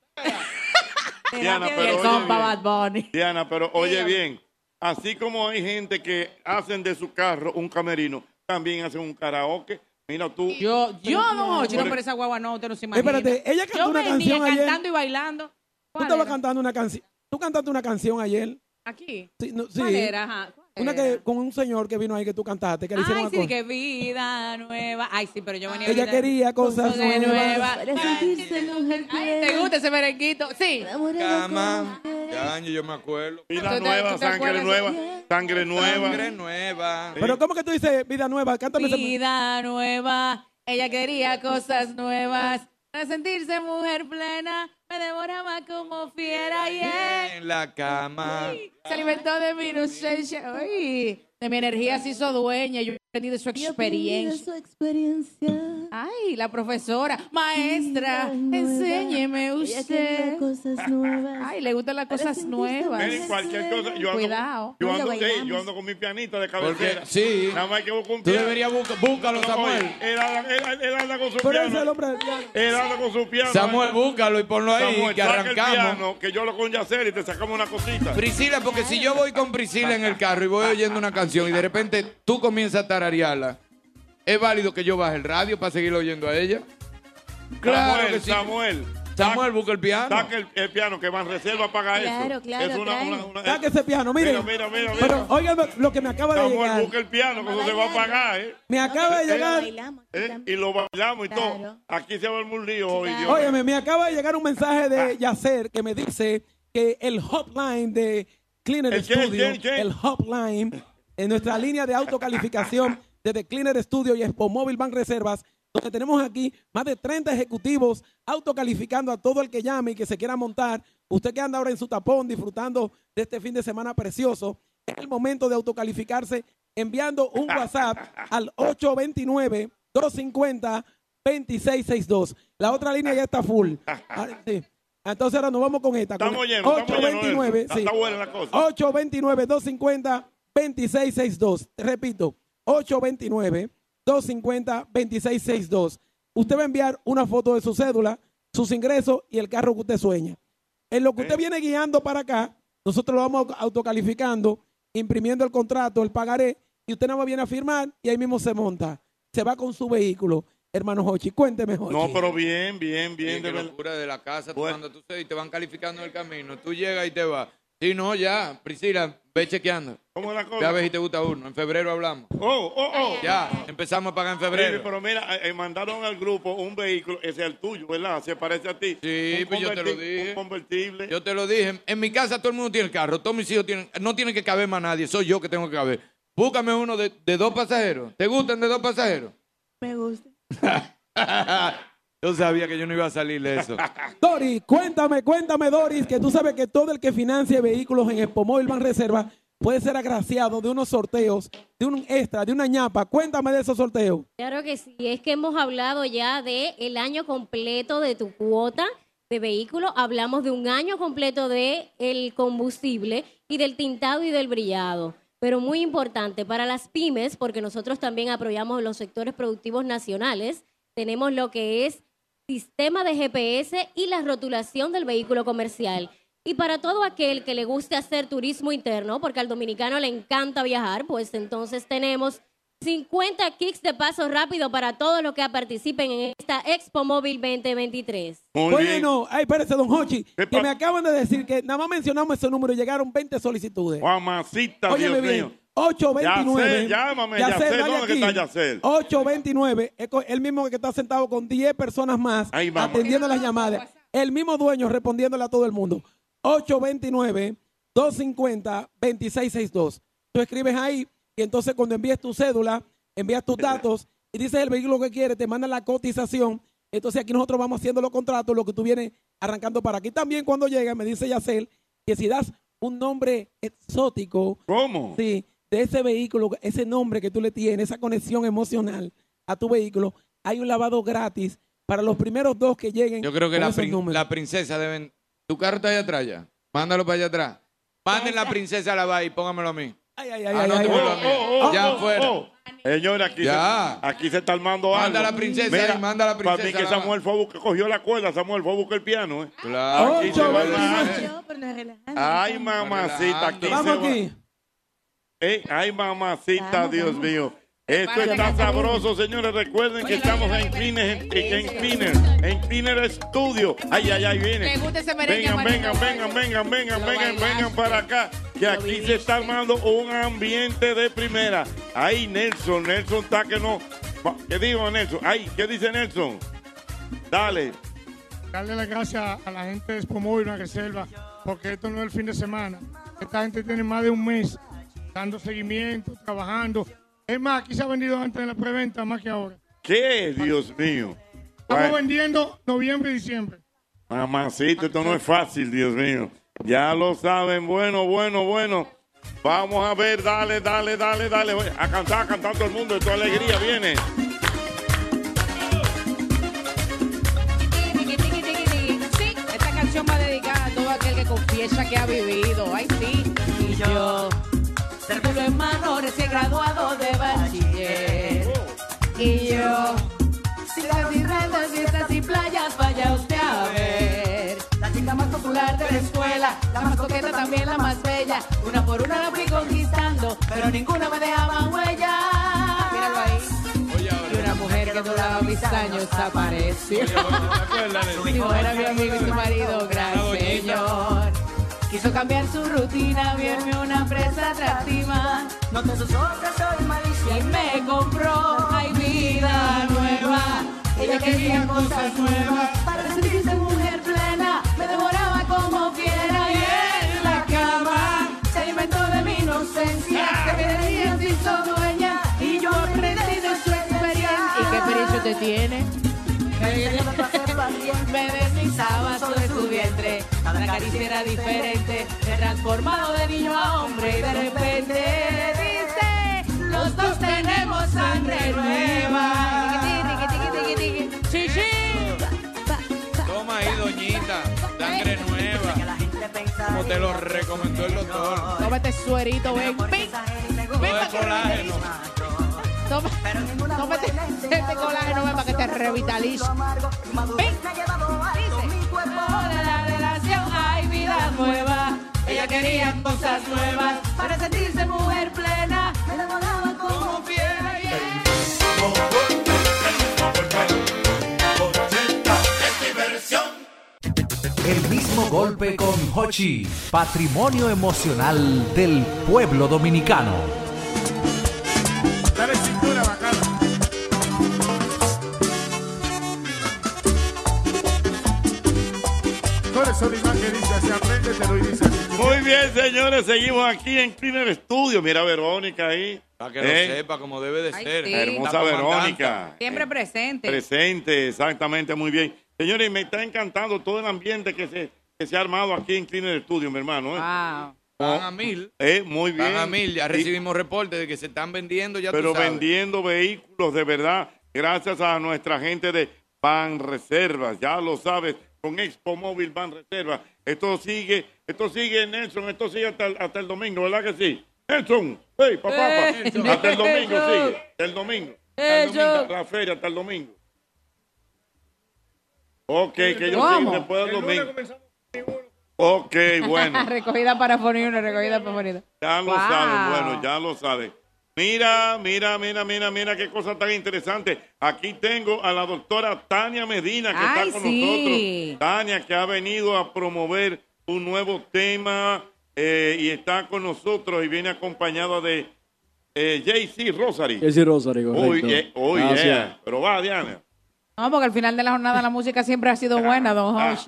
Diana, Y pero el oye compa bien. Bad Bunny. Diana, pero oye bien, así como hay gente que hacen de su carro un camerino, también hacen un karaoke. Mira tú. Yo, Yo, don Hochi, no, Por- por esa guagua no, usted no se imagina. Espérate, ella cantó Yo una venía canción ayer. cantando y bailando. Tú ¿Cuál estabas era? cantando una canción. Tú cantaste una canción ayer. Aquí. Sí, no, sí. ¿Cuál era? Ajá, ¿cuál Una era? que con un señor que vino ahí que tú cantaste, que le hicieron Ay, una sí, cosa. que vida nueva. Ay, sí, pero yo venía Ella ahorita. quería cosas Cosa nuevas. nueva. Para sentirse mujer Ay, ¿Te gusta ese merenguito? Sí. Cama. de año, yo me acuerdo. Vida nueva, sangre nueva, sangre nueva. Sangre nueva. Pero ¿cómo que tú dices vida nueva? Cántame Pues, esa- Vida nueva. Ella quería cosas nuevas. Para sentirse mujer plena, me devoraba como fiera y él En la cama. se alimentó de mi inocencia. Ay, de mi energía se hizo dueña. Yo aprendí de su experiencia. Su experiencia. Ay, la profesora, maestra, enséñeme usted. Ay, le gustan las cosas nuevas. Miren, cualquier cosa. Yo ando, Cuidado. Yo ando, sí, yo ando con mi pianista de cabecera. sí. Nada más hay que buscar un Tú piano. deberías buscar- búscalo, No, Samuel. oye, Él, anda- él- él- él anda con su Pero ese piano. es el Él anda con su piano. Samuel, búscalo y ponlo ahí, Samuel, que saca el arrancamos. piano, que yo lo con Yacer y te sacamos una cosita. Priscila, porque si yo voy con Priscila en el carro y voy oyendo una canción y de repente tú comienzas a tararearla, ¿es válido que yo baje el radio para seguir oyendo a ella? Claro Samuel, que sí. Samuel. Samuel, busca el piano. Saca el, el piano que van reserva paga Claro, eso. claro, es una, claro. una- una- Saque Ah, ese piano, mire. Mira, mira, mira, mira. Pero oigan lo que me acaba de Samuel, llegar. busca el piano que no se va a pagar, ¿eh? Me acaba de Eh, llegar. eh, y lo bailamos y todo. Aquí se va el murrillo hoy, Dios. Ah. Óyeme, me acaba de llegar un mensaje de Yacer que me dice que el hotline de Cleaner ¿El qué, el Studio, qué, el qué? el hotline, en nuestra línea de autocalificación desde Cleaner Studio y Expo Móvil Bank Reservas, donde tenemos aquí más de 30 ejecutivos autocalificando a todo el que llame y que se quiera montar. Usted que anda ahora en su tapón disfrutando de este fin de semana precioso, es el momento de autocalificarse enviando un WhatsApp al 829-250-2662. La otra línea ya está full. Ah, sí. Entonces ahora nos vamos con esta. con Estamos llenos, estamos llenos 829, de eso. Está- sí. está buena la cosa. 829-250-2662. Te Repito, 829-250-2662. Usted va a enviar una foto de su cédula, sus ingresos y el carro que usted sueña. En lo que usted viene guiando para acá, nosotros lo vamos autocalificando, imprimiendo el contrato, el pagaré, y usted nada más viene a firmar y ahí mismo se monta. Se va con su vehículo. Hermano Hochi, cuénteme, Hochi. No, pero bien, bien, bien. Oye, qué locura de la casa, tú cuando tú se- y te van calificando en el camino, tú llegas y te vas. Si no, ya, Priscila, ve chequeando. ¿Cómo la Ya ves si te gusta uno. En febrero hablamos. Oh, oh, oh. Ya, empezamos a pagar en Oye, febrero. pero mira, eh, eh, mandaron al grupo un vehículo, ese es el tuyo, ¿verdad? Se parece a ti. Sí, Un pues yo te lo converti- dije. convertible. Yo te lo dije. En mi casa todo el mundo tiene carro. Todos mis hijos tienen. No tiene que caber más nadie. Soy yo que tengo que caber. Búscame uno de, de dos pasajeros. ¿Te gustan de dos pasajeros? Me gusta. yo sabía que yo no iba a salir de eso. Doris, cuéntame, cuéntame, Doris, que tú sabes que todo el que financie vehículos en Expomóvil Ban Reserva puede ser agraciado de unos sorteos, de un extra, de una ñapa. Cuéntame de esos sorteos. Claro que sí, es que hemos hablado ya de el año completo de tu cuota de vehículo, hablamos de un año completo de el combustible y del tintado y del brillado. Pero muy importante para las pymes, porque nosotros también apoyamos los sectores productivos nacionales, tenemos lo que es sistema de GPS y la rotulación del vehículo comercial. Y para todo aquel que le guste hacer turismo interno, porque al dominicano le encanta viajar, pues entonces tenemos 50 kicks de paso rápido para todos los que participen en esta Expo Móvil 2023. bueno, ay, espérese, don Hochi, que me acaban de decir que nada más mencionamos ese número y llegaron 20 solicitudes. Mamacita, Óyeme Dios bien, mío. 829. Yacer, llámame, Yacer, Yacer, vaya ¿dónde que aquí. está Yacer? 829, es co- el mismo que está sentado con 10 personas más atendiendo las llamadas. El mismo dueño respondiéndole a todo el mundo. 829-250-2662. Tú escribes ahí y entonces cuando envíes tu cédula, envías tus datos y dices el vehículo que quieres, te mandan la cotización. Entonces aquí nosotros vamos haciendo los contratos, lo que tú vienes arrancando para aquí. También cuando llega, me dice Yacel, que si das un nombre exótico. ¿Cómo? Sí, de ese vehículo, ese nombre que tú le tienes, esa conexión emocional a tu vehículo, hay un lavado gratis para los primeros dos que lleguen. Yo creo que con la, esos prin- números. la princesa deben. Tu carro está allá atrás ya. Mándalo para allá atrás. Manden la princesa a la vaina y póngamelo a mí. ay, ay, Anótemelo ay, a mí. ay, ay, ya oh, oh, fuera. oh. Señor, aquí, Ya. Se, aquí se está armando algo. Manda la princesa ahí, manda la Para mí princesa que nada más. Samuel fue a buscar- cogió la cuerda, Samuel fue a buscar el piano. ¿eh? Claro. Aquí se va el Ay, yo, pero nos relajamos. Ay, mamacita, aquí Vamos se va. Eh, ay, mamacita, Vamos, Dios vamos. mío. Esto Prepárate, está que sabroso, señores. Recuerden que estamos en Cleaner, en Cleaner, en Cleaner Studio. Ay, ay, ay, Me viene. gusta ese merengue Vengan, amarillo. vengan, vengan, vengan, vengan, vengan, vengan para acá. Que aquí se está armando un ambiente de primera. Ay, Nelson, Nelson está que no. Va, ¿Qué digo, Nelson? Ay, ¿qué dice Nelson? Dale. Darle las gracias a la gente de Expo Móvil, una reserva, porque esto no es el fin de semana. Esta gente tiene más de un mes dando seguimiento, trabajando. Es más, aquí se ha vendido antes de la preventa, más que ahora. ¿Qué? Dios mío. Estamos Bueno. vendiendo noviembre y diciembre. Mamacito, esto no es fácil, Dios mío. Ya lo saben, bueno, bueno, bueno. Vamos a ver, dale, dale, dale, dale. A cantar, a cantar todo el mundo, tu alegría viene. Tiqui, tiqui, tiqui, tiqui. Sí, esta canción va dedicada a todo aquel que confiesa que ha vivido. Ay, sí. Y yo, círculo en mano, recién graduado de bachiller. Y yo, si las irlandas, fiestas y playas, vaya usted a ver. La chica más popular de la escuela, la más coqueta, también la más bella. Una por una la fui conquistando, pero ninguna me dejaba huella. Míralo ahí. Y una mujer que duraba mis años apareció. Si Dijo, fuera mi amigo y su marido, gran señor. Quiso cambiar su rutina, vierme una presa atractiva. No te sorprendas, soy malicia. Y me compró, Oh, hay vida nueva. Ella quería cosas nuevas para sentirse mujer plena. Me devoraba como quiera y en la cama se alimentó de mi inocencia. Que me decía si soy dueña y yo aprendí de su experiencia. ¿Y qué pericho te tiene? Me deslizaba sobre su vientre, cada caricia era diferente, me he transformado de niño a hombre y de repente dice, los dos tenemos sangre nueva. Sí, sí. Toma ahí, doñita. Sangre nueva. Como te lo recomendó el doctor. Tómate suerito, ven. Ven, ven para que colágeno. Toma, tómate este colágeno, ven para que te revitalice. Ven. Ahora la relación hay vida nueva. Ella quería cosas nuevas para sentirse mujer plena. Me enamoraba como fiera y El mismo golpe con Hochi, patrimonio emocional del pueblo dominicano. Dale cintura, bacana. Por eso la imagen dice así, apréndetelo y dice Muy bien, señores, seguimos aquí en Cleaner Studio. Mira a Verónica ahí. Para que ¿Eh? lo sepa como debe de ser. sí. Hermosa Verónica. Siempre presente. Presente, exactamente, muy bien. Señores, me está encantando todo el ambiente que se, que se ha armado aquí en Cleaner Studio, mi hermano. ¿eh? Wow. Van a mil. Eh, muy bien. Van a mil. Ya Y- recibimos reportes de que se están vendiendo ya tú pero sabes. vendiendo vehículos de verdad, gracias a nuestra gente de Ban Reservas, ya lo sabes, con Expo Móvil Ban Reservas. Esto sigue, esto sigue Nelson, esto sigue hasta el, hasta el domingo, ¿verdad que sí? Nelson, hey, papá, Eh, papá. Nelson. hasta el domingo Nelson. sigue, hasta el domingo. Hasta el domingo, hasta la feria hasta el domingo. Ok, que yo ¿Cómo? sigo después del El lunes domingo. Ok, bueno. recogida para poner una, recogida para poner Ya lo Wow. saben, bueno, ya lo saben. Mira, mira, mira, mira, mira qué cosa tan interesante. Aquí tengo a la doctora Tania Medina que Ay, está con sí. nosotros. Tania que ha venido a promover un nuevo tema eh, y está con nosotros y viene acompañada de eh, JC Rosary. Jesse Rosary, Oye, correcto. oye, Gracias. pero va, Diana. No, porque al final de la jornada la música siempre ha Ah, sido buena, don Josh.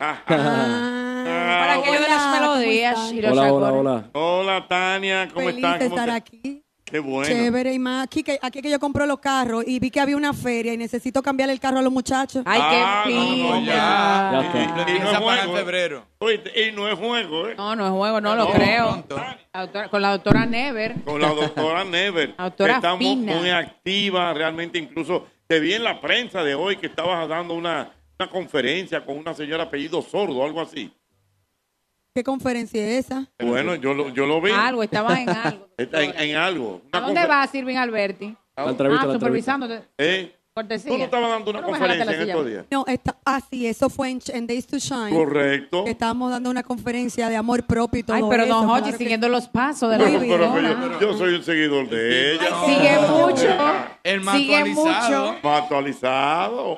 Ah, Para aquello de las melodías y los Hola, hola, acordes. hola. Hola, Tania, ¿cómo Feliz estás? de ¿Cómo estar te- aquí. Qué bueno. Chévere y más. Aquí que, aquí que yo compro los carros y vi que había una feria y necesito cambiar el carro a los muchachos. Ah, no, no, ya. Ya está. Y, y no es Empieza para juego. febrero. y no es juego, ¿eh? No, no es juego, no lo creo. La doctora- con la doctora Never. con la doctora Never. La doctora Estamos Fina. muy activa, realmente incluso te vi en la prensa de hoy que estabas dando una, una conferencia con una señora apellido sordo, algo así. ¿Qué conferencia es esa? Bueno, yo lo, yo lo vi. Algo, estaba en algo. Está en, en algo. ¿A dónde vas, Irving Alberti? La ah, supervisándote. ¿Eh? Cortesía. Tú no estabas dando una Pero me jalaste la conferencia en estos silla. días. No, está, ah, sí, eso fue en, en Days to Shine. Correcto. Que estábamos dando una conferencia de amor propio y todo Ay, pero eso, don Hochi claro que- siguiendo los pasos de la Pero, pero, vida. pero yo, yo soy un seguidor de ella. Sigue mucho. El más Sigue actualizado. mucho. Más actualizado.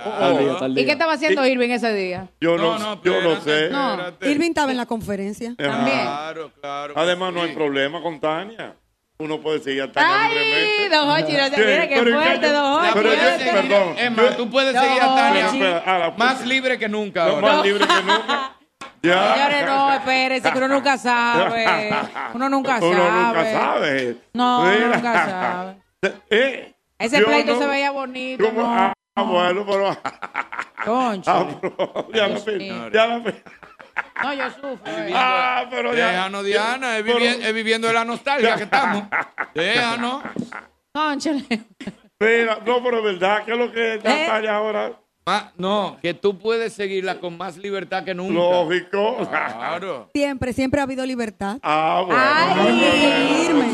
¿Y qué estaba haciendo Irving ese día? Yo no, yo no sé. No, Irving estaba en la conferencia. Claro, claro. pues Además, no hay problema con Tania. Uno puede seguir atacando Ay, don Hochi, no se mire que fuerte, don Hochi. Pero yo, perdón. Es más, tú puedes No, seguir a Tania Hochi. más libre que nunca. No, ahora. más libre que nunca. Ya. Señores, no, espérense, que uno nunca sabe. Uno nunca sabe. Uno nunca sabe. No, uno Mira. nunca sabe. Eh, Ese yo pleito no- se veía bonito. ¿Cómo? no. Ah, bueno, pero. Concho. Ah, pero- ya la pe- ya la pe- No, yo sufro. eh. Ah, pero ya. Déjanos, Diana, es, vivi- es viviendo de la nostalgia que estamos. Déjanos. Cónchale. Mira, no, pero es verdad, que es lo que está ¿Eh? Tania ahora? Ma- no, que tú puedes seguirla con más libertad que nunca. Lógico. Claro. Siempre, siempre ha habido libertad. Ah, bueno.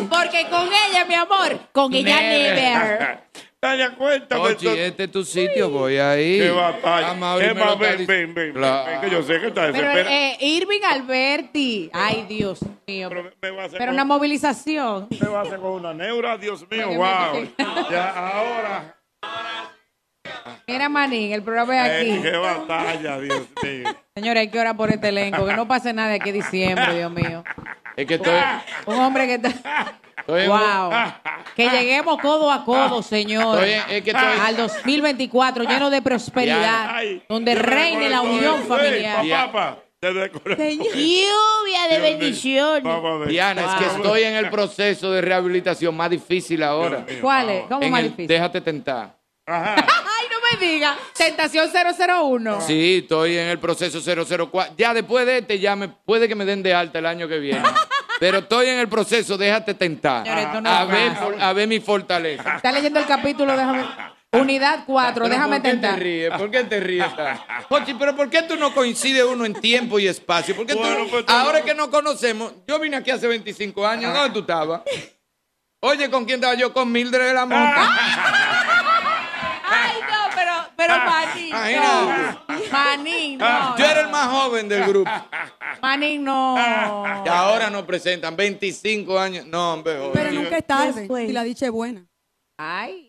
Porque con ella, mi amor, con ella never. Tania, cuéntame. Ochi, este es tu sitio, voy ahí. Qué batalla. Vamos a abrir Es más, melotar- ven, ven, ven, Claro. ven, que yo sé que está Pero desesperada. eh, Irving Alberti. Ay, Dios mío. Pero, hacer una movilización. ¿Qué va a hacer con una neura? Dios mío, Porque wow. Ya, ahora. Mira, Manín, el programa es aquí. Eh, ¡Qué batalla, Dios mío! Señores, hay que orar por este elenco, que no pase nada de aquí a diciembre, Dios mío. Es que estoy. Ah, Un hombre que está... en wow. un- Que lleguemos codo a codo, señor. Estoy en- es que estoy- Al 2024, lleno de prosperidad, Ya. Ay, donde yo me reine la recuerdo unión eso. familiar. Ey, papá, te recuerdo. Lluvia de bendiciones. Vamos a ver. Diana, es que Vamos. estoy en el proceso de rehabilitación más difícil ahora. mío, ¿Cuál es? vamos. ¿Cómo En más el difícil? Déjate tentar. Ay, no me diga. Tentación 001. Sí, estoy en el proceso 004. Ya después de este, ya me, puede que me den de alta el año que viene. Pero estoy en el proceso, déjate tentar. Señores, esto no a, es ver, fácil. for- a ver mi fortaleza. Está leyendo el capítulo, déjame. Unidad 4, Pero déjame ¿por qué tentar. Te ríes? ¿Por qué te ríes? Jochi, pero ¿por qué tú no coincides uno en tiempo y espacio? ¿Por qué pues tú- ahora que nos conocemos, yo vine aquí hace 25 años, Ah. ¿dónde tú estabas? Oye, ¿con quién estaba yo? Con Mildred de la Monta. Ay, no, pero, pero Ah, Manín, Ay, no. Manín, Ah. no. yo era el más joven del grupo. Manín, no. Ah. Y ahora nos presentan 25 años. No, hombre, joven. Pero nunca es tarde. Y la dicha es buena. Ay.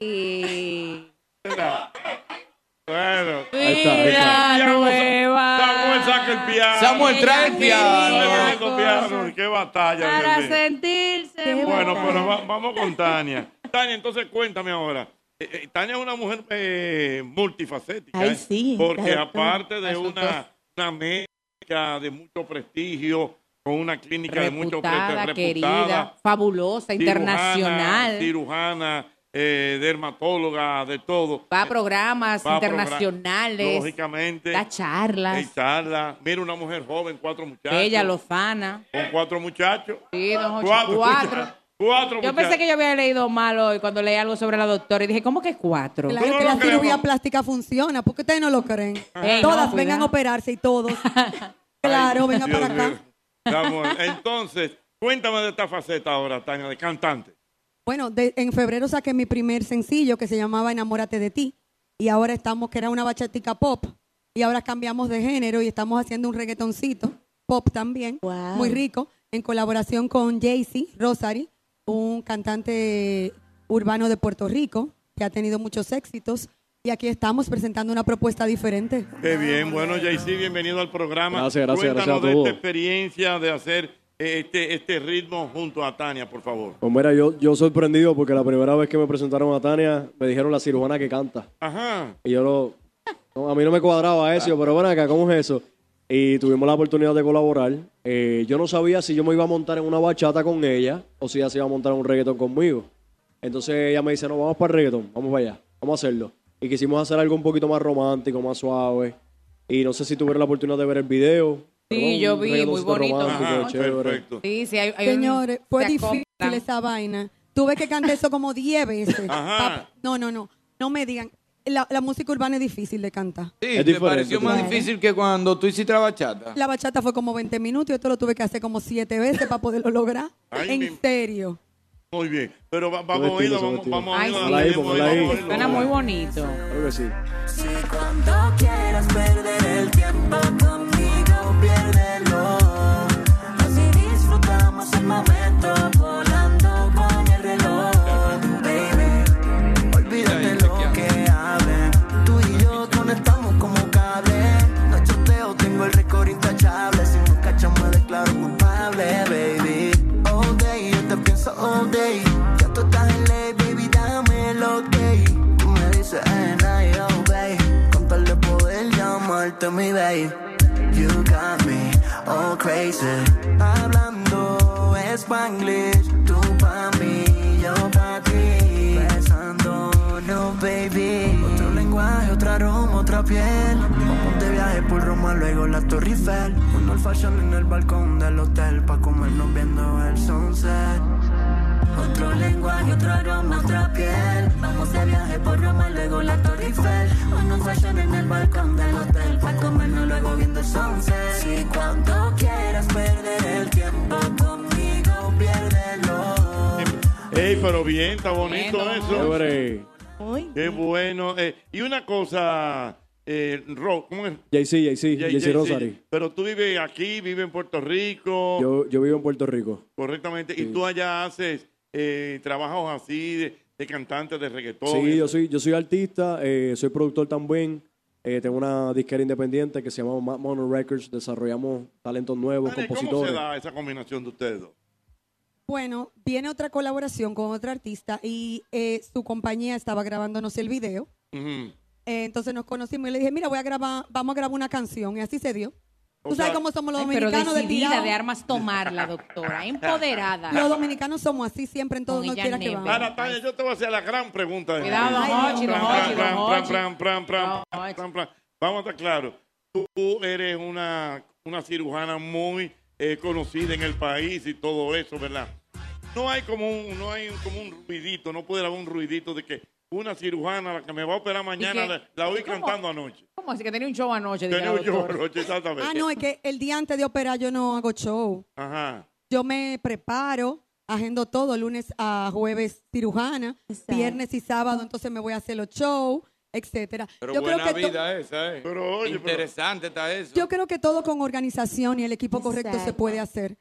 Bueno. Ahí está, ahí está. Vida nueva. Samuel saca el piano. Samuel, trae el piano. Samuel, saca el piano. Qué batalla. Dios mío. sentirse. Bueno, pero va- vamos con Tania. Tania, entonces cuéntame ahora. Eh, eh, Tania es una mujer eh, multifacética. Ay, ¿eh? sí, Porque claro. aparte de Asuntos. una, una médica de mucho prestigio, con una clínica de mucho Reputada, prestigio, querida, fabulosa, internacional. Cirujana, eh, dermatóloga, de todo. Va a programas Va a progra- internacionales. Lógicamente. Da charlas. Eh, charla. Mira una mujer joven, cuatro muchachos. Bella, lozana. Con cuatro muchachos. Sí, don Jochi, Cuatro. cuatro. muchachos. Cuatro Yo muchachos. pensé que yo había leído mal hoy cuando leí algo sobre la doctora y dije, ¿cómo que cuatro? Claro que la cirugía plástica funciona. ¿Por qué ustedes no lo creen? Ey, no, Todas cuidado. vengan a operarse y todos. claro, vengan Dios para acá. mío. Estamos- Entonces, cuéntame de esta faceta ahora, Tania, de cantante. Bueno, de- en febrero saqué mi primer sencillo que se llamaba Enamórate de ti. Y ahora estamos, que era una bachatica pop. Y ahora cambiamos de género y estamos haciendo un reggaetoncito, pop también, muy rico, en colaboración con Jay-Z Rosary, un cantante urbano de Puerto Rico que ha tenido muchos éxitos. Y aquí estamos presentando una propuesta diferente. Qué bien, bueno, Jaycee, bienvenido al programa. Gracias, gracias, Cuéntanos gracias a de todos. esta experiencia de hacer eh, este, este ritmo junto a Tania, por favor. Pues mira, yo, yo sorprendido porque la primera vez que me presentaron a Tania me dijeron la cirujana que canta. Ajá. Y yo lo. no, a mí no me cuadraba eso, yo, pero bueno, acá, ¿cómo es eso? Y tuvimos la oportunidad de colaborar. Eh, yo no sabía si yo me iba a montar en una bachata con ella o si ella se iba a montar en un reggaetón conmigo. Entonces ella me dice, no, vamos para el reggaetón, vamos para allá, vamos a hacerlo. Y quisimos hacer algo un poquito más romántico, más suave. Y no sé si tuvieron la oportunidad de ver el video. pero Sí, fue un yo vi, muy reggaetoncito bonito. romántico, Ajá, chévere. Sí, sí, hay, hay un- Señores, fue se difícil acoplan. esa vaina. Tuve que cantar eso como 10 veces. Ajá. Pap- No, no, no. No me digan. La, la música urbana es difícil de cantar. Sí, Es te diferente, pareció más claro. difícil que cuando tú hiciste la bachata. La bachata fue como 20 minutos y esto lo tuve que hacer como 7 veces para poderlo lograr. en serio. Muy bien, pero va- vamos a oírlo, vamos, vamos a Ay, oírlo. sí. vamos a oírlo, Ponla ahí, vamos a oírlo. Suena muy bonito. Creo que sí. Si cuando quieras perder el tiempo conmigo, piérdelo. Así disfrutamos el momento volando con el reloj. Baby, olvídate lo que hablen. Tú y yo conectamos como cable. No hay choteo, tengo el récord intachable. Si un cacho me declaro culpable, baby. All day, yo te pienso all day. Ya tú estás en ley, baby, dame lo que Tú me dices, eh, nah, yo, babe. Con tal de poder llamarte mi babe. You got me all crazy. Hablando Spanglish, tú pa' mí, yo pa' ti. Besándonos, baby. Otro lenguaje, otra aroma, otra piel. Vamos de viaje por Roma, luego la Torre Eiffel. Un old fashion en el balcón del hotel pa' comernos viendo el sunset. Otro lenguaje, otro aroma, otra piel. Vamos de viaje por Roma, luego la Torre Eiffel. Una fashion en el balcón del hotel. Pa' comernos luego viendo el sunset. Si cuando quieras perder el tiempo conmigo, piérdelo. Ey, pero bien, está bonito Bueno. eso. Muy Qué bueno. eh, y una cosa, eh, Ro, ¿cómo es? Jay-Z, Jay-Z, Jay- Jay-Z Jay-Z. Rosary. Pero tú vives aquí, vives en Puerto Rico. Yo, yo vivo en Puerto Rico. Correctamente. Y tú allá haces eh, trabajos así de, de cantante de reggaetón. Sí, yo soy, yo soy artista, eh, soy productor también. eh, tengo una disquera independiente que se llama Mad Mono Records. Desarrollamos talentos nuevos, Dale, ¿Cómo se compositores. da esa combinación de ustedes dos? Bueno, viene otra colaboración con otra artista y eh, su compañía estaba grabándonos el video. Mm. Ujú. Eh, entonces nos conocimos y le dije, mira, voy a grabar, vamos a grabar una canción. Y así se dio. O Tú sabes sea- cómo somos los Ay, pero dominicanos de decidida tirado. de armas tomar la doctora, ¿eh? empoderada. Los dominicanos somos así siempre en todo, Con no ella quiera que never. vamos. Ahora, Tania, yo te voy a hacer la gran pregunta. de Cuidado, mi don vida. Hochi, don Pran, Hochi, pran, don pran, Hochi. pran, pran, pran, pran, pran, pran. Vamos a estar claros. Tú eres una, una cirujana muy eh, conocida en el país y todo eso, ¿verdad? No hay como un, no hay un- como un ruidito, no puede haber un ruidito de que una cirujana, la que me va a operar mañana, que- la, la oí ¿cómo? cantando anoche. ¿Cómo así que tenía un show anoche? diga Tenía la un show doctora? anoche, exactamente. Ah, no, es que el día antes de operar yo no hago show. Ajá. Yo me preparo, agendo todo, lunes a jueves cirujana, viernes y sábado, entonces me voy a hacer los shows, etcétera. Pero Yo creo, buena que to- vida esa, ¿eh? Interesante está eso. yo creo que todo con organización y el equipo correcto se puede hacer.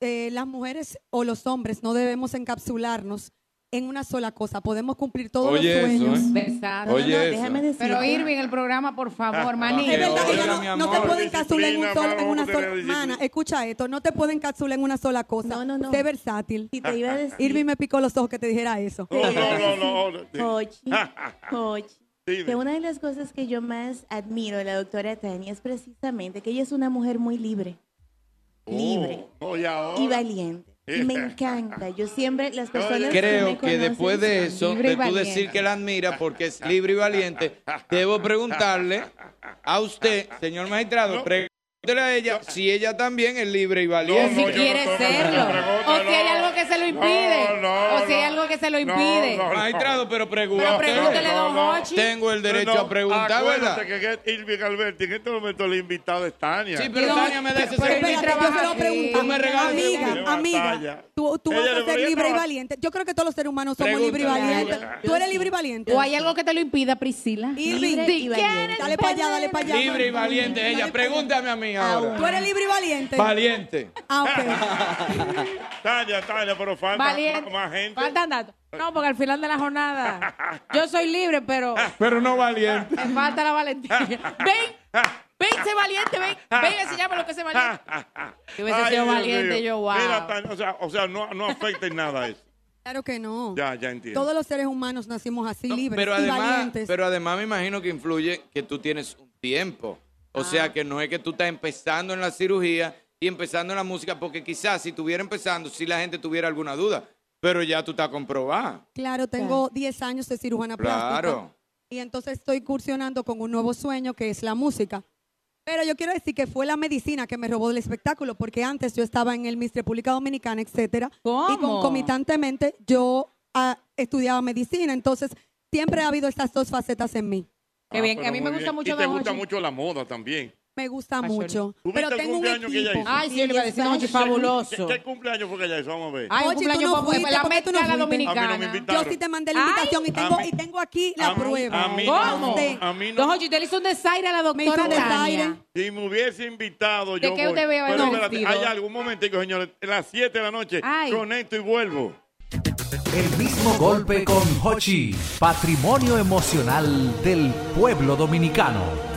Eh, las mujeres o los hombres no debemos encapsularnos en una sola cosa. Podemos cumplir todos Oye, los eso, sueños. ¿eh? Exacto. Oye, eso. Pero Irving, el programa, por Ah, favor, maní. Es verdad que Oye, yo mi no, no te amor, puedo encapsular en, un disciplina, solo- en vamos a una tener sola. disciplina. Mana, escucha esto. No te puedo encapsular en una sola cosa. No, no, no. Sé versátil. Y te iba a decir- Irving me picó los ojos que te dijera eso. Oh, No, no, no, no. no. Sí. Hochi, Hochi, Dime. que una de las cosas que yo más admiro de la doctora Tania es precisamente que ella es una mujer muy libre libre. Oh, y ahora. y valiente. Y me encanta. Yo siempre, las personas Creo me que después de conocen eso, son libre de y tú valiente. decir que la admira porque es libre y valiente, debo preguntarle a usted, señor magistrado, pregúntele a ella si ella también es libre y valiente. si quiere serlo. O si hay algo que se lo impide. o si hay algo que se lo impide. Magistrado, pero pregúntele. No, pregúntele, don Hochi. Tengo el derecho No, a preguntar, acuérdate ¿verdad? que Irving Alberti, en este momento la invitada es Tania. Sí, pero Tania me da ese Pero segundo. espérate, Yo se lo pregunto. Tú me regalas ese segundo. amiga, amiga, Batalla. tú, tú vas Ella le a ser podría libre y trabajar. valiente. Yo creo que todos los seres humanos somos Pregúntale libres y a ella. valientes. Tú eres libre y valiente. ¿O hay algo que te lo impida, Priscila? Irving, Si quieres dale para allá, dale para allá. Libre y valiente ella. Pregúntame a mí ahora. Tú eres libre y valiente. Valiente. Ah, ok. Tania, Tania, pero falta Valiente. más gente. Faltan datos. No, porque al final de la jornada yo soy libre, pero Pero no valiente. me falta la valentía. Ven, ven, sé valiente, ven, ven, enseñame lo que se valiente. Yo hubiese sido valiente, yo, wow. Mira, Tania, o sea, o sea no, no afecta en nada eso. Claro que no. Ya, ya entiendo. Todos los seres humanos nacimos así libres Pero y además, valientes. pero además me imagino que influye que tú tienes un tiempo. O sea, que no es que tú estás empezando en la cirugía y empezando en la música, porque quizás si estuviera empezando, si la gente tuviera alguna duda, pero ya tú estás comprobada. Claro, tengo 10 años de cirujana plástica. Claro. Y entonces estoy incursionando con un nuevo sueño que es la música. Pero yo quiero decir que fue la medicina que me robó del espectáculo, porque antes yo estaba en el Miss República Dominicana, etcétera. Y concomitantemente yo ah, estudiaba medicina. Entonces siempre ha habido estas dos facetas en mí. Qué bien, a mí me gusta mucho Y te Don gusta Hochi. mucho la moda también. Me gusta Fashion. mucho. ¿Tú viste Pero el tengo un cumpleaños que ella equipo. hizo? Ay, sí, yo le iba a decir, Hochi, fabuloso. ¿Qué, qué cumpleaños fue que ella hizo? Vamos a ver. Ay, un Oye, tú cumpleaños no popular, fuiste, Pues la ¿por qué tú no mezcla, la fuiste? dominicana. A mí no me invitaron. Yo sí te mandé la invitación y tengo, y tengo aquí la a mí- prueba. a mí ¿Cómo? no. Don A mí no. Jorge, usted le hizo un desaire a la doctora hizo un desaire. Tania. Si me hubiese invitado, ¿De yo qué voy. usted bebe Pero el espérate, vestido? hay algo, un momentico, señores. A las 7 de la noche, Ay. conecto y vuelvo. El mismo golpe con Hochi, patrimonio emocional del pueblo dominicano.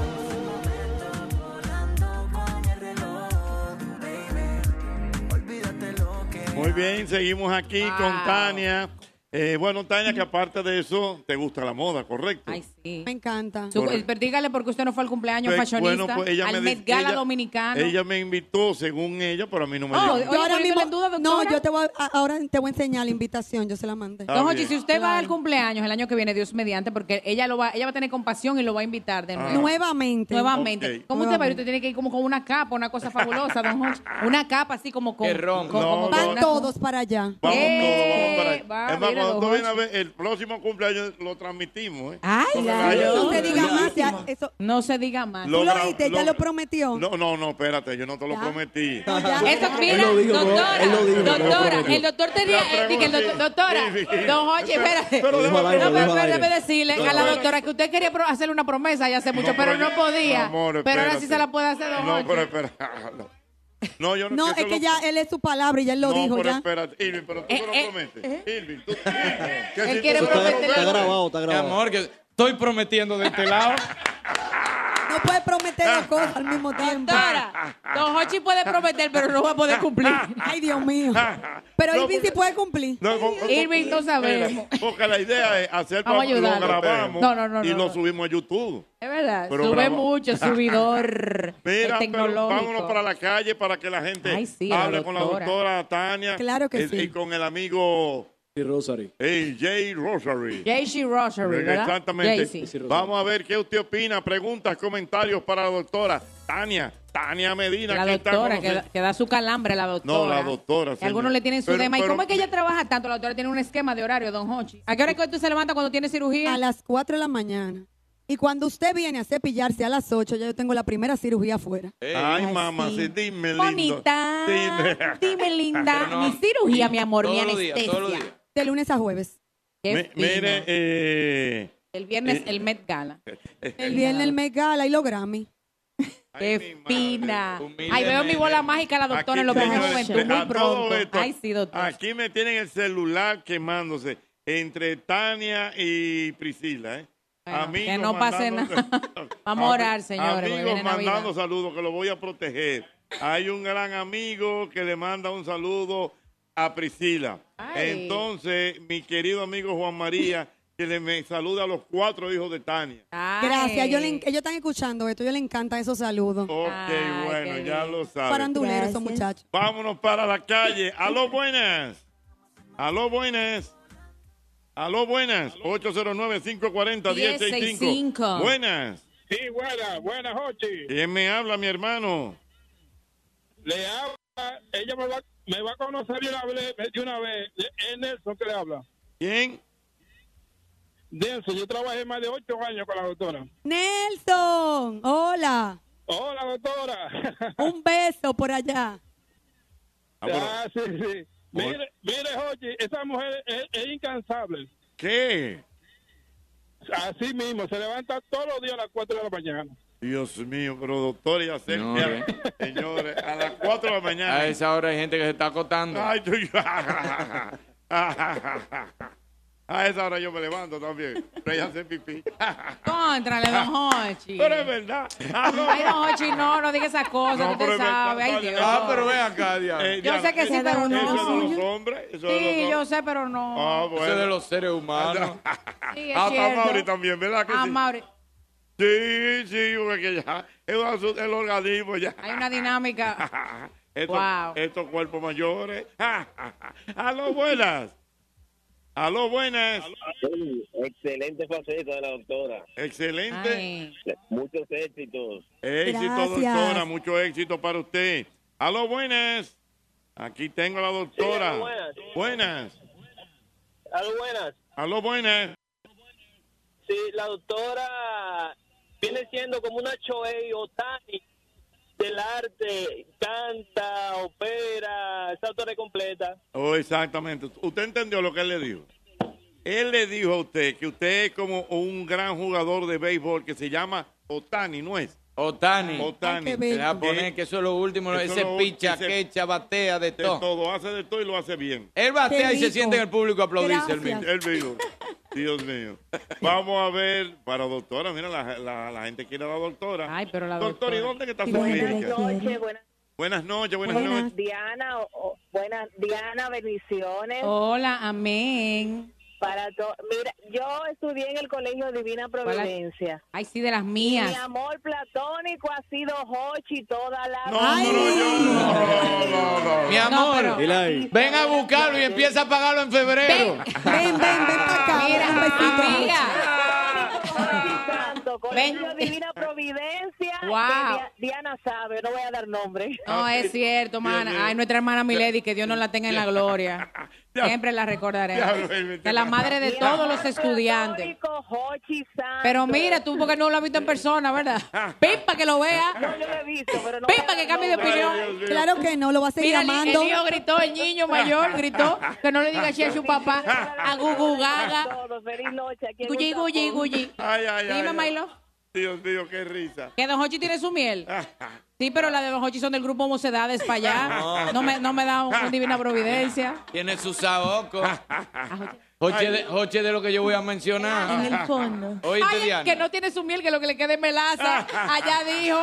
Muy bien, seguimos aquí con Tania. Eh, bueno, Tania, que aparte de eso, te gusta la moda, ¿correcto? Me encanta. Su- Correcto. pero dígale porque usted no fue al cumpleaños Pues, fashionista, bueno, pues, ella al me Met dice- Gala ella- dominicano. Ella me invitó, según ella, pero a mí no me Oh, llegó. oye, Yo ahora poniéndole mismo, en duda, no, doctora. yo te voy a, ahora te voy a enseñar la invitación, yo se la mandé. Ah, Don Jorge, si usted va al cumpleaños el año que viene, Dios mediante, porque ella lo va, ella va a tener compasión y lo va a invitar de Ah. nuevo. Nuevamente. Nuevamente. Ok. ¿Cómo usted va? a ir? Usted tiene que ir como con una capa, una cosa fabulosa, don Jorge. Una capa así como con... Que rompa. con- No, como con no. una- Todos para allá. Vamos Eh, todos, vamos para va, allá. Es más, mire, cuando tú don vienes a ver, el próximo cumpleaños lo transmitimos. ¿eh? Ay, Porque claro. la- No se diga la- más, ya, eso- No se diga más. Lo Tú lo gra- oíste, lo- ya lo- prometió. No, no, no, espérate, yo no te lo prometí. Eso, mira, doctora, doctora, el doctor tenía, eh, dije, el doctor, doctora, don Jorge, espérate. Pero déjame no, al aire, déjame al pero espérate, aire. déjame decirle a la Doctora. doctora que usted quería pro- hacerle una promesa ya hace mucho, pero no podía. Amor, pero ahora sí espérate. se la puede hacer, don No, Jorge. pero espera. no. No, yo no, No, eso es que lo- ya él es su palabra y ya él lo no, dijo pero ya. espérate, Irving, pero tú Eh, no eh, lo prometes. Irving, tú que Él si quiere tú- prometer Está algo. grabado, está grabado. Mi amor, que estoy prometiendo de este lado. No puede prometer dos cosas al mismo tiempo. Don Hochi puede prometer, pero no va a poder cumplir. Ay, Dios mío. Pero No, Irving sí puede cumplir. No, con- con- Irving, no sabemos. Mira, Porque la idea es hacer Vamos a lo ayudarlo. grabamos No, no, no, y no, lo no. subimos a YouTube. Es verdad. Pero Sube grabamos. mucho, subidor. Mira, es pero tecnológico. vámonos para la calle para que la gente Ay, sí, la hable con la doctora. doctora Tania. Eh, Claro que y, sí. Y con el amigo. Y Rosary. Jay Rosary. Jaycee Rosary, ¿verdad? Exactamente. Jaycee. Vamos a ver qué usted opina. Preguntas, comentarios para la doctora Tania. Tania Medina. La que está doctora, con que, da- nosotros. que da su calambre, la doctora. No, la doctora, Que señor. algunos le tienen su Pero- tema. ¿Y pero- cómo es que ella trabaja tanto? La doctora tiene un esquema de horario, don Hochi. ¿A qué hora es que usted se levanta cuando tiene cirugía? A las 4 de la mañana. Y cuando usted viene a cepillarse a las 8, ya yo tengo la primera cirugía afuera. Ay, mamá, sí, dime, lindo. Bonita. Dime. Dime, linda. Ah, Pero no, mi cirugía, mi amor, mi todos los días, anestesia. todos los días. De lunes a jueves. Mi- Mire, eh, El viernes, Eh. el Met Gala. El viernes el Met Gala y los Grammy. Qué fina. Ay, humildemente. veo mi bola mágica, la doctora, en los premios señores, Juventud muy a todo pronto. esto, Ay, sí, doctor. Aquí me tienen el celular quemándose entre Tania y Priscila, ¿eh? Bueno, Amigos que no pase mandando- nada. Vamos a orar, señores. porque Amigos viene Navidad. mandando saludos que lo voy a proteger. Hay un gran amigo que le manda un saludo a Priscila. Ay. Entonces, mi querido amigo Juan María, que le me saluda a los cuatro hijos de Tania. Gracias. Yo le en- ellos están escuchando esto. Yo le encanta esos saludos. Qué bueno, ya lo sabes. Faranduleros esos muchachos. Vámonos para la calle. Aló, buenas. Aló, buenas. Aló, buenas. 809-540-1065. Buenas. Sí, buena, buena, Jochi. ¿Quién me habla, mi hermano? Le habla, ella me va, me va a conocer de una vez. De una vez. Es Nelson que le habla. ¿Quién? Nelson, yo trabajé más de ocho años con la doctora. Nelson, hola. Hola, doctora. Un beso por allá. Ah, sí, sí. Mire, mire, Jochi, esa mujer es, es incansable. ¿Qué? Así mismo, se levanta todos los días a las 4 de la mañana. Dios mío, pero doctor, ya sé. No, ya- eh. Señores, a las 4 de la mañana. A esa hora hay gente que se está acotando. Ay, tú- A esa hora yo me levanto también. Pero ya hace pipí. Contrale, don Hochi. Pero es verdad. Ah, no. Ay, don Hochi, no, no diga esas cosas, No, que usted pero es verdad, sabe. Ay, Tania. Dios. Ah, pero ve acá, diablo. Yo sé Eh, que sí, pero no. Eso es de los hombres. Eso es de Sí, los yo hombres. sé, pero no. Ah, bueno. Eso es de los seres humanos. Sí, es Ah, está cierto. Mauri también, ¿verdad que Ah, sí? Mauri. Sí, sí, porque ya es un asunto- el organismo ya. Hay una dinámica. Estos, Wow. estos cuerpos mayores. Aló, buenas. Aló, buenas. Excelente faceta de la doctora. Excelente. Muchos éxitos. Éxito, Gracias. doctora. Mucho éxito para usted. Aló, buenas. Aquí tengo a la doctora. Sí, aló, buenas. Buenas. Algo buenas. Aló, buenas. Sí, la doctora viene siendo como una Choei Otani del arte. Canta, opera, esa autora es completa. Oh, exactamente. ¿Usted entendió lo que él le dijo? Él le dijo a usted que usted es como un gran jugador de béisbol que se llama Otani, ¿no es? Otani. Otani. Le va a poner que eso es lo último. Eso ese es lo picha, último, ese- quecha, batea, de, de todo. todo, hace de todo y lo hace bien. Él batea y se siente en el público a aplaudirse él mismo. Él mismo. Dios mío. Vamos a ver para doctora. Mira, la, la- la gente quiere a la doctora. Ay, pero la doctora. ¿y dónde que está su clínica? buenas, Buenas noches, buenas, noches. buenas, Diana, o- o- buenas, Diana, bendiciones. Hola, amén. Para to- Mira, yo estudié en el Colegio Divina Providencia. Ay, sí, de las Mi mías. amor platónico ha sido Hochi toda la Mi amor, ven a buscarlo y empieza a pagarlo en febrero. Ven, ven, ven para acá. Mira, Ah, un besito. Santo, Colegio Divina Providencia. Wow. que Dia- Diana sabe, no voy a dar nombre. Eh, Ah, No, es cierto, mana. Ay, nuestra hermana Milady, que Dios nos la tenga en la gloria. Siempre la recordaré. Diablo, De la madre de Mi todos amor los estudiantes. platónico, Hochi Santo. Pero mira, tú porque no lo has visto en persona, ¿verdad? Ven para que lo vea. No, yo lo he visto, pero no. Ven para que cambie de opinión. Claro que no, lo va a seguir Mira, el- amando. el niño gritó, el niño mayor gritó que no le diga así a su papá, a Gugu Gaga. Todos, feliz noche. Aquí en Guyi, Gustavo. guyi, guyi. Ay, ay, ay. Dime, ay. Milo, Dios mío, qué risa. que Don Hochi tiene su miel. Sí, pero la de los Hochi son del grupo Mocedades para allá. No me, no me da un, un divina providencia. Tiene su saoco. Joche de, Joche de lo que yo voy a mencionar. En el fondo. Oíste, Ay, el Diana. que no tiene su miel, que lo que le quede es melaza. Allá dijo,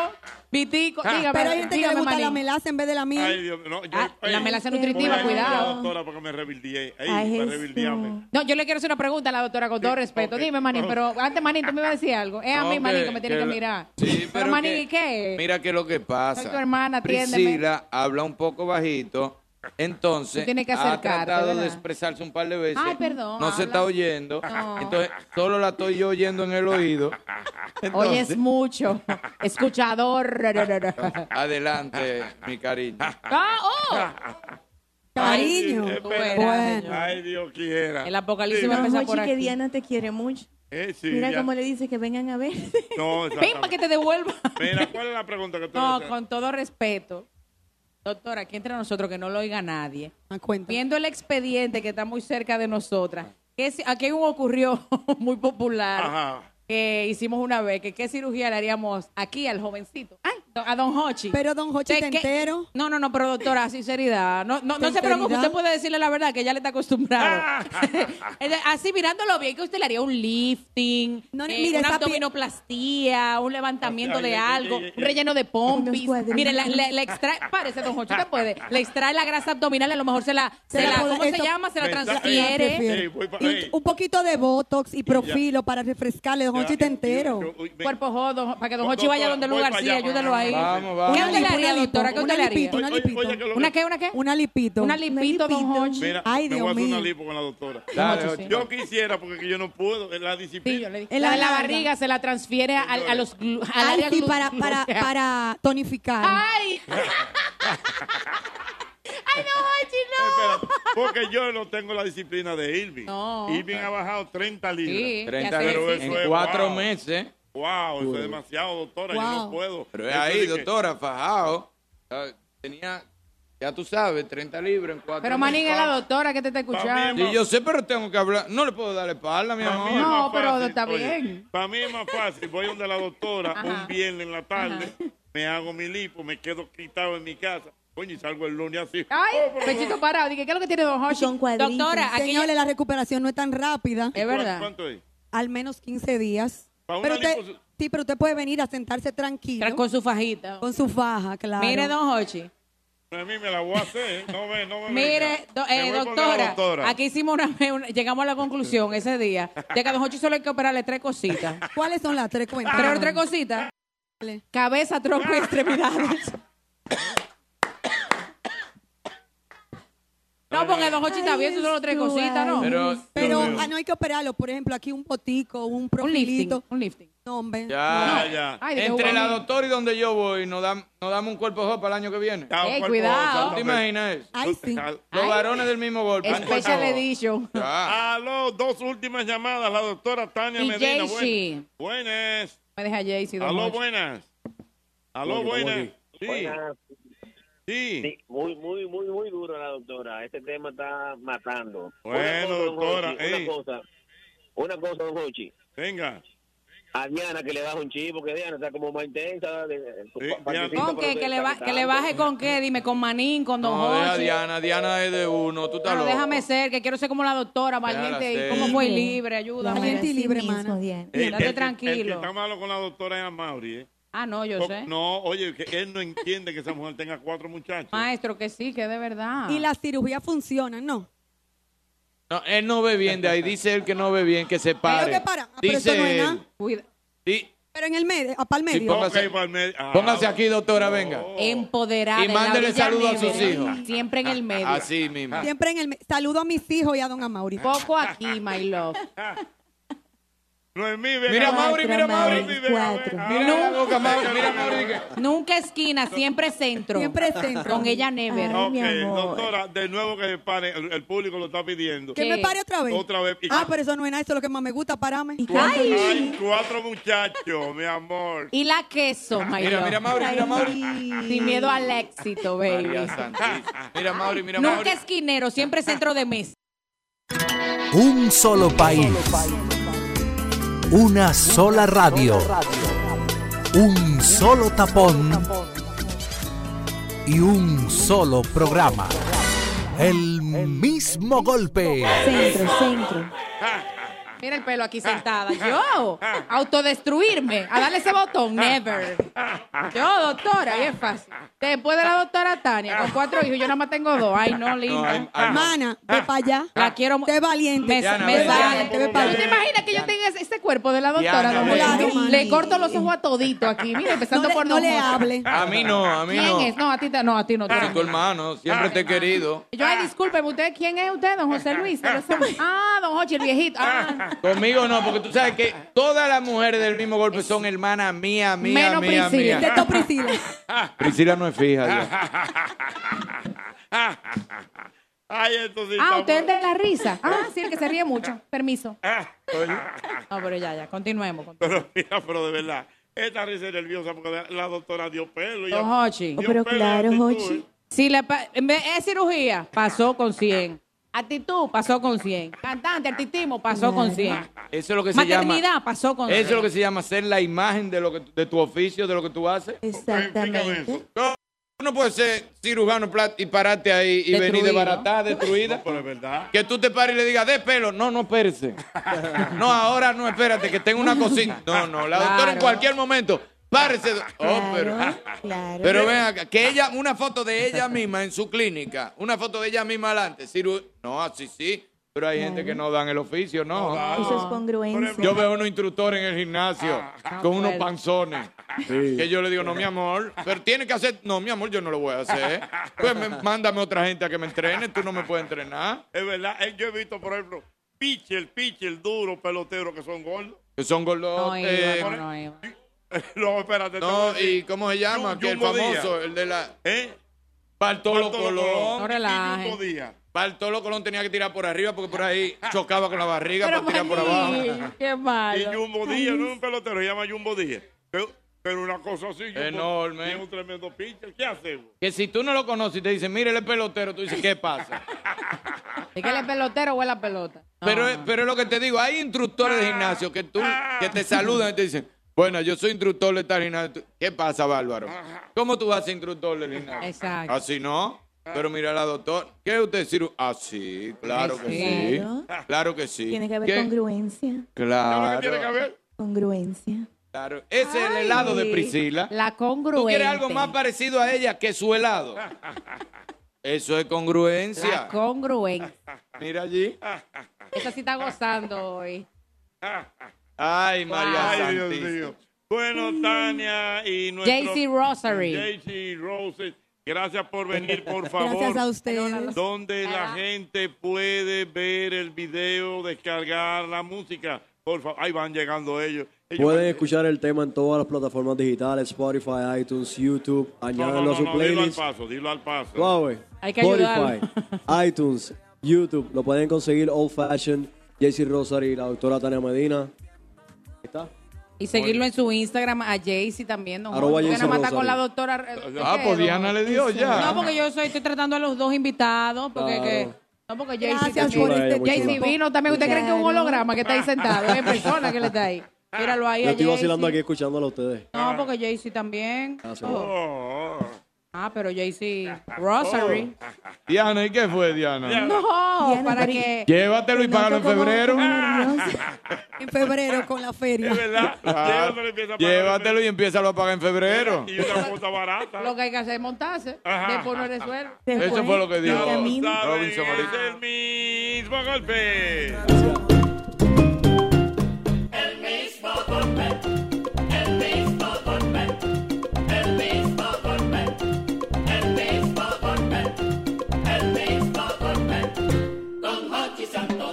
Vitico, dígame. Pero hay gente que le dígame, gusta la Marín. melaza en vez de la miel. Ay, Dios, no, yo- Ah, la ay, melaza voy a nutritiva, llamar a la cuidado. doctora porque me rebildié. Ey, Ay, para Jesús. rebildiarme. No, yo le quiero hacer una pregunta a la doctora con todo respeto. Dime, Manín, pero antes, Manín, tú me ibas a decir algo. Es a mí, No, Manín, que- que me tiene que, que- mirar. Sí, Pero, pero Manín, que- ¿y qué? Mira que lo que pasa. Soy tu hermana, atiéndeme. Priscila habla un poco bajito. Entonces, Tú tienes que ha acercarte, tratado ¿verdad? de expresarse un par de veces. Ay, perdón, No habla. se está oyendo. No. Entonces, solo la estoy yo oyendo en el oído. Oye, Entonces, es mucho. Escuchador. Adelante, mi cariño. Ah, Cariño. Ay, espera. Ay, Dios quiera. El apocalipsis Sí. va a empezar por Jochi, que aquí. Diana te quiere mucho. Eh, sí, Mira ya. cómo le dice que vengan a ver. No, Ven para que te devuelva. Mira, ¿cuál es la pregunta que tú No, le haces? con todo respeto. Doctora, aquí entre nosotros que no lo oiga nadie. Ah, Viendo el expediente que está muy cerca de nosotras, que si- aquí hay un ocurrió muy popular Ajá. que hicimos una vez, que qué cirugía le haríamos aquí al jovencito, Ay, do- a don Hochi. Pero don Hochi ¿De te qué- entero. No, no, no, pero doctora, sinceridad. No, no, no se preocupe, Sinceridad. usted puede decirle la verdad, que ya le está acostumbrado. Ah. Entonces, Así mirándolo bien, que usted le haría un lifting, No, ni- eh, mira, una esa pie- abdominoplastía, un levantamiento Ay, de ay, ay, algo, ay, ay, un relleno de pompis. cuadritos. Mire, la- le, le extrae, parece, don Hochi, usted puede, le extrae la grasa abdominal, a lo mejor se la, se Se la la ¿cómo puede- se esto- llama? Se la Esa- transfiere. transfiere. Y un poquito de botox y profilo para refrescarle, don Hochi te entero. Cuerpo jodo, para que don Hochi Doctora, vaya donde voy lugar, pa' sí, allá, ayúdalo vamos, ahí. vamos, vamos. ¿Qué usted le Una haría, lipo, doctora? ¿Qué una usted le haría? lipito, una lipito. Oye, oye, que lo- ¿Una qué, una qué? Una lipito. Una lipito, don Hochi. Mira, Ay, me Dios voy a hacer mío. una lipo con la doctora. Dale, Ocho, sí. yo quisiera porque que yo no puedo, es la disciplina. la, de la barriga se la transfiere a, a los glu- al Ay, área sí, glu- para, para, glútea. para tonificar. ¡Ay! ¡Ay, no, Espera, porque yo no tengo la disciplina de Irving. No. Irving ha bajado 30 libras. Sí, 30 Pero veces. eso En es, cuatro wow. meses. Wow, eso es demasiado, doctora. Yo no Wow. puedo. Pero es Eso ahí, de que- doctora, fajado. Ah, Tenía, ya tú sabes, 30 libras en cuatro Pero meses. Manín es la doctora que te está escuchando. Sí, yo sé, pero tengo que hablar. No le puedo dar la espalda, mi amor. No, pero está bien. Para mí es más fácil. Voy donde la doctora un viernes en la tarde, me hago mi lipo, me quedo quitado en mi casa. Coño, y salgo el lunes así. Oh, Ay, pechito parado. Dije, ¿qué es lo que tiene don Hochi? Doctora, aquí Señores, la recuperación no es tan rápida. ¿Y cuánto- ¿Cuánto es? Al menos 15 días. Pa' una Pero usted, lipo- sí, pero usted puede venir a sentarse tranquilo. Tra- con su fajita. Con su faja, claro. Mire, don Hochi. A mí me la voy a hacer. No me, no me Mire, venga. do- Me eh, voy por la doctora, aquí hicimos una, una- llegamos a la conclusión ese día de que a don Hochi solo hay que operarle tres cositas. ¿Cuáles son las tres cuentas? Pero tres cositas. Cabeza, tronco y extremidades. No, porque don Hochi está bien, son solo tres cositas, ¿no? Pero- Pero Dios mío. ah, no hay que operarlo. Por ejemplo, aquí un botico, un profilito. Un lifting. No, hombre. Ya, No. ya. Ay, de que Entre jugó la bien. doctora y donde yo voy, nos dam- nos damos un cuerpo hot para el año que viene. un Ey, cuerpo cuidado. hot, ¿Tú te imaginas eso? Ay, sí. Los varones del mismo golpe. un cuerpo Special hot. Edition. Ya. Aló, dos últimas llamadas. La doctora Tania Y Medina. Jaycee. Buenas. Buenas. Me deja Jaycee, don Aló, Hochi. buenas. Aló, Estamos aquí, buenas. estamos Sí. Buenas. Sí. Muy, muy, muy, muy duro la doctora. Este tema está matando. Bueno, don doctora, Jochi, una ey. cosa, una cosa, don Hochi. Venga. A Diana que le baje un chivo, que Diana está como más intensa. de- pa- participa, ¿Con qué? pero Que le, ba- está que le baje con qué, dime, con Manín, con Don No, deja a Hochi. Diana. Diana es de uno. Tú estás Pero loco. Ah, déjame ser, que quiero ser como la doctora, Déjala valiente y ser. como fue Libre. libre, ayúdame. Valiente y libre, mano. Eh, El- el que- Date El que tranquilo. está malo con la doctora es Amaury, ¿eh? Ah, no, yo Po- sé. No, oye, que él no entiende que esa mujer tenga cuatro muchachos. Maestro, que sí, que de verdad. Y las cirugías funcionan, ¿no? No, él no ve bien de ahí. Dice él que no ve bien, que se pare. para. Ah, pero eso no es Dice él. nada. Sí, Pero en el medio, a pa'l sí, medio. póngase, póngase aquí, doctora, venga. Empoderada. Y en la mándele orilla saludos a libre. sus hijos. Ah, Siempre en el medio. Así mismo. Siempre en el medio. Saludo a mis hijos y a don Amaury. Poco aquí, my love. Noemí, Mira a Mauri, mira a Mauri. Ah, Mira la boca, Mauri, mira a Mauri. Nunca esquina, siempre centro. Siempre centro. Con ella never. Ah. ok, doctora, de nuevo que se pare, el, el público lo está pidiendo. Que me pare otra vez. Otra vez. Y- Ah, pero eso no es nada, eso es lo que más me gusta, parame. cuatro, ay, cuatro muchachos, mi amor. Y la queso, my Mira, love. mira a Mauri, mira a Mauri. Sin miedo al éxito, baby. María Santísima. Mira a Mauri, mira a Mauri. Nunca esquinero, siempre centro de mesa. Un solo país. Una sola radio. Un solo tapón. y un solo programa. El mismo golpe. Centro, centro. Mira el pelo aquí sentada. Yo, autodestruirme, a darle ese botón, never. Yo, doctora, y es fácil. Después de la doctora Tania, con cuatro hijos, yo nada más tengo dos. Ay, no, No, linda. hay- hay- Hermana, ve para allá. La quiero Te valiente. Me, me sale. Te ve ¿Tú pa' allá. te imaginas que yo tenga ese, ese cuerpo de la doctora? Diana, don ve. Jorge? Claro, le corto los ojos a todito aquí. Mira, empezando por no le hable. A mí no, a mí ¿Quién no. es? No, a ti te- no, a ti no. tú Soy no. tu hermano, siempre te he querido. Yo, ay, discúlpeme, ¿usted quién es usted, don José Luis? Pero eso- Ah, don Jorge, el viejito. Ah, Conmigo no, porque tú sabes que todas las mujeres del mismo golpe son hermanas mía, mía, menos mía, Priscila. mía. Excepto Priscila. Priscila no es fija. Ay, esto sí Ah, está usted es bueno. de la risa. Ah, sí, el que se ríe mucho. Permiso. No, pero ya, ya, continuemos. continuemos. Pero mira, pero de verdad, esta risa es nerviosa porque la- la doctora dio pelo. Don Hochi. Hochi. Si la pa- en vez- es cirugía, pasó con 100. Actitud, pasó con 100. Cantante, artistismo, pasó con 100. Eso es lo que se llama. Maternidad, pasó con 100. Eso es lo que se llama ser la imagen de lo que de tu oficio, de lo que tú haces. Exactamente. No, tú no puedes ser cirujano plat- y pararte ahí y venir Destruido. desbaratada, destruida. pero es verdad. Que tú te pares y le digas, de pelo. No, no, espérese. No, ahora no, espérate, que tengo una cosita. No, no, la doctora en Claro. cualquier momento. Párese. do- Oh, pero. Claro. Pero ven acá, que ella, una foto de ella misma en su clínica, una foto de ella misma adelante. ciru- No, así sí, pero hay gente que no dan el oficio, no. Eso es congruencia. Yo veo unos instructores en el gimnasio Ah, con unos puedo. panzones. Que yo le digo, no, mi amor, pero tiene que hacer. No, mi amor, yo no lo voy a hacer. Pues me- mándame otra gente a que me entrene, tú no me puedes entrenar. Es verdad, eh, yo he visto, por ejemplo, pitcher, pitcher, duro, pelotero que son gordos. Que son gordos. No, eh, Iván, no, No, espérate. te voy a no, decir. y ¿cómo se llama? Jum- Que el Jumbo Díaz. famoso, el de la. ¿Eh? Bartolo, Colón. No relajes. Y Jumbo Díaz. Bartolo Colón tenía que tirar por arriba porque por ahí chocaba con la barriga para tirar por abajo. Qué Y malo. Jumbo Díaz, no es un pelotero, se llama Jumbo Díaz. Pero, pero una cosa así. Jumbo- Enorme. tiene un tremendo pitcher. ¿Qué hacemos? Que si tú no lo conoces y te dicen, mire, él es pelotero, tú dices, ¿qué pasa? Es que él es pelotero o es la pelota. Pero, es- pero es lo que te digo, hay instructores de gimnasio que, tú, que te saludan y te dicen, bueno, yo soy instructor de tal gimnasio. Tú, ¿Qué pasa, Bárbaro? ¿Cómo tú vas a ser instructor de gimnasio? Exacto. Así no. Pero mira la doctora, ¿qué usted ciru? Ah, sí, claro que Sí. sí. Claro que sí. Tiene que haber ¿Qué? Ah, congruencia. Claro. Congruencia. claro. Ese es el helado de Priscila. La congruencia. ¿Tú quieres algo más parecido a ella que su helado? Eso es La congruencia. congruencia. Mira allí. Esa sí está gozando hoy. Ay, María Ay, Dios Santísima. mío. Bueno, Tania y nuestro... JC Rosary. JC Rosary. Gracias por venir, por favor. Gracias a ustedes. Donde la gente puede ver el video, descargar la música. Por favor, ahí van llegando ellos. Ellos Pueden escuchar el tema en todas las plataformas digitales, Spotify, iTunes, YouTube. No, no, Añádanlo no, a su no, dilo al playlist. paso, dilo al paso. Huawei, Hay que Spotify, iTunes, YouTube. Lo pueden conseguir Old Fashion, JC Rosary, la doctora Tania Medina. ¿Está? Y seguirlo en su Instagram a Jaycee también, don Arroba Jorge. Usted Jaycee nada más está con la Rosario. doctora. eh, Ah, ¿qué, pues don Diana Jorge? le dio ya. No, porque yo soy, estoy tratando a los dos invitados. Porque Claro. que- no, porque Jaycee Gracias por también. este Muy chula. Jaycee vino también. ¿Usted cree que es un Claro. holograma que está ahí sentado? Es en persona que le está ahí. Míralo ahí Yo a estoy Jaycee. vacilando aquí escuchándolo a ustedes. No, porque Jaycee también. Ah, sí. Oh. Ah, pero Jaycee Rosary. Diana, ¿y qué fue, Diana? No, para pero- que. Llévatelo y Te págalo en noto como- febrero. como nerviosa. en febrero con la feria. Es verdad. Ah, Llévatelo y empieza a pagar en febrero. Y una cosa barata. Lo que hay que hacer es montarse. Después no resuelve. Eso fue lo que dijo Ya lo saben, Robinson ahorita. es el mismo golpe. El mismo golpe, el mismo golpe, el mismo golpe, el mismo golpe, el mismo golpe, con Hochi Santos.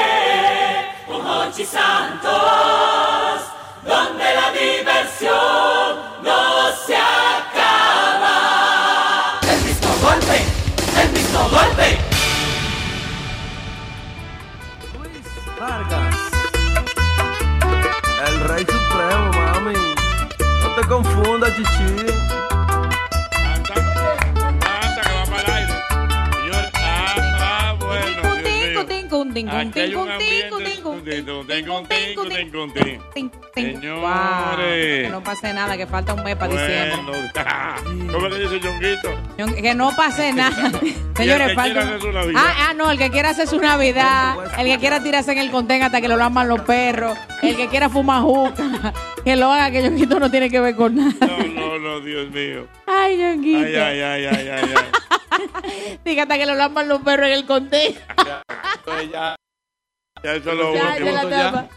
con Hochi Santos, donde la diversión no se acaba. El mismo golpe, el mismo golpe. El rey supremo, mami. No te confundas, chichi. tincun, tincun, Aquí hay tincun, un ambiente tincun, escondido. Tengo, tengo, tengo, tengo. tincun, tincun. Guau, Que Señores. no pase nada, que falta un mes para diciembre. Bueno, ¿cómo le dice Chonguito? Que no pase nada. Señores, que falta. quiera hacer su Navidad. Ah, ah, no, el que quiera hacer su Navidad, el que quiera tirarse en el contén hasta que lo laman los perros, el que quiera fumar juca, que lo haga, que Yonguito no tiene que ver con nada. No, no, Dios mío. Ay, Yonguito. Ay, ay, ay, ay, ay. ay. Diga hasta que lo laman los perros en el contén. Pues ya. Ya eso es lo Ya, último. ya la tapa.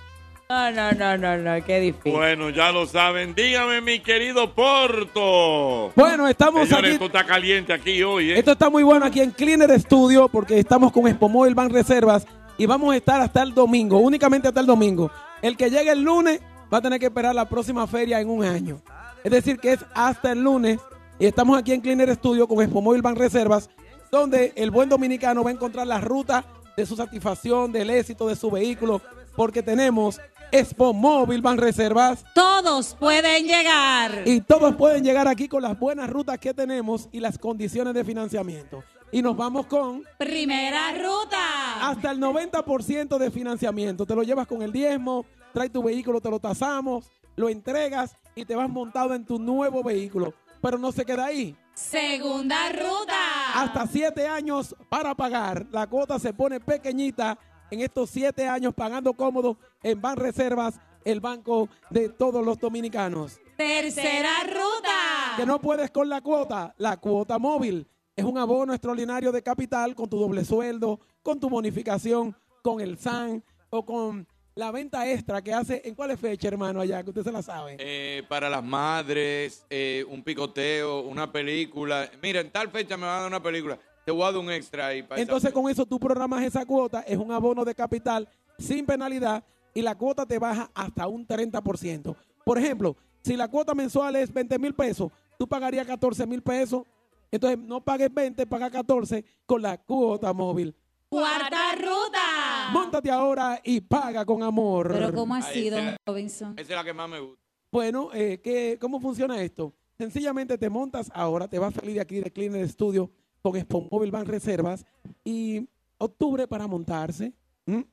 No, no, no, no, no, qué difícil. Bueno, ya lo saben. Dígame, mi querido Porto. Bueno, estamos Señores, aquí. esto está caliente aquí hoy, ¿eh? Esto está muy bueno aquí en Cleaner Studio porque estamos con Espomóvil Ban Reservas y vamos a estar hasta el domingo, únicamente hasta el domingo. El que llegue el lunes va a tener que esperar la próxima feria en un año. Es decir, que es hasta el lunes y estamos aquí en Cleaner Studio con Espomóvil Ban Reservas, donde el buen dominicano va a encontrar la ruta de su satisfacción, del éxito de su vehículo, porque tenemos Espomóvil Ban Reservas. Todos pueden llegar. Y todos pueden llegar aquí con las buenas rutas que tenemos y las condiciones de financiamiento. Y nos vamos con Primera ruta. hasta el 90% de financiamiento. Te lo llevas con el diezmo, trae tu vehículo, te lo tasamos, lo entregas y te vas montado en tu nuevo vehículo. Pero no se queda ahí. Segunda ruta. Hasta siete años para pagar. La cuota se pone pequeñita en estos siete años pagando cómodo en Banreservas, el banco de todos los dominicanos. Tercera ruta. que no puedes con la cuota, la cuota móvil. Es un abono extraordinario de capital con tu doble sueldo, con tu bonificación, con el SAN o con la venta extra que hace. ¿En cuál es fecha, hermano, allá? Que usted se la sabe. Eh, para las madres, eh, un picoteo, una película. Mira, en tal fecha me van a dar una película. Te voy a dar un extra ahí. Para esa Entonces, con eso tú programas esa cuota. Es un abono de capital sin penalidad y la cuota te baja hasta un 30%. Por ejemplo, si la cuota mensual es 20 mil pesos, tú pagarías 14 mil pesos. Entonces, no pagues 20, paga 14 con la cuota móvil. Cuarta ruta. Móntate ahora y paga con amor. Pero ¿cómo ha sido, esa- Robinson? Esa es la que más me gusta. Bueno, eh, ¿qué- ¿cómo funciona esto? Sencillamente te montas ahora, te vas a salir de aquí de Cleaner Studio con Spomóvil Ban Reservas y octubre para montarse, ¿m?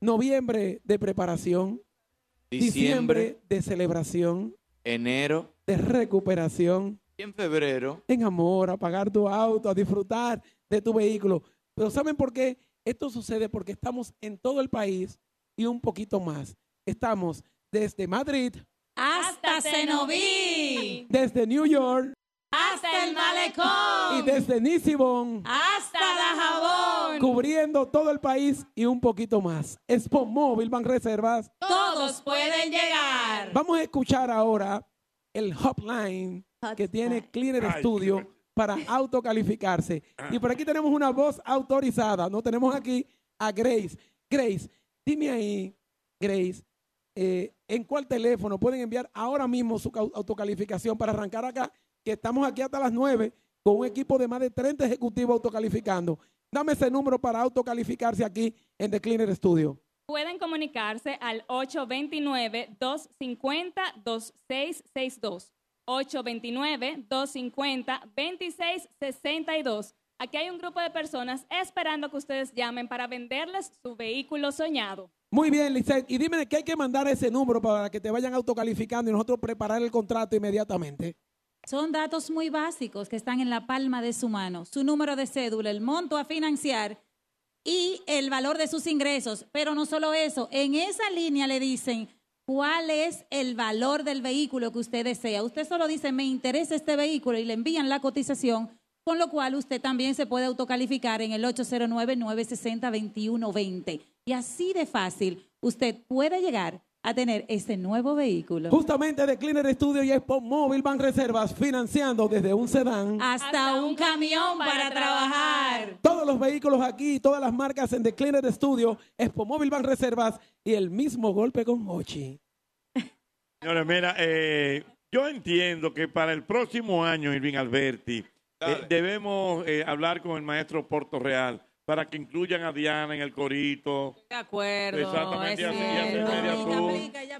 noviembre de preparación, Diciembre, diciembre de celebración, enero de recuperación, y en febrero. en amor, a pagar tu auto, a disfrutar de tu vehículo. Pero ¿saben por qué? Esto sucede porque estamos en todo el país y un poquito más. Estamos desde Madrid, Hasta Cenoví. desde New York Hasta el malecón. y desde Nisibón, Hasta Dajabón. cubriendo todo el país y un poquito más. Expo Móvil Banreservas. Todos pueden llegar. Vamos a escuchar ahora el hotline que tiene Cleaner Ay, Studio para autocalificarse. Y por aquí tenemos una voz autorizada. No tenemos aquí a Grace. Grace, dime ahí, Grace, eh, ¿en cuál teléfono pueden enviar ahora mismo su cau- autocalificación para arrancar acá? Que estamos aquí hasta las 9 con un equipo de más de 30 ejecutivos autocalificando. Dame ese número para autocalificarse aquí en The Cleaner Studio. Pueden comunicarse al 829-250-2662. 829-250-2662. Aquí hay un grupo de personas esperando que ustedes llamen para venderles su vehículo soñado. Muy bien, Lizeth. Y dime que hay que mandar ese número para que te vayan autocalificando y nosotros preparar el contrato inmediatamente. Son datos muy básicos que están en la palma de su mano. Su número de cédula, el monto a financiar y el valor de sus ingresos. Pero no solo eso, en esa línea le dicen cuál es el valor del vehículo que usted desea. Usted solo dice, me interesa este vehículo y le envían la cotización, con lo cual usted también se puede autocalificar en el 809-960-2120. Y así de fácil, usted puede llegar a tener ese nuevo vehículo. Justamente de Cleaner Studio y Expo Móvil van reservas financiando desde un sedán. hasta un camión para trabajar. Todos los vehículos aquí, todas las marcas en The Cleaner Studio, Expo Móvil van reservas y el mismo golpe con Hochi. Señores, mira, eh, yo entiendo que para el próximo año, Irving Alberti, eh, debemos eh, hablar con el maestro Porto Real para que incluyan a Diana en el corito. De acuerdo. Exactamente, es así, ya se cierto. media tú.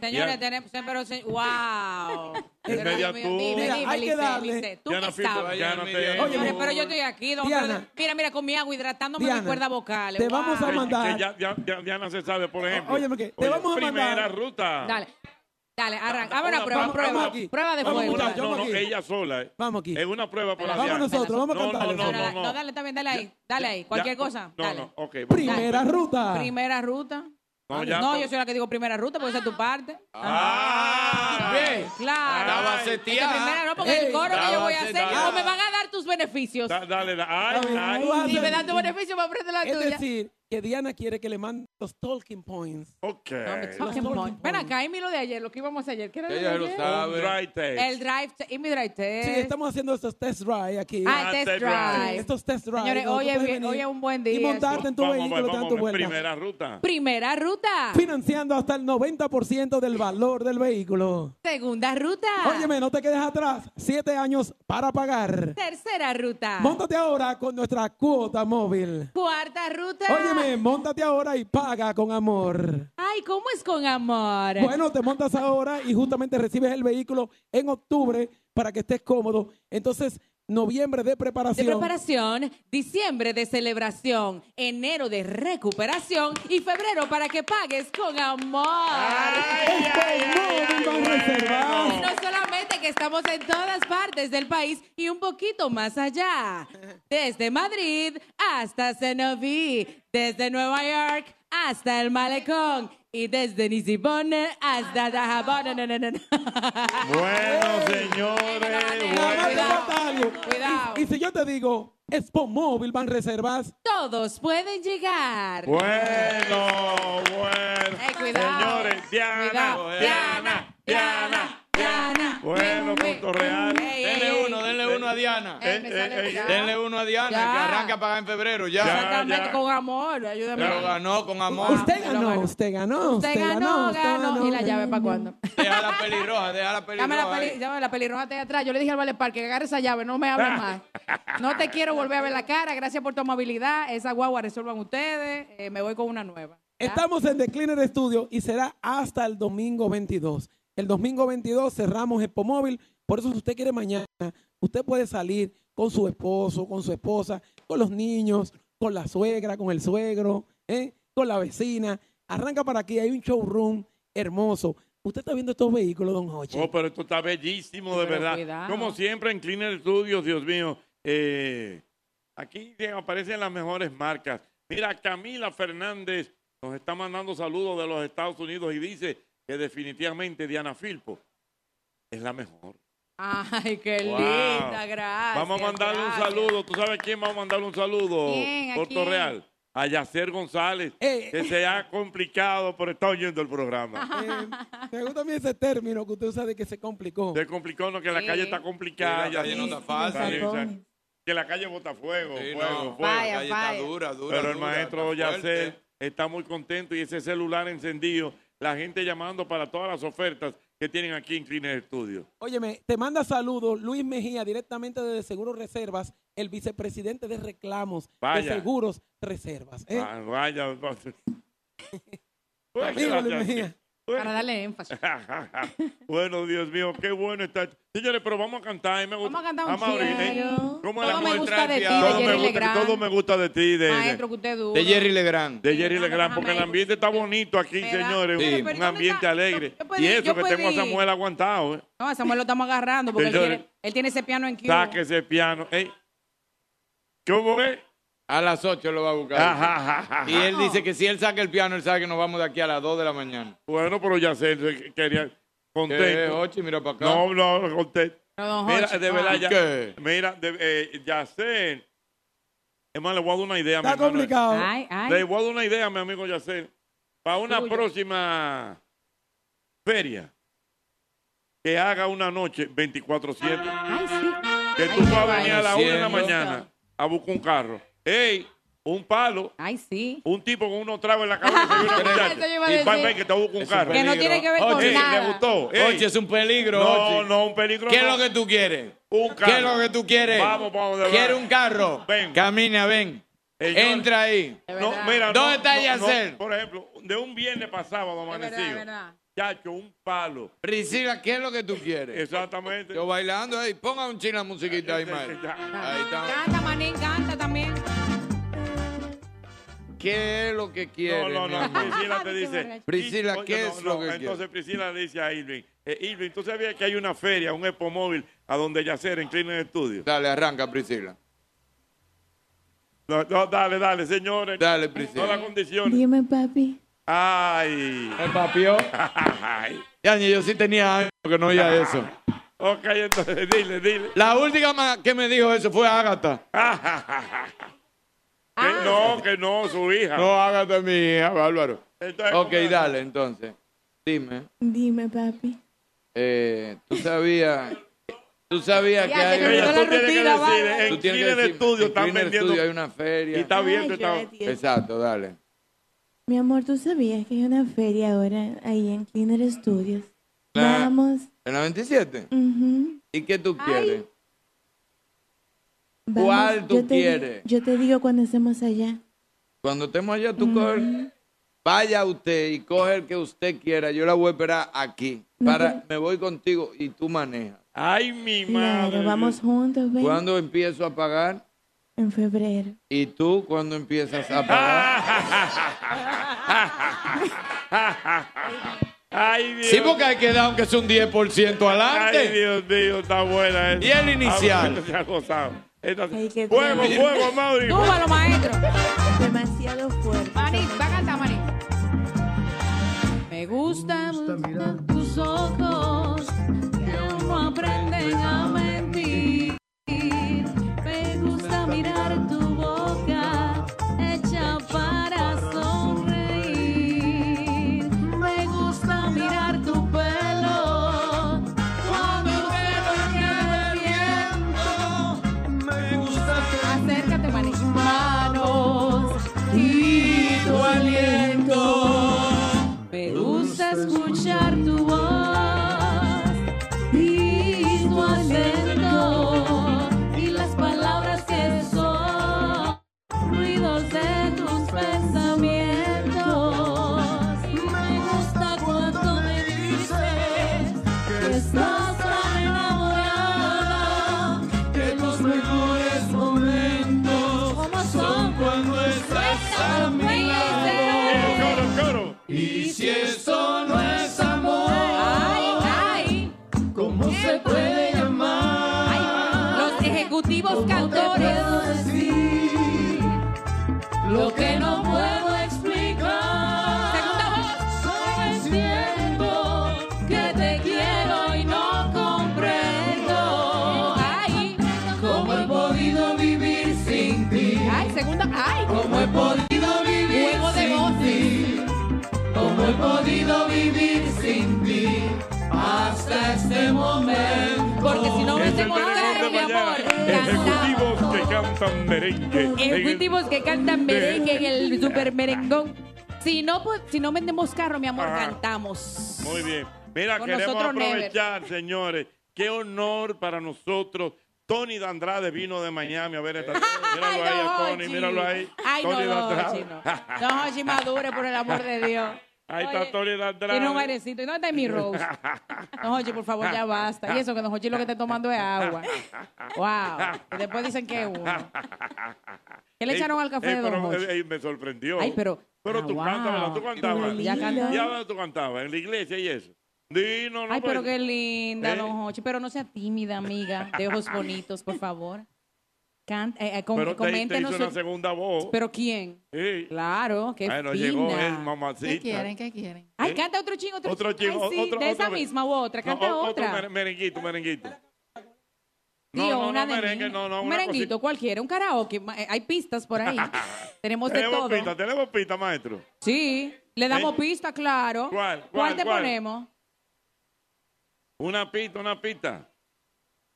Señores, Ya. tenemos. Pero, se- ¡Wow! En media Dios tú. mío, dime, Mira, dime, hay que Lice, darle. Lice, tú Diana qué Filpo, sabes. Diana, te Señores, amo. pero yo estoy aquí. don Diana. Pedro. mira, mira, con mi agua hidratándome Diana, las cuerdas vocales. te Wow. vamos a mandar. Diana se sabe, por ejemplo. Oye, que te vamos a mandar- Primera ruta. Dale, dale, arranca. Vamos a una prueba, Ah, vamos prueba. aquí. Prueba de Vamos, fuego. una- no, no, ella sola. Vamos aquí. Es una prueba para Vamos Diana. nosotros, vamos a No, cantarle. No, no, no. No, dale, también, dale ahí. Dale ahí. Cualquier Ya, cosa. No, Dale. no, ok. vamos. Primera ruta. Primera ruta. No, ya. Ah. No, yo soy la que digo primera ruta, porque esa es tu parte. Ah, Bien. Claro. La Es que baceteada. primera no, porque el Ey. coro que yo voy a La hacer baceteada. no me van a dar tus beneficios. Da- dale, da- ay, ay. Si me dan tu beneficio, me aprende la Es tuya. decir, que Diana quiere que le mande los talking points. Ok. Talking point. Ven acá, Emi, lo de ayer, lo que íbamos a hacer ayer. ¿Qué era lo de Ella se lo ayer? sabe. Un drive test. El drive test. Emi drive test. Sí, estamos haciendo estos test drive aquí. Ah, Ah, test test drive. drive. Sí, Estos test drive. Señores, donde hoy tú es puedes bien- venir hoy es un buen día, Y montarte en tu Vamos a ver, vehículo y vamos dar a tu ver, vuelta. Primera ruta. Primera ruta. Financiando hasta el 90% del valor del vehículo. Segunda ruta. Óyeme, no te quedes atrás. Siete años para pagar. Tercera ruta. Móntate ahora con nuestra cuota móvil. Cuarta ruta. Óyeme, móntate ahora y paga con amor. Ay, ¿cómo es con amor? Bueno, te montas ahora y justamente recibes el vehículo en octubre para que estés cómodo. Entonces, noviembre de de preparación. preparación, diciembre de celebración, enero de recuperación y febrero para que pagues con amor. Y no solamente que estamos en todas partes del país y un poquito más allá. Desde Madrid hasta Cenoví, desde Nueva York hasta el Malecón y desde Nisibone hasta Dajabón. No, no, no, no. Bueno, señores. Cuidado. Y si yo te digo, Expo Móvil van reservas. Todos pueden llegar. Bueno, bueno. Eh, cuidado. Señores, Diana, eh. Cuidado. Diana, Diana, Diana. Bueno, punto real. Denle uno, denle uno a Diana. Eh, eh, eh, eh. Denle uno a Diana, Ya. que arranca a pagar en febrero ya. Exactamente, con amor, ayúdame. Pero ganó con amor. Usted ganó, usted ganó, Usted usted ganó, ganó. ganó, ¿Y la llave para cuándo? Deja la pelirroja, deja la pelirroja. Llame la, peli, ahí. llame la pelirroja de atrás. Yo le dije al Vale Parque que agarre esa llave, no me Ah. hable más. No te quiero volver a ver la cara. Gracias por tu amabilidad. Esa guagua resuelvan ustedes. Eh, me voy con una nueva. Estamos en The Cleaner Studio y será hasta el domingo 22. El domingo 22 cerramos Expo Móvil. Por eso, si usted quiere mañana, usted puede salir con su esposo, con su esposa, con los niños, con la suegra, con el suegro, ¿eh? con la vecina. Arranca para aquí, hay un showroom hermoso. Usted está viendo estos vehículos, don Hoche. Oh, pero esto está bellísimo, de Pero verdad. cuidado. Como siempre en Cleaner Studios, Dios mío. eh, aquí te aparecen las mejores marcas. Mira, Camila Fernández nos está mandando saludos de los Estados Unidos y dice que definitivamente Diana Filpo es la mejor. Ay, qué Wow. linda, gracias. vamos a mandarle un saludo. ¿Tú sabes quién vamos a mandarle un saludo? ¿Quién? ¿A Puerto quién? Eh, Real. A Yacer González, que se ha complicado por estar oyendo el programa. Me gusta a mí ese término que usted usa de que se complicó. Se complicó, no, que la Sí. calle está complicada. Sí, la calle no está Sí, fácil. sí, Los sí. Que la calle bota fuego, fuego, no, fuego. la Vaya, calle está vaya. dura, dura, Pero el dura, maestro está Yacer está muy contento y ese celular encendido, la gente llamando para todas las ofertas que tienen aquí en Cleaner Studio. Óyeme, te manda saludos Luis Mejía, directamente desde Seguros Reservas, el vicepresidente de reclamos Vaya. de Seguros Reservas. ¿eh? Ah, vaya, Amigo Luis Mejía. Para darle énfasis. bueno, Dios mío, qué bueno está. esto. Señores, pero vamos a cantar. y Me gusta. Vamos a cantar un Amaury, ¿eh? chero. ¿Cómo Todo la me gusta muestra de ti, de Todo me Jerry gusta- Legrand. Todo me gusta de ti, de- de- Maestro, que usted duro. De Jerry Legrand. De Jerry Legrand, porque el ambiente está bonito aquí, señores. Sí. Un ambiente alegre. pedí- Y eso yo que tengo a pedí- Samuel aguantado. ¿eh? No, a Samuel lo estamos agarrando porque él Señores. tiene, él tiene ese piano en Cuba. Saque ese piano. Ey. ¿Cómo es? A las 8 lo va a buscar. Ajá, ajá, ajá. Y él dice que si él saca el piano, él sabe que nos vamos de aquí a las 2 de la mañana. Bueno, pero ya sé, eh, quería Eh, contento. Ochi, mira para acá. No, no, no, contento. No, don Mira, Jorge, de verdad, ¿Y ya, qué? mira, de, eh, ya sé. Es más, le voy a dar una idea. a mi Está hermano. complicado. Ay, ay. Le voy a dar una idea, mi amigo Yacel. Para una Suyo. próxima feria, que haga una noche 24-7, Ay, sí. que Ay, tú me vas a va. venir a las 1 de la Diciendo. mañana a buscar un carro. ¡Ey! Un palo. Ay, sí. Un tipo con unos tragos en la cabeza y una muchacha. Eso yo iba a Y va a decir. ver que te busca un Es un carro. Que no tiene que ver con Oye, nada. ¿Le gustó? Ey. Ochi, es un peligro. No, Ochi. no, un peligro ¿Qué no. es lo que tú quieres? Un ¿Qué carro. es lo que tú quieres? Vamos, vamos, de verdad. ¿Quieres un carro? Camina, ven. Entra ahí. Es No, verdad. mira, ¿Dónde no, está no, Yacel? no, por ejemplo, de un viernes pasado verdad, es amanecido. verdad. Chacho, un palo. Priscila, ¿qué es lo que tú quieres? Exactamente. Yo bailando ahí. Ponga un china musiquita ahí, Mike. Ahí está. Canta, manín, canta también. ¿Qué es lo que No, quieres? no, mi no, amor? Priscila te dice. Priscila, Oye, ¿qué no, es no, lo que quieres? Entonces Priscila le dice a Irving, eh, Irving, ¿tú sabías que hay una feria, un expo móvil, a donde yacer en Cleaner Studio? Dale, arranca, Priscila. No, no, dale, dale, señores. Dale, Priscila. Todas las condiciones. Dime, papi. Ay. ¿El papió? Ay. Ya, ni yo sí tenía años que no oía eso. Ok, entonces dile, dile. La última ma- que me dijo eso fue Ágata. Que no, que no, su hija. Ah. No, Ágata es mi hija, Bárbaro. Entonces, ok, ¿cómo es? dale, entonces. Dime. Dime, papi. Eh, tú sabías. Tú sabías Ya, que se hay. me olvidó Ella, la tú tienes que rutina, decir, bárbaro. en Tú tienes que Cleaner decirme, Studio en están Cleaner vendiendo- Studio hay una feria. Y está bien, Ay, tú yo estás- la entiendo. Exacto, dale. Mi amor, ¿tú sabías que hay una feria ahora ahí en Cleaner Studios? La- Vamos. Mm. ¿En la 27? ujú, ¿Y qué tú quieres? vamos. ¿Cuál tú Yo te di- quieres? Yo te digo cuando estemos allá. Cuando estemos allá, tú coges. Vaya usted y coge el que usted quiera. Yo la voy a esperar aquí. No, Para, me voy contigo y tú manejas. Ay, mi Claro, vamos juntos, ven. ¿Cuándo empiezo a pagar? En febrero. ¿Y tú cuándo empiezas a pagar? Ay, Dios. sí, porque hay que dar aunque sea un 10% adelante. Ay, Dios mío, está buena esa. Y el inicial. Ah, se ha gozado. Esta- qué Fuego, bien. fuego, Mauri. Súbalo, maestro. Demasiado fuerte. Manín, va a cantar, manín. Me gusta, mirar tus ojos que aún no aprenden a mentir. Me gusta mirar tu boca hecha para sonreír. Me gusta mirar tu pelo cuando te lo viento. Me gusta acércate maní. tus manos y tu aliento. Me gusta escuchar tu voz y tu acento y las palabras que son ruidos de tus pensamientos. Me gusta cuando me dices que estás tan enamorada, que los mejores momentos son cuando estás a mi lado. Y si eso no es amor, ¿cómo se puede llamar? Los ejecutivos puedo cantores. decir lo que no puedo explicar. Solo siento que te quiero y no comprendo. Ay, cómo he podido vivir sin ti. Ay, segunda. Ay, Cómo he podido vivir Juego de sin ti. Cómo he podido vivir sin ti hasta este momento. Porque si no Es el hubiésemos merengue claro, mi de mañana. amor, cantamos. Ejecutivos que cantan merengue. En el- Ejecutivos que cantan merengue en el super merengón. Si no, pues, si no vendemos carro, mi amor, Ajá. cantamos. Muy bien. Mira, Con queremos nosotros, never. aprovechar, señores. Qué honor para nosotros. Tony de Andrade vino de Miami a ver esta. Míralo ahí a Tony, Ochi. míralo ahí. Ay, Tony no, de Ochi, no. No, Ochi, madure, por el amor de Dios. Ahí Oye, está Tony de Andrade. Tiene un airecito. ¿Y dónde está mi Rose? No, Ochi, por favor, ya basta. Y eso que Don Ochi lo que está tomando es agua. Wow. Y después dicen que es uno. ¿Qué le Ey, echaron al café ey, de Don pero, Jorge? ey, me sorprendió. Ay, pero- Pero ah, tú wow. cantabas, tú cantabas. Ya cantaba. Ya ahora tú cantabas, en la iglesia y eso. Dino, no, Ay, pero pues. qué linda, Eh. Don Hochi. Pero no sea tímida, amiga. De ojos bonitos, por favor. Can- eh, eh, com- Pero te- te, hizo coméntenos. una segunda voz. ¿Pero quién? Sí. Claro, qué Bueno, fina. llegó el mamacita. ¿Qué quieren? Ay, ¿Eh? canta otro chingo, otro, Otro chin. chico, Ay, sí, otro, de esa otro- misma u otra. No, Canta o- otro otra. mere- merenguito, merenguito. No, Tío, no, una no, de merengue, niño. no, no, Un una merenguito cualquiera, un karaoke. ma- eh, Hay pistas por ahí. Tenemos de Tenemos todo. pista, tenemos pista, maestro. Sí, le damos ¿Eh? pista, claro. ¿Cuál, cuál, te cuál? ponemos? Una pista, una pista.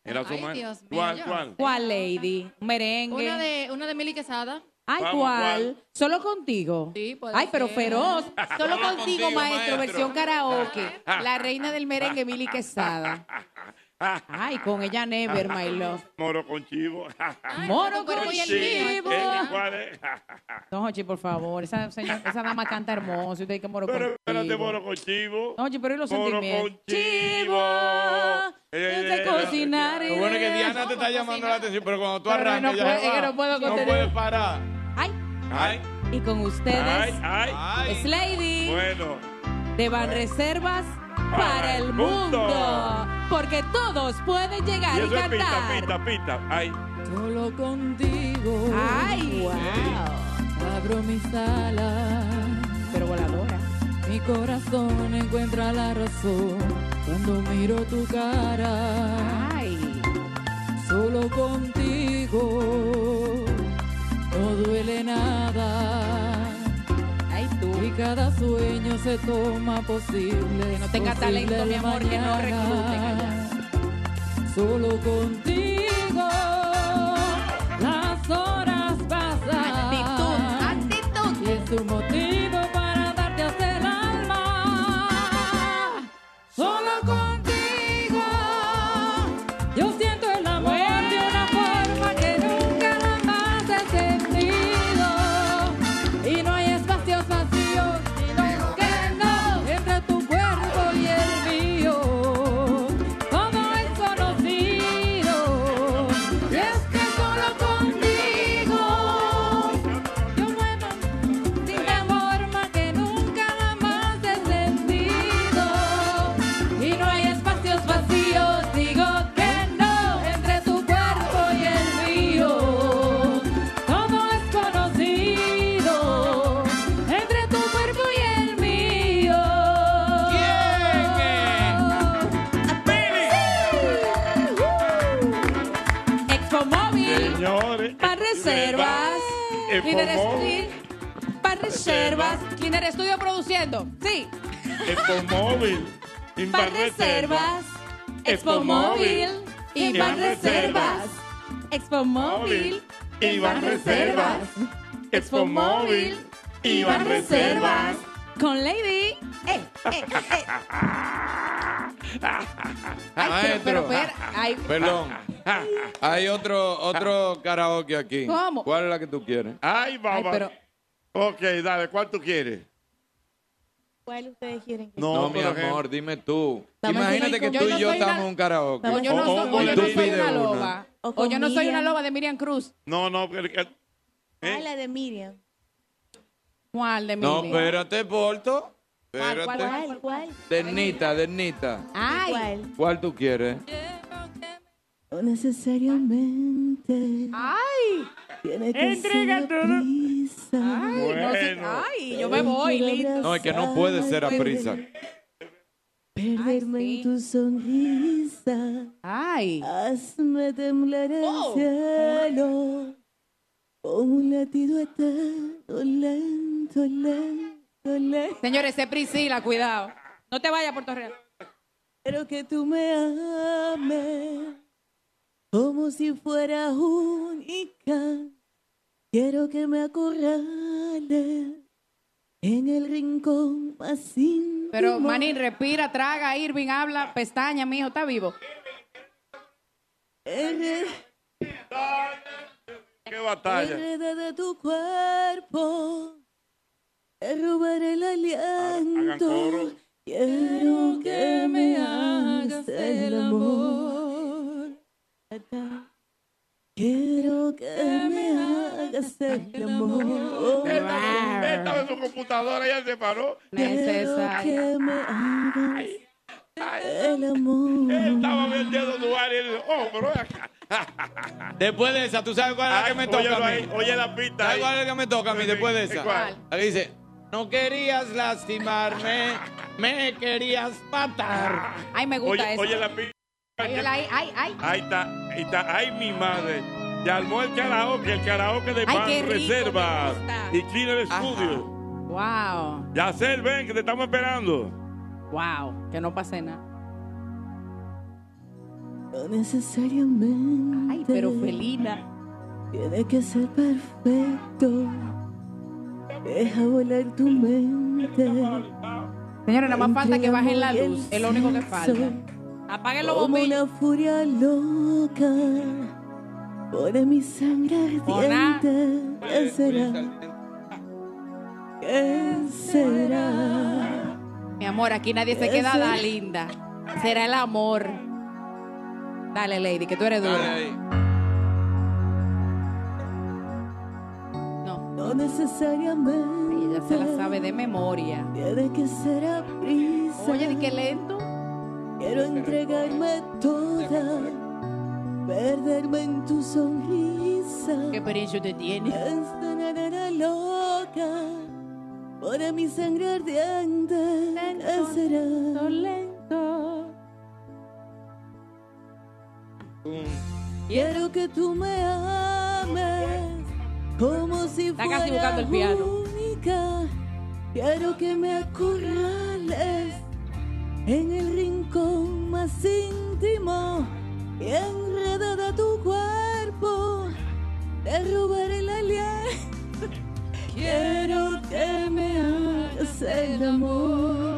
Era su Ay, ma- Dios mío, ¿Cuál, yo. cuál? ¿Cuál, lady? Un Merengue. Una de, una de Mili Quesada. Ay, Vamos, ¿cuál? ¿cuál? Solo contigo. Sí, puede Ay, pero ser. feroz. Solo Solo contigo, contigo, maestro, maestro. versión karaoke. La reina del merengue, Mili Quesada. Ay, con ella never, my love. Moro con chivo. Moro con chivo. ¿Eh? ¿Cuál es? Don Hochi, por favor, esa, señor- esa dama canta hermoso. y Usted que moro Pero con espérate, chivo. moro con chivo. Don Hochi, pero ¿y los Moro sentimientos? con chivo. Eh, Yo sé cocinar. Lo bueno es que Diana te está llamando la atención, pero cuando tú Pero arrancas, no ya puede- se es va. que no puedo No contener. puedes parar. Ay. Ay. Y con ustedes, es Lady Bueno. de Banreservas para el mundo. Porque todos pueden Y llegar y eso es pita, cantar. pita, pita. Ay. Solo contigo. Ay. Abro mis alas. Pero voladora. Mi corazón encuentra la razón cuando miro tu cara. Ay. Solo contigo no duele nada. Ay, tú. Y cada sueño se toma posible. Que no tenga talento, mi amor, que no recluten allá. Solo contigo las horas pasan. Y es un motivo para darte hasta el Ah. alma. Solo contigo yo siento el amor de una forma que nunca jamás he sentido. Y no hay espacios vacíos, sino que no, entre tu cuerpo y el mío. Todo es conocido. Y es que solo contigo sin la forma que nunca jamás he sentido Y no hay espacios vacíos, digo que no Entre tu cuerpo y el mío Todo es conocido Entre tu cuerpo y el mío Expo Móvil. Señores. Para reservas. Expo Cleaner Móvil. Estudio- Para reservas. Cleaner Estudio produciendo. Sí. Expo Móvil. Para reservas. Expo Móvil. Y para reservas. Expo Móvil. Y van reservas. Expo Móvil. Y van reservas. Con Lady. Eh, eh. Ah. Maestro. pero espera, ay. Perdón. Hay otro, otro karaoke aquí. ¿Cómo? ¿Cuál es la que tú quieres? Ay, baba. pero- Ok, dale, ¿cuál tú quieres? ¿Cuál ustedes quieren que No, sea? mi amor, dime tú. Estamos Imagínate que en tú Yo y no yo soy una- estamos en un karaoke. O yo Oh, no soy, o yo no soy una loba. O O yo no soy una Miriam. loba de Miriam Cruz. No, no, pero que- Ah, la de Miriam. ¿Cuál de No, Miriam? espérate, Porto. ¿Cuál, Espérate. cuál, cuál? Dernita, Dernita. Ay. ¿Cuál tú quieres? Necesariamente. Ah. Ay. Tiene que Entrega ser todo. prisa. Ay, no sé- Bueno. ay, yo me voy, listo. No, es que no puede ser a prisa. Perderme en tu sonrisa. Ay. Oh. Hazme temblar el cielo. Con un latido eterno, lento, lento, lento. Señores, es Priscila, cuidado. No te vayas a Puerto Real. Quiero que tú me ames como si fuera única. Quiero que me acorrales en el rincón más íntimo. Pero, Manín, respira, traga, Irving, habla, pestaña, mijo, está vivo. Qué batalla. Enredada de tu cuerpo, te robaré el aliento. Quiero que me hagas el amor. Quiero que me hagas el amor. Esta esta de su computadora ya se paró. Ah. Quiero que me hagas el Él amor. estaba vendiendo su área en el hombro. Después de esa, ¿tú sabes cuál es la que me toca óyelo a ahí, mí? oye la pista ¿Sabes ahí. cuál es la que me toca a mí después de esa? ¿Cuál? La que dice, no querías lastimarme, me querías matar. Ay, me Oye, oye la pista. Óyela ahí, ay, ay. Ahí está, ahí está. Ay, mi madre. Y armó el karaoke, el karaoke de Ay, Pan qué rico, Reservas me gusta. y Cleaner Studio. Wow, Yacel, ven, que te estamos esperando. wow, que no pase nada. No necesariamente. Ay, pero Felina. Tiene que ser perfecto. Deja volar tu mente. Señores, nada más falta que bajen la Entre el amor y luz, es lo único que sexo. falta. Apaguen los Como bombillos. una furia loca por mi sangre Ona. ardiente. ¿Qué será? ¿Qué será? Mi amor, aquí nadie se Ese- queda da linda. Será el amor. Dale, Lady, que tú eres dura. No necesariamente. Ella se la sabe de memoria. Tiene que ser a prisa. Oye, di que lento. Quiero entregarme toda, perderme en tu sonrisa. ¿Qué precio te tiene? Esta nena loca, por mi sangre ardiente. ¿Qué será? lento. Quiero que tú me ames como si Está fuera casi buscando el piano. única. Quiero que me acorrales en el rincón más íntimo y enredada tu cuerpo. Te robaré la alianza. Quiero que me hagas el amor.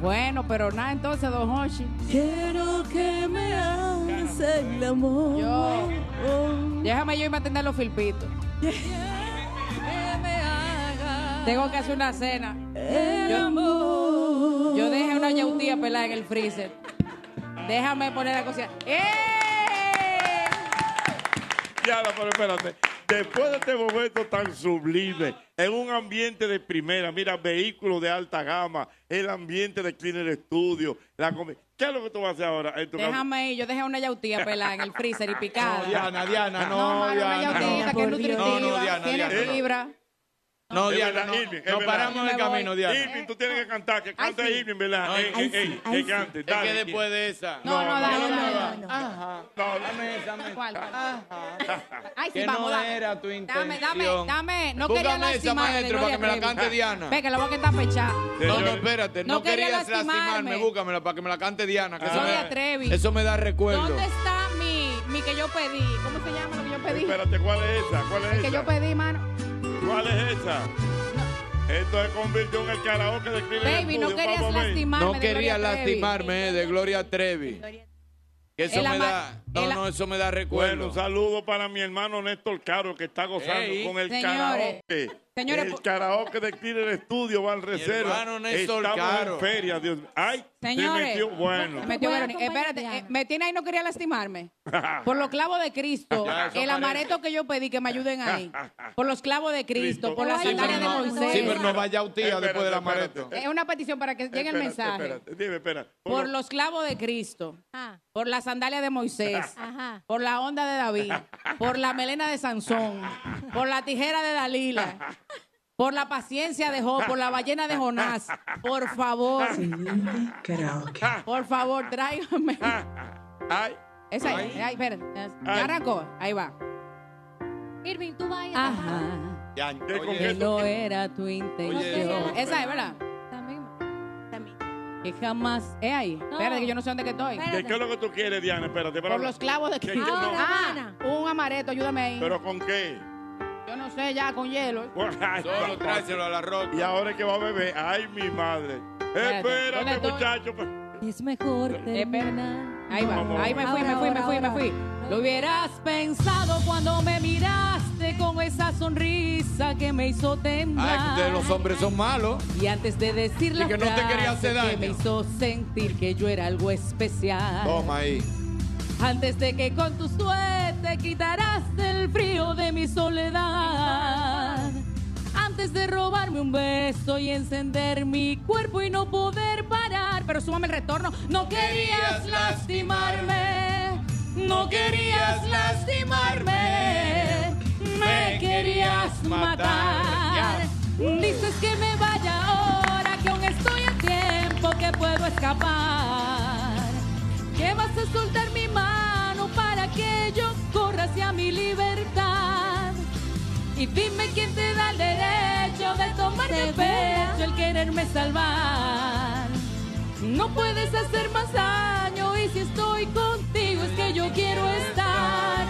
Bueno, pero nada, entonces, don Hoshi. Quiero que me hagas el amor. Yo. Déjame yo irme a atender los filpitos. Tengo que hacer una cena. Yo, yo dejé una yautía pelada en el freezer. Déjame poner la cocina. ¡Eh! Ya, no, pero espérate. Después de este momento tan sublime, en un ambiente de primera, mira, vehículos de alta gama, el ambiente de Cleaner Studio, la comi- ¿Qué es lo que tú vas a hacer ahora? en tu casa? Déjame ir. Yo dejé una yautía pelada en el freezer y picada. No, Diana, Diana, no, mano, una Diana, yautita no. que es Por Dios. nutritiva, No, no, Diana, tiene Diana, no. fibra. No, Es Diana, verdad, no, Eh, Irving, es nos verdad. paramos en el camino, Diana. Irving, tú tienes que cantar, que cante sí. Irving, ¿verdad? No, Ey, ay, ey, sí, ey, ay, que sí. cante, Es que dale. después de esa. No, no, dale, dale, dale. Ajá. Dame esa, dame esa. ¿Cuál? Ay, sí, Que vamos, no dame. era tu Dame, dame, intención. dame. No Búscame quería esa, lastimarme. maestro, para que me la cante Diana. Venga, la voy a quitar fechada. No, no, espérate. No, No quería querías lastimarme. lastimarme. Búscamela para que me la cante Diana. Que Soy eso, me, Atrevi. eso me da recuerdo. ¿Dónde está mi, mi que yo pedí? ¿Cómo se llama lo que yo pedí? Espérate, ¿cuál es esa? ¿Cuál es El que esa? yo pedí, mano. ¿Cuál es esa? Esto se convirtió en el karaoke de Cleaner Baby, no Studio. querías vamos a ver. lastimarme No de quería Gloria Trevi. lastimarme eh, de Gloria Trevi. Que eso El me ama- da. No, el a- no, eso me da Bueno, recuerdo. un saludo para mi hermano Néstor Caro que está gozando Ey. con el Señores. karaoke. Señores, el po- karaoke de Cleaner Studio va al reserva. hermano Néstor Estamos Caro. en feria, Dios mío. Ay, se Señores. metió. Bueno. Me metió Verónica. Espérate, eh, me tiene ahí, no quería lastimarme. Por los clavos de Cristo, Ya, eso el parece. amareto que yo pedí, que me ayuden ahí. Por los clavos de Cristo, por las Sí, pero sandalias de no- Moisés. sí, pero no vaya un tía Espérate, después de la espérate. mareto. Es una petición para que llegue el Espérate, mensaje. espérate. Dime, espera. Por los clavos de Cristo, por la sandalia de Moisés, Ajá. por la onda de David, por la melena de Sansón, por la tijera de Dalila, por la paciencia de Job, por la ballena de Jonás. Por favor, por favor, tráigame. Ay. Esa, ahí, Ay. ay, espera. Ay. Ya arrancó, ahí va. Irving, tú vas Ajá. Ya, Que no era tu intención. Oye. Esa es, ¿verdad? Que jamás. Es ahí. Espérate, que yo no sé dónde que estoy. ¿Qué, qué es lo que tú quieres, Diana? Espérate, espérate. Por los clavos de ¿Qué- Cristo. no, Ah, un amareto, ayúdame ahí. ¿Pero con qué? Yo no sé, ya con hielo. Ay, Solo tráeselo a la roca. Y ahora es que va a beber. Ay, mi madre. Espérate, ¿dónde estoy? muchacho. pues. Es mejor terminar. eh, Ahí va, ahí me fui, me fui, me fui, me fui. Lo hubieras pensado cuando me miraste con esa sonrisa que me hizo temblar. Ah, Ay, Ah, que ustedes los hombres son malos. Y antes de decir Y la que no te frase quería hacer que daño. me hizo sentir que yo era algo especial. Toma ahí. Antes de que con tu suerte quitarás el frío de mi soledad. Antes de robarme un beso y encender mi cuerpo y no poder parar. Pero súmame el retorno. No querías lastimarme. No querías lastimarme. Me querías matar. Dices que me vaya ahora, que aún estoy a tiempo, que puedo escapar. Que vas a soltar mi mano para que yo corra hacia mi libertad. Y dime quién te da el derecho de tomar de pecho el quererme salvar. No puedes hacer más daño y si estoy contigo es que yo quiero estar.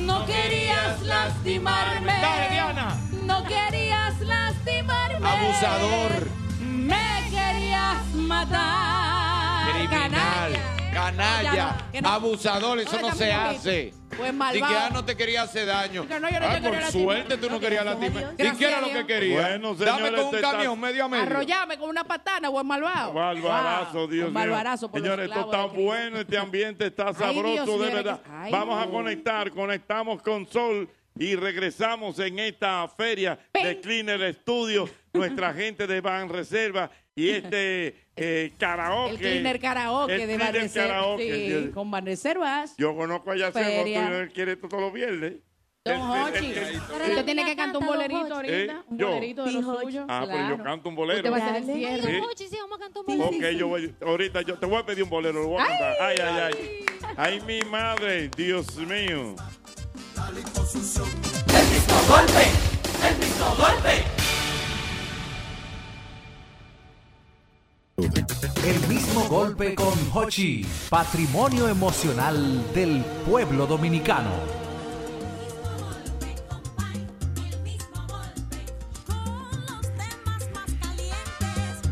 No querías lastimarme. Dale, Diana. No querías lastimarme. Abusador. Me querías matar. Criminal. Canalla. canalla, no, que no. abusador, eso Ahora no se también, hace. Pues Y que malvado. ah, no te quería hacer daño. Pero no, yo no ah, te por quería lastimar. suerte tú no querías latirme. ¿Y Dios. qué era lo Gracias a que Dios. quería? Bueno, Dame señores, con un te estás- camión medio a medio. Arrollame con una patana, buen malvado. Barbarazo, Wow. Dios Un mío. barbarazo por los Señores, esto clavos está de Cristo. bueno, este ambiente está sabroso, Dios, señores, de que- verdad. Ay. Vamos a conectar, conectamos con Sol y regresamos en esta feria de Cleaner Studio. Nuestra gente de Van Reserva y este eh, karaoke. El cleaner karaoke El de cleaner Banreservas. karaoke, Sí, Dios. con Banreservas. Yo conozco a Yacemo, tú Feria. no quieres esto todos los viernes. Don El- el- Hochi. el- el- Usted tiene que cantar un bolerito ahorita. ¿Eh? Un ¿Yo? bolerito de los suyos. Ah, pero yo claro. canto un bolero. Usted va a hacer el cierre. Sí. Ok, yo voy, ahorita yo te voy a pedir un bolero, lo voy a cantar. Ay, ay, ay. Ay, mi madre, Dios mío. golpe, el mismo golpe. El mismo golpe con Hochi, patrimonio emocional del pueblo dominicano.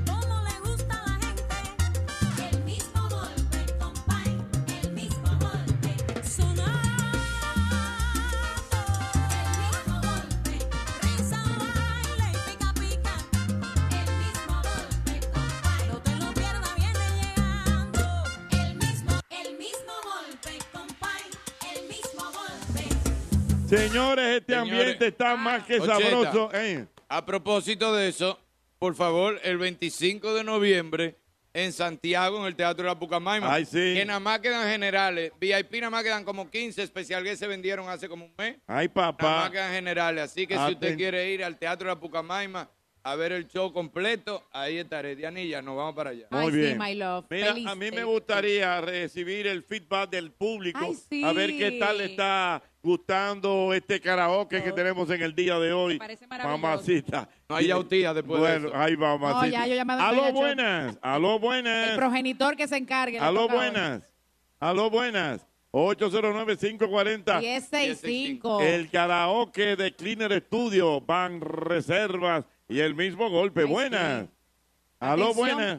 Como le gusta a la gente El mismo golpe, compay El mismo golpe Sonando El mismo golpe Risa, baila y pica, pica El mismo golpe, compay No te lo pierdas, viene llegando El mismo, el mismo golpe, compay El mismo golpe Señores, este Señores. ambiente Ah. está más que Ochenta. sabroso. Eh, A propósito de eso, por favor, el 25 de noviembre en Santiago, en el Teatro de la Pucamaima. Ay, sí. Que nada más quedan generales. VIP nada más quedan como 15. Especial que se vendieron hace como un mes. Ay, Nada más papá. quedan generales. Así que si Aten- usted quiere ir al Teatro de la Pucamaima a ver el show completo, ahí estaré. Dianilla, nos vamos para allá. Muy bien. Mira, Feliz a mí me Day. gustaría recibir el feedback del público. Ay, sí. A ver qué tal le está gustando este karaoke Oh. que tenemos en el día de hoy. Mamacita. No hay yautía después de Bueno, eso. ahí va, mamacita. ya, yo ya me adapté Aló, ya, chao. buenas. Aló, El buenas. progenitor que se encargue. le Aló, toca hoy. buenas. Aló, buenas. 809-540. 1065. El karaoke de Cleaner Studio, Van Reservas y el mismo golpe. buenas. Aló, Atención. buenas.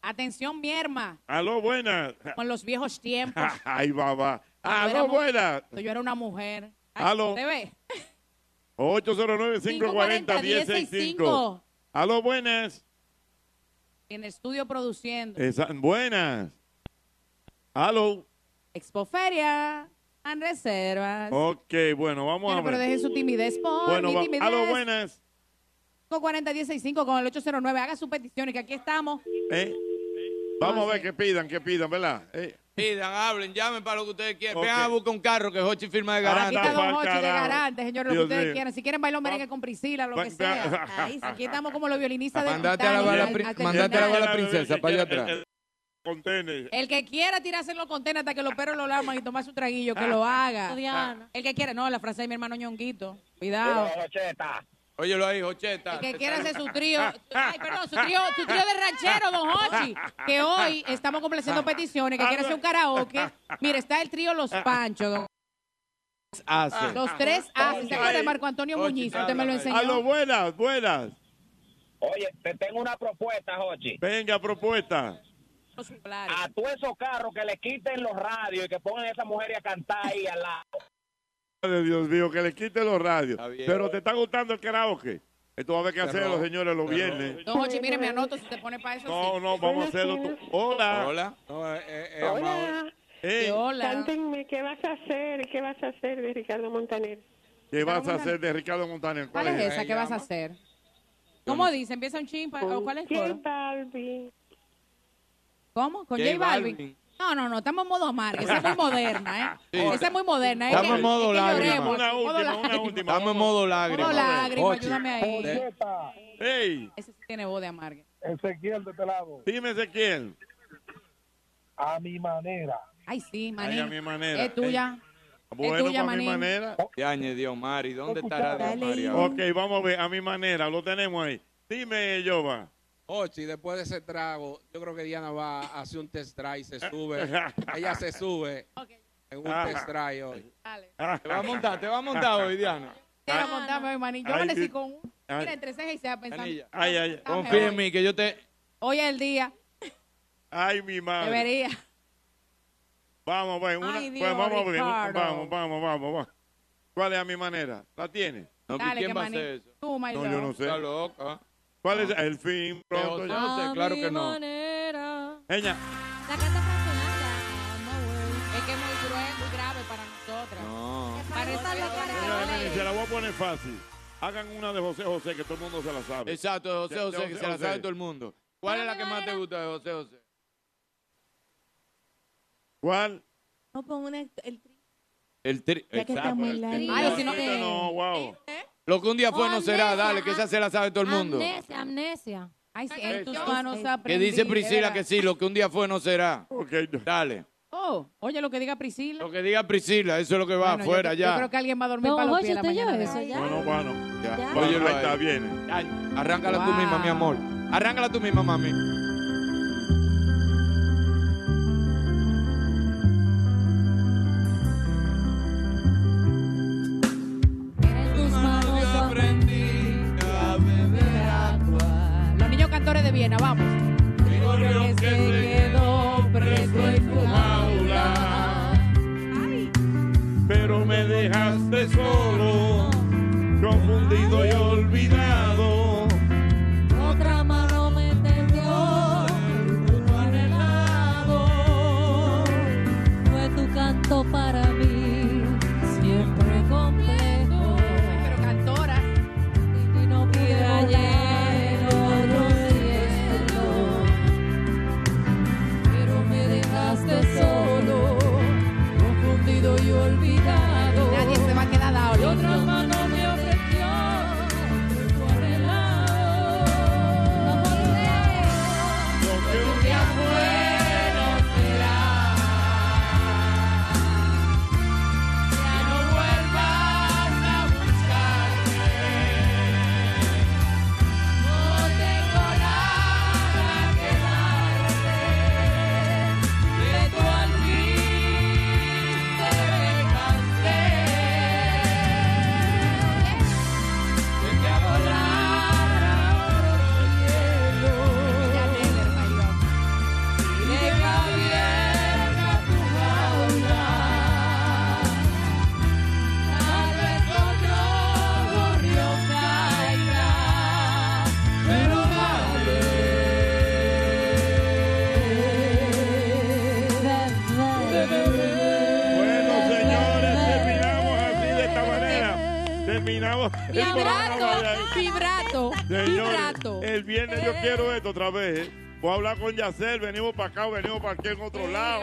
Atención, mierma, Aló, buenas. con los viejos tiempos. Ay, babá. Yo era Aló, mu- buenas. Yo era una mujer. Aló. ¿Te ve? 809-540-1065. Aló, buenas. En el estudio produciendo. Esa- buenas. Aló. Expoferia. En reservas. Ok, bueno, vamos Bueno, a ver. pero deje su timidez por Oh, Bueno, mi va- timidez. aló, buenas. 540-165 con el 809. Haga sus peticiones, que aquí estamos. Eh, Vamos a ver qué pidan, qué pidan, ¿verdad? Eh, Pidan, hablen, llamen para lo que ustedes quieran. Ok. Vengan a buscar un carro que Hochi firma de Aquí garante. está Don Hochi de garante, señores, lo que Dios ustedes mío. quieran. Si quieren bailar un merengue con Priscila, lo Va- que sea. Ay, aquí estamos como los violinistas de Mandate a la Titanic, bala, al- pri- hasta el mandate a la final. bala princesa para allá atrás. contenes. El que quiera tirarse en los contenedores hasta que los perros lo laman y tomar su traguillo, que lo haga. Diana. El que quiera, no, la frase de mi hermano Ñonguito. Cuidado. Cuidado. Óyelo ahí, Jocheta. Ah, El que quiera hacer su trío, ay, perdón, su trío, su trío de ranchero, don Hochi, que hoy estamos complaciendo peticiones, que quiera hacer un karaoke. Mire, está el trío Los Panchos, don Hace. Los Ah, tres hacen. ¿Se acuerda de Marco Antonio Muñiz? Usted me lo enseñó. Aló, buenas, buenas. Oye, te tengo una propuesta, Jochi. Venga, propuesta. A todos esos carros que le quiten los radios y que pongan a esa mujer a cantar ahí al lado. Madre Dios mío, que le quite los radios. bien. Pero te está gustando el karaoke. Esto va a haber que hacerlo, señores, los viernes. Don Hochi, mire, me anoto si te pone para eso. No, no, vamos a hacerlo. tú. Hola. Hola. eh, Hola. Ey, Cántenme, ¿qué vas a hacer? ¿Qué vas a hacer de Ricardo Montaner? ¿Qué vas a hacer de Ricardo Montaner? ¿Cuál es esa? ¿Qué vas a hacer? ¿Cómo no dice? ¿Empieza un chimpa? ¿O cuál es el J coro? Balvin. ¿Cómo? ¿Con J J Balvin? Balvin. No, no, no, estamos en modo amargo. Esa es muy moderna, ¿eh? Sí. Esa es muy moderna. ¿eh? Estamos en modo Es que lágrima. lloremos. Una Modo lágrima. Estamos en modo lágrima. Modo lágrima, Jochi. ayúdame ahí. Ey, Ese sí tiene voz de amarga. Ezequiel de Pelado. dime quién. A mi manera. Ay, sí, Ay, maní. a mi manera. Es tuya. Bueno, es tuya, pa' mi maní. manera. Ya añadió Mari. ¿Dónde estará Diomari? Ok, vamos a ver, a mi manera, lo tenemos ahí. Dime, Yoba. Ochi, después de ese trago, yo creo que Diana va a hacer un test drive, se sube. Ella se sube en un test drive hoy. Te va a montar, te va a montar hoy, Diana. Te lo contaba, mi maní. Yo Ay, amanecí sí. con un... Ay. Mira, entre ceja y ceja pensando. Anilla. Confía mejor. en mí que yo te. Hoy es el día. Ay, mi madre. Debería. Vamos, pues, una- Ay, pues, Dios, vamos a abrir. una- Ricardo. Vamos, vamos, vamos, vamos. ¿Cuál es a mi manera? ¿La tiene? No, Dale, ¿quién que va a hacer mani- eso? tú, my No, yo love. no sé. Está loca. ¿Cuál es el fin? Pronto, yo no sé, A claro mi que no. manera. Ella. Es que es muy cruel, muy grave para nosotras. No. Para Señora, miren, se la voy a poner fácil. Hagan una de José José, que todo el mundo se la sabe. Exacto, de José De- de José, que se la sabe todo el mundo. ¿Cuál es la que más te gusta de José José? ¿Cuál? No, pon una, el tri- El tri... Ya que está muy el largo. tri- Ay, si no- No, wow. Lo que un día fue no será, Amnesia, dale, que ah, esa se la sabe todo el mundo. Amnesia, amnesia. Ay, sí, en tus manos Que aprendí. dice es Priscila verdad. que sí, lo que un día fue no será. Dale. Oh, oye lo que diga Priscila. Lo que diga Priscila, eso es lo que va Bueno, yo afuera cre- ya. Yo creo que alguien va a dormir Don para los Jorge, pies la usted mañana. lleva de Bueno, hoy. bueno. Ya. Bueno, ahí está, viene. Arráncala tú misma, mi amor. Arráncala tú misma, mami. Tus manos aprendí a beber agua. Los niños cantores de Viena, vamos. que se quedó preso en tu jaula. Pero me dejaste solo, confundido y olvidado. Otra mano me tendió tu anhelado. Fue tu canto para mí, siempre completo. Pero cantora. Y no pude hallar otro cielo. Pero me dejaste solo, confundido y olvidado. Nadie se va a quedar dado. otra mano me ofreció. Pero Bueno, señores, terminamos así de esta manera. Terminamos el programa de ahí. Vibrato, vibrato, vibrato. Señores, el viernes yo quiero esto otra vez. ¿eh? Voy a hablar con Yacel, venimos para acá, venimos para aquí en otro lado.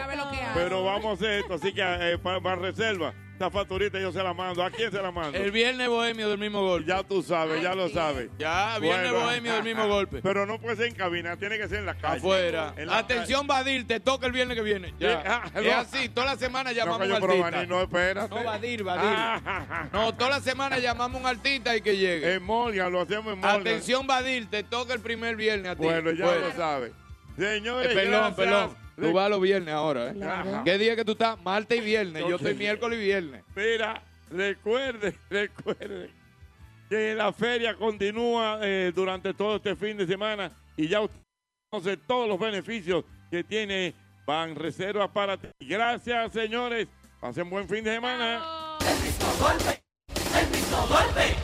Pero vamos a hacer esto, así que eh, para, reserva. Esta facturita yo se la mando. ¿A quién se la mando? El viernes bohemio del mismo golpe. Ya tú sabes, ya lo sabes. Ya, viernes bohemio del mismo golpe. Pero no puede ser en cabina, tiene que ser en la calle. Afuera. En la Atención, Badir, te toca el viernes que viene. Ya. Sí, ah, es no. así, toda la semana llamamos coño, a un pero artista. Badir, no, espérate. Ah, No, Badir, Badir. No, toda la semana llamamos a un artista y que llegue. En Molia, lo hacemos en Molia. Atención, Badir, te toca el primer viernes a ti. Bueno, ya Pues. lo sabes. Señores, Eh, perdón, ah. gracias. perdón. Tú vas los viernes ahora, ¿eh? Claro. ¿Qué día que tú estás? Martes y viernes. Yo estoy Ok. miércoles y viernes. Mira, recuerde, recuerde que la feria continúa eh, durante todo este fin de semana y ya usted conoce todos los beneficios que tiene Van Reservas para ti. Gracias, señores. Pasen buen fin de semana. El mismo golpe.